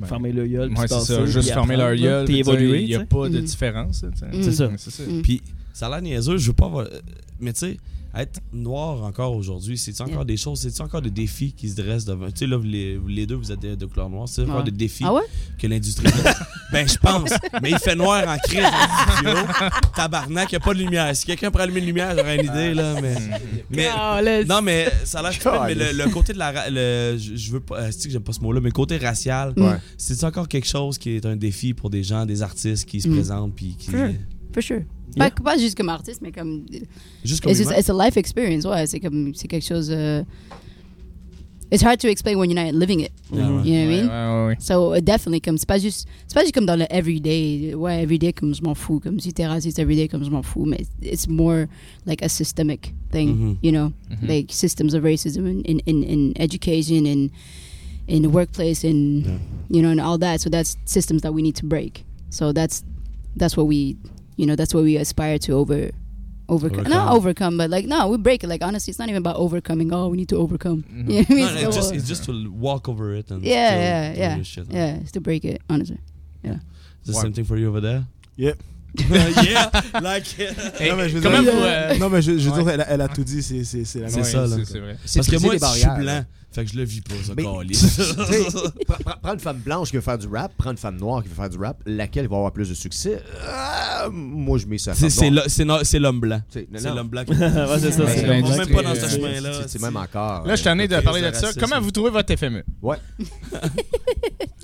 Speaker 3: Ouais.
Speaker 1: fermer le gueule, puis
Speaker 3: Ouais,
Speaker 1: se
Speaker 3: c'est
Speaker 1: tasser,
Speaker 3: ça. Juste
Speaker 1: puis
Speaker 3: fermer leur
Speaker 1: apprendre,
Speaker 3: gueule.
Speaker 1: puis
Speaker 3: puis
Speaker 1: évoluer.
Speaker 3: Il n'y a
Speaker 1: tu sais.
Speaker 3: pas de
Speaker 8: Mhm.
Speaker 3: différence. tu sais.
Speaker 8: Mm.
Speaker 1: C'est ça.
Speaker 3: Ouais, C'est ça.
Speaker 8: Mm.
Speaker 2: Puis, ça a l'air niaiseux, je veux pas avoir. euh, Mais tu sais, être noir encore aujourd'hui, c'est-tu encore
Speaker 8: Yeah.
Speaker 2: des choses, c'est-tu encore des défis qui se dressent devant. Tu sais, là, vous les, vous les deux, vous êtes de, de couleur noire, c'est encore
Speaker 8: Ouais.
Speaker 2: des défis
Speaker 8: Ah ouais?
Speaker 2: que l'industrie. ben, je pense. Mais il fait noir en crise, dans le studio. Tabarnak, il a pas de lumière. Si quelqu'un prend allumer une lumière, j'aurais une idée, là, mais. mais
Speaker 8: Oh, let's-
Speaker 2: non, mais ça a l'air stupide, mais le, le côté de la. ra- le- je je veux pas. euh, C'est que j'aime pas ce mot-là, mais le côté racial,
Speaker 8: Ouais.
Speaker 2: c'est encore quelque chose qui est un défi pour des gens, des artistes qui se
Speaker 8: Mm.
Speaker 2: présentent, puis qui.
Speaker 8: Sure. For sure. Pas,
Speaker 4: Mm.
Speaker 8: pas juste comme artiste, mais comme.
Speaker 2: Juste comme
Speaker 8: It's, just,
Speaker 2: humain.
Speaker 8: it's a life experience. Ouais, c'est comme. C'est quelque chose. euh, it's hard to explain when you're not living it.
Speaker 2: Ah ouais.
Speaker 8: You know what I
Speaker 3: Ouais,
Speaker 8: mean?
Speaker 3: ouais, ouais.
Speaker 8: So, uh, definitely, comme. C'est pas juste. C'est pas juste comme dans le everyday. Ouais, everyday, comme je m'en fous. Comme si t'es raciste, everyday, comme je m'en fous. Mais it's more like a systemic thing,
Speaker 2: Mhm.
Speaker 8: you know?
Speaker 3: Mhm.
Speaker 8: Like systems of racism in, in, in, in education and in the workplace and,
Speaker 2: Yeah.
Speaker 8: you know, and all that. So, that's systems that we need to break. So, that's that's what we, you know, that's what we aspire to over overcome.
Speaker 2: Overcome.
Speaker 8: Not overcome, but like no, we break it. Like honestly, it's not even about overcoming. Oh, we need to overcome. You know what I mean?
Speaker 2: No, no,
Speaker 8: It's
Speaker 2: it's just
Speaker 8: all-
Speaker 2: it's just to walk over it and
Speaker 8: Yeah,
Speaker 2: Mm-hmm. still
Speaker 8: yeah,
Speaker 2: do
Speaker 8: yeah.
Speaker 2: your shit.
Speaker 8: yeah, it's to break it. Honestly,
Speaker 2: It's the same thing for you over there.
Speaker 9: Yep.
Speaker 2: yeah, like
Speaker 3: Hey,
Speaker 9: mais je veux
Speaker 3: comment
Speaker 9: dire-
Speaker 3: vous, euh,
Speaker 9: Non, mais je, je veux
Speaker 3: Ouais.
Speaker 9: dire, elle a, elle a tout dit, c'est, c'est, c'est la
Speaker 2: C'est
Speaker 9: même.
Speaker 3: ouais,
Speaker 2: ça, là.
Speaker 3: C'est vrai.
Speaker 2: parce que
Speaker 4: briser
Speaker 2: moi
Speaker 4: les
Speaker 2: je suis
Speaker 4: barrières,
Speaker 2: blanc,
Speaker 4: là.
Speaker 2: fait que je le vis pas ça
Speaker 4: Mais-
Speaker 2: câlisse.
Speaker 4: Tu sais, pre- pre- prends une femme blanche qui veut faire du rap, prends une femme noire qui veut faire du rap, laquelle va avoir plus de succès Ah, Moi, je mets ça. à
Speaker 2: C'est
Speaker 4: femme
Speaker 2: c'est
Speaker 4: noire.
Speaker 2: le- c'est no- c'est l'homme blanc.
Speaker 4: Tu sais, non,
Speaker 2: C'est
Speaker 4: non.
Speaker 2: l'homme blanc.
Speaker 1: Ouais, c'est ça.
Speaker 3: Mais
Speaker 1: c'est-
Speaker 3: ben,
Speaker 2: On va même pas dans ce
Speaker 3: euh,
Speaker 2: chemin là.
Speaker 4: C'est- C'est même encore. euh,
Speaker 3: Là, je suis tanné de
Speaker 2: Ok,
Speaker 3: parler
Speaker 2: c'est
Speaker 3: de ça.
Speaker 2: raciste.
Speaker 3: Comment vous trouvez votre E? FME?
Speaker 4: Ouais.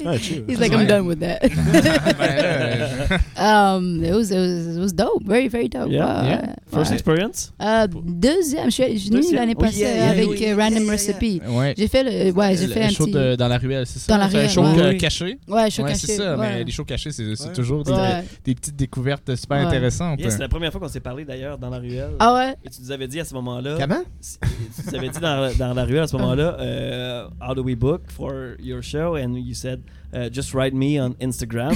Speaker 9: Ouais, chill.
Speaker 8: he's like,
Speaker 3: I'm
Speaker 8: I'm
Speaker 3: right.
Speaker 8: done
Speaker 3: done
Speaker 8: with that.
Speaker 3: Ben, là,
Speaker 8: um, it was it was it was dope. Very very dope.
Speaker 1: Yeah,
Speaker 8: Wow.
Speaker 3: yeah.
Speaker 8: Wow.
Speaker 1: First experience?
Speaker 8: Euh, deuxième, je suis je suis venue
Speaker 1: Deuxième.
Speaker 8: l'année
Speaker 1: Oh, yeah,
Speaker 8: passée
Speaker 1: yeah,
Speaker 8: avec
Speaker 1: yeah, Ah,
Speaker 8: euh, Random Recipe.
Speaker 3: euh, ouais.
Speaker 8: J'ai fait le ouais, j'ai
Speaker 3: Euh, Le
Speaker 8: fait un
Speaker 3: show
Speaker 8: petit
Speaker 3: de- dans la ruelle, c'est ça?
Speaker 8: Dans la
Speaker 3: C'est un
Speaker 8: ruelle,
Speaker 3: show
Speaker 8: ouais.
Speaker 3: euh, caché.
Speaker 8: ouais, show
Speaker 3: Ouais,
Speaker 8: caché.
Speaker 3: c'est ça,
Speaker 8: ouais.
Speaker 3: mais les shows cachés, c'est c'est
Speaker 9: Ouais.
Speaker 3: toujours des,
Speaker 8: Ouais.
Speaker 3: des petites découvertes super
Speaker 8: Ouais.
Speaker 3: intéressantes.
Speaker 1: Yes, c'est la première fois qu'on s'est parlé d'ailleurs dans la ruelle.
Speaker 8: Ah ouais.
Speaker 1: Et tu nous avais dit à ce moment-là.
Speaker 4: Comment
Speaker 1: Si- tu avais dit dans, dans la ruelle à ce moment-là, euh, How do we book for your show? And you said, uh, just write me on Instagram.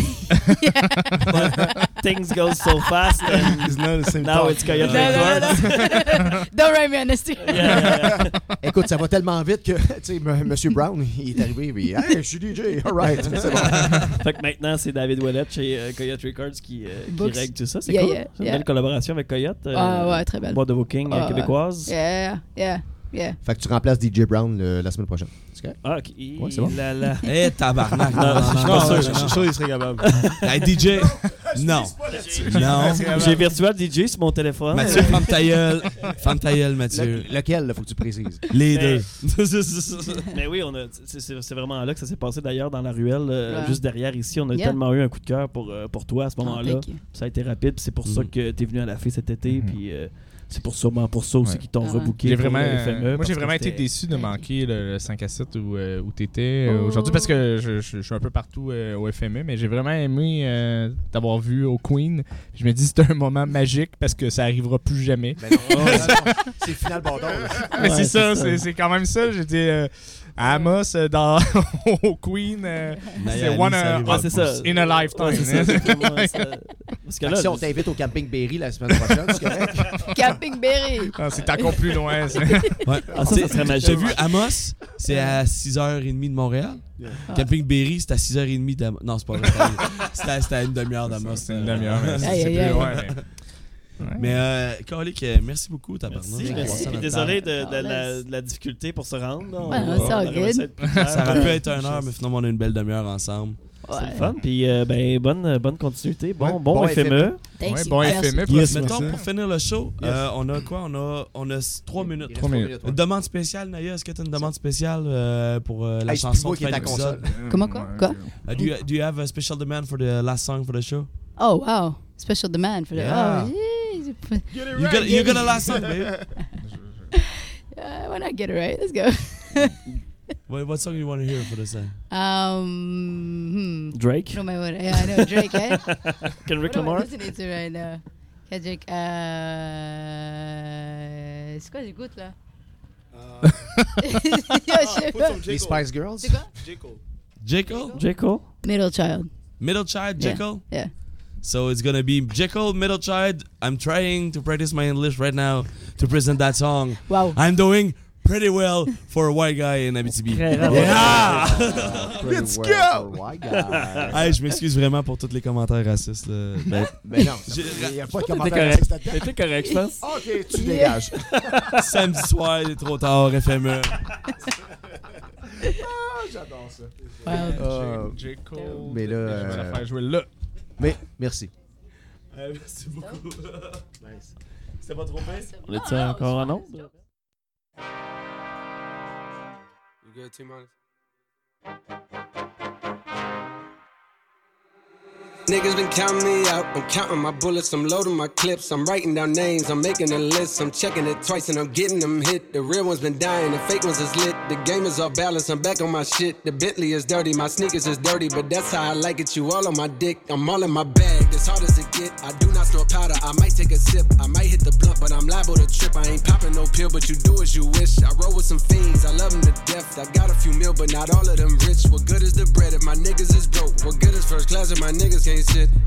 Speaker 1: But things go so fast and
Speaker 9: It's not the same
Speaker 1: now
Speaker 9: talk.
Speaker 1: it's Coyote
Speaker 8: Non, non,
Speaker 1: Records.
Speaker 8: non. Don't write me on the street.
Speaker 1: Yeah, yeah, yeah.
Speaker 4: Écoute, ça va tellement vite que, tu sais, M. Monsieur Brown, il est arrivé, puis, hey, je suis DJ, alright, c'est bon.
Speaker 1: Fait que maintenant, c'est David Ouellet chez euh, Coyote Records qui, euh, qui
Speaker 8: Books.
Speaker 1: règle tout ça. C'est
Speaker 8: Yeah,
Speaker 1: cool.
Speaker 8: yeah,
Speaker 1: C'est une
Speaker 8: yeah.
Speaker 1: belle collaboration avec Coyote. euh,
Speaker 8: Ah ouais, très belle.
Speaker 1: Boîte de booking euh,
Speaker 8: Ah,
Speaker 1: québécoise.
Speaker 8: Yeah, yeah. Yeah.
Speaker 4: Fait que tu remplaces DJ Brown le- la semaine prochaine. C'est correct?
Speaker 1: Ah, ok. Hi,
Speaker 4: Ouais, c'est bon.
Speaker 1: là, là.
Speaker 2: Eh, tabarnak. Non, non,
Speaker 9: Non,
Speaker 2: non, non,
Speaker 9: je
Speaker 2: non,
Speaker 9: je suis sûr qu'il serait capable.
Speaker 2: non. Hey, DJ. Non. Non.
Speaker 1: J'ai Virtual DJ sur mon téléphone.
Speaker 2: Mathieu, ferme ta gueule. Ferme ta gueule, Mathieu.
Speaker 4: Le- lequel, là, faut que tu précises.
Speaker 2: Les
Speaker 1: Mais-
Speaker 2: deux.
Speaker 1: Mais Ben, oui, on a, c'est, c'est- c'est vraiment là que ça s'est passé d'ailleurs dans la ruelle, euh,
Speaker 8: Ouais.
Speaker 1: juste derrière ici. On a
Speaker 8: Yeah.
Speaker 1: tellement eu un coup de cœur pour, euh, pour toi à ce
Speaker 8: Ah,
Speaker 1: moment-là.
Speaker 8: thank you.
Speaker 1: Ça a été rapide, puis c'est pour ça
Speaker 2: Mhm.
Speaker 1: que t'es venu à la fée cet été,
Speaker 7: Mhm.
Speaker 1: puis euh, c'est pour sûrement pour ça aussi
Speaker 7: Ouais.
Speaker 1: qu'ils t'ont
Speaker 8: Ah.
Speaker 1: rebooké.
Speaker 7: J'ai
Speaker 1: pour
Speaker 7: vraiment,
Speaker 1: le FME,
Speaker 7: euh,
Speaker 1: parce
Speaker 3: Moi, j'ai
Speaker 1: que
Speaker 3: vraiment été
Speaker 1: c'était-
Speaker 3: déçu de manquer le, le 5 à 7 où, euh, où tu étais
Speaker 8: Oh.
Speaker 3: aujourd'hui parce que je, je- je suis un peu partout euh, au FME, mais j'ai vraiment aimé euh, t'avoir vu au Queen. Je me dis c'était un moment magique parce que ça arrivera plus jamais.
Speaker 4: Ben non, c'est final bordon.
Speaker 1: Ouais,
Speaker 3: mais c'est
Speaker 1: c'est
Speaker 3: ça,
Speaker 1: ça.
Speaker 3: c'est c'est quand même ça. J'étais euh, à Amos euh, dans, au Queen. euh,
Speaker 2: Naya
Speaker 3: C'est
Speaker 2: Ali,
Speaker 3: one,
Speaker 2: ça
Speaker 3: euh,
Speaker 2: arrive
Speaker 1: Ah,
Speaker 2: en
Speaker 1: c'est
Speaker 2: pouce.
Speaker 1: ça.
Speaker 3: in a lifetime,
Speaker 1: Ouais, c'est ça,
Speaker 3: hein.
Speaker 1: exactement, ça. Parce que
Speaker 4: Fait
Speaker 1: là,
Speaker 4: que si on t'invite au camping Berry la semaine prochaine, c'est correct?
Speaker 8: Camping Berry.
Speaker 3: ah, c'est encore plus loin. ça.
Speaker 2: Ouais.
Speaker 1: Ah, ça, ça serait magique.
Speaker 2: T'as vu Amos, c'est à 6h30 de Montréal.
Speaker 9: Yeah.
Speaker 2: Camping Berry, c'est à 6h30 d'Amos. Non, c'est pas vrai. C'était à- C'était à une demi-heure d'Amos.
Speaker 3: C'est une demi-heure, mais c'est
Speaker 8: Aïe,
Speaker 3: c'est
Speaker 8: aïe,
Speaker 3: plus
Speaker 8: aïe.
Speaker 3: loin. mais- Ouais.
Speaker 2: Mais, euh, Colic, euh, merci beaucoup, tabarnak.
Speaker 1: Merci,
Speaker 2: On
Speaker 1: merci.
Speaker 2: passe à
Speaker 1: Puis
Speaker 2: notre
Speaker 1: désolé
Speaker 8: temps.
Speaker 1: de, de la, de la difficulté pour se rendre. On-
Speaker 8: Ouais,
Speaker 1: on
Speaker 8: c'est all
Speaker 1: aurait aimé
Speaker 8: good.
Speaker 1: ça être plus clair.
Speaker 2: Ça aurait pu être une heure, mais finalement, on a une belle demi-heure ensemble.
Speaker 1: C'est le
Speaker 8: Ouais.
Speaker 1: fun. Puis euh, ben, bonne, bonne continuité. Bon,
Speaker 4: Ouais,
Speaker 1: bon, E.
Speaker 4: bon E.
Speaker 2: E.
Speaker 1: FME.
Speaker 4: FME.
Speaker 8: Thank
Speaker 3: Ouais,
Speaker 8: you.
Speaker 3: bon
Speaker 8: Merci.
Speaker 3: FME,
Speaker 9: Yes,
Speaker 2: Mettons,
Speaker 9: merci.
Speaker 2: E pour finir le show, euh, on a quoi? On a, on a s- trois minutes.
Speaker 4: Il reste trois
Speaker 3: minutes.
Speaker 4: ouais.
Speaker 2: Une demande spéciale, Naya. Est-ce que tu as une demande spéciale euh, pour euh, la
Speaker 4: Hey, c'est plus
Speaker 2: chanson
Speaker 4: moi
Speaker 2: de
Speaker 4: qui est
Speaker 2: fin
Speaker 4: à la
Speaker 2: d'épisode?
Speaker 4: console.
Speaker 8: Comment quoi? Quoi?
Speaker 2: Uh, Mm, do, you, do you have a special demand for the last song for the show?
Speaker 8: Oh, wow. Special demand for the.
Speaker 2: Yeah.
Speaker 8: Oh, yeah.
Speaker 2: You got, you got a last song, baby.
Speaker 8: Uh, why not get it right? Let's go.
Speaker 2: What, what song you want to hear for this? Uh?
Speaker 8: Um, hmm.
Speaker 1: Drake.
Speaker 8: No, my word. Yeah, I know Drake, eh?
Speaker 1: Kendrick
Speaker 8: What am I
Speaker 1: Lamar.
Speaker 8: listening to right now? Kendrick, euh... C'est quoi que j'écoute là? Yo, je sais pas.
Speaker 4: Les Spice Girls?
Speaker 8: C'est quoi?
Speaker 2: Jekyll?
Speaker 1: J. Cole.
Speaker 8: Middle Child.
Speaker 2: Middle child,
Speaker 8: Yeah.
Speaker 2: Jekyll?
Speaker 8: Yeah.
Speaker 2: So it's gonna be Jekyll, middle child. I'm trying to practice my English right now to present that song.
Speaker 8: Wow.
Speaker 2: I'm doing pretty well for a white guy in Abitibi.
Speaker 1: Très rare.
Speaker 2: Yeah!
Speaker 4: Let's go!
Speaker 2: Hey, je m'excuse vraiment pour tous les commentaires racistes. là. Ben,
Speaker 4: Mais non,
Speaker 2: J'ai-
Speaker 4: il n'y a pas de
Speaker 1: T'es
Speaker 4: commentaire
Speaker 1: correct.
Speaker 4: raciste là-dedans.
Speaker 1: T'es correct, je pense.
Speaker 4: Ok, tu
Speaker 8: Yeah.
Speaker 4: dégages.
Speaker 2: samedi soir, il est trop tard, E. FME.
Speaker 4: J'adore ça.
Speaker 8: Wow.
Speaker 4: Euh,
Speaker 3: Ah, J. J. Cole,
Speaker 4: mais là,
Speaker 3: Je vais la
Speaker 4: euh,
Speaker 3: faire jouer là.
Speaker 4: Mais merci.
Speaker 2: Ah, Merci beaucoup. C'était pas trop mince?
Speaker 1: On est-tu encore en nombre?
Speaker 5: You good, two minus? Niggas been counting me out. I'm counting my bullets. I'm loading my clips. I'm writing down names. I'm making a list. I'm checking it twice and I'm getting them hit. The real ones been dying. The fake ones is lit. The game is off balance. I'm back on my shit. The Bentley is dirty. My sneakers is dirty. But that's how I like it. You all on my dick. I'm all in my bag. As hard as it get. I do not snort powder. I might take a sip. I might hit the blunt, but I'm liable to trip. I ain't popping no pill, but you do as you wish. I roll with some fiends. I love them to death. I got a few mil, but not all of them rich. What good is the bread if my niggas is broke? What good is first class if my niggas can't sit?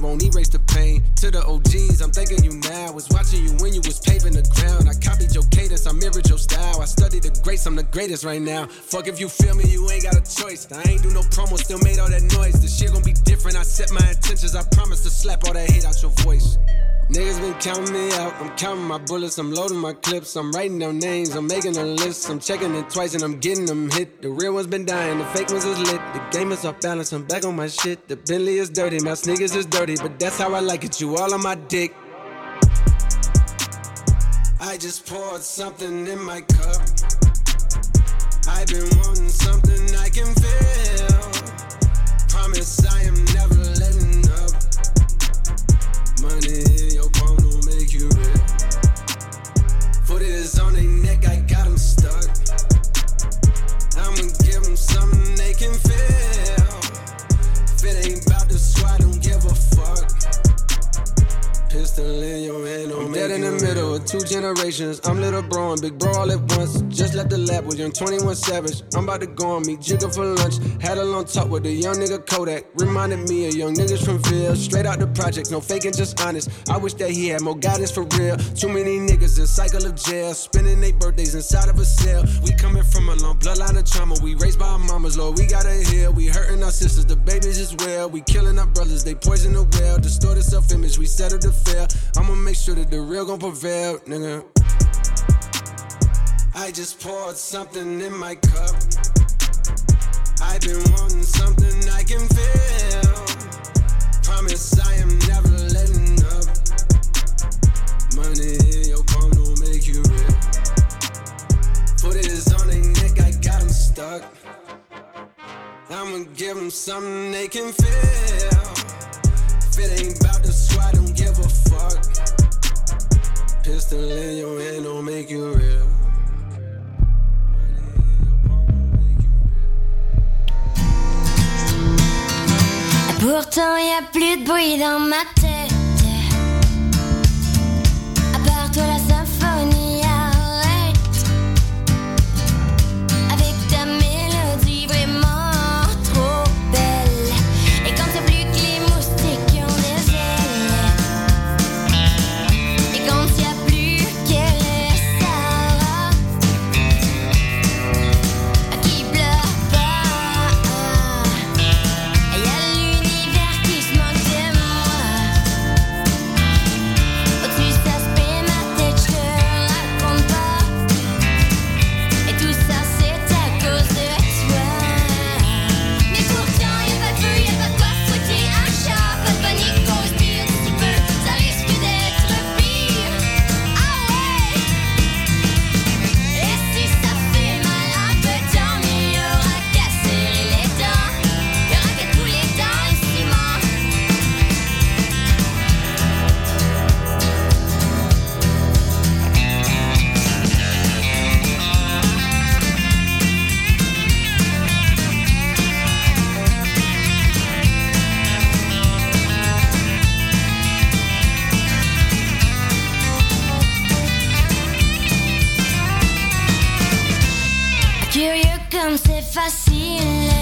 Speaker 5: won't erase the pain. To the OGs, I'm thanking you now. I was watching you when you was paving the ground. I copied your cadence, I mirrored your style. I studied the greats, I'm the greatest right now. Fuck if you feel me, you ain't got a choice. I ain't do no promo, still made all that noise. The shit gon' be different. I set my intentions. I promise to slap all that hate out your voice. Niggas been counting me out. I'm counting my bullets. I'm loading my clips. I'm writing down names. I'm making a list. I'm checking it twice and I'm getting them hit. The real ones been dying. The fake ones is lit. The game is off balance. I'm back on my shit. The Bentley is dirty. My sneakers is dirty. But that's how I like it. You all on my dick. I just poured something in my cup. I've been wanting something I can feel. Promise I am never letting up. Money in your palm don't make you real. Foot is on their neck, I got 'em stuck. I'ma give 'em something they can feel. If it ain't about the squad, don't give a fuck. pistol in your hand. I'm dead in the middle of two generations. I'm little bro and big bro all at once. Just left the lab with young 21 Savage. I'm about to go and meet Jigga for lunch. Had a long talk with a young nigga Kodak. Reminded me of young niggas from Ville. Straight out the project, no faking, just honest. I wish that he had more guidance for real. Too many niggas in cycle of jail. Spending their birthdays inside of a cell. We coming from a long bloodline of trauma. We raised by our mamas, Lord, we gotta heal. We hurting our sisters, the babies as well. We killing our brothers, they poison the well. Distorted self image, we settle to fail. I'ma make sure that the real gon' prevail, nigga. I just poured something in my cup. I've been wanting something I can feel. Promise I am never letting up. Money in your palm don't make you real. Put it on their neck, I got 'em stuck. I'ma give 'em something they can feel. If it ain't about the squad, don't give a fuck. Pistol in your hand don't make you real. Money in your palm don't make you real.
Speaker 10: Pourtant y a plus de bruit dans ma tête. À part toi la symphonie arrête. Avec ta mélodie vraiment trop belle. Et quand c'est plus que les moustiques qui ont des ailes. Et quand y a plus qu'elle est Sarah. À qui pleure pas. Et y'a l'univers qui se moque de moi Au-dessus ça se paie ma tête, je te raconte pas Et tout ça c'est à cause de toi Mais pourtant y'a pas de feu, y'a pas de quoi fouetter un chat Pas de panique, on respire si peu, ça risque d'être pire Ah ouais et si ça fait mal un peu tant mieux, y aura qu'à serrer les dents, y aura qu'à couler dans le ciment. Curieux comme c'est facile. Ah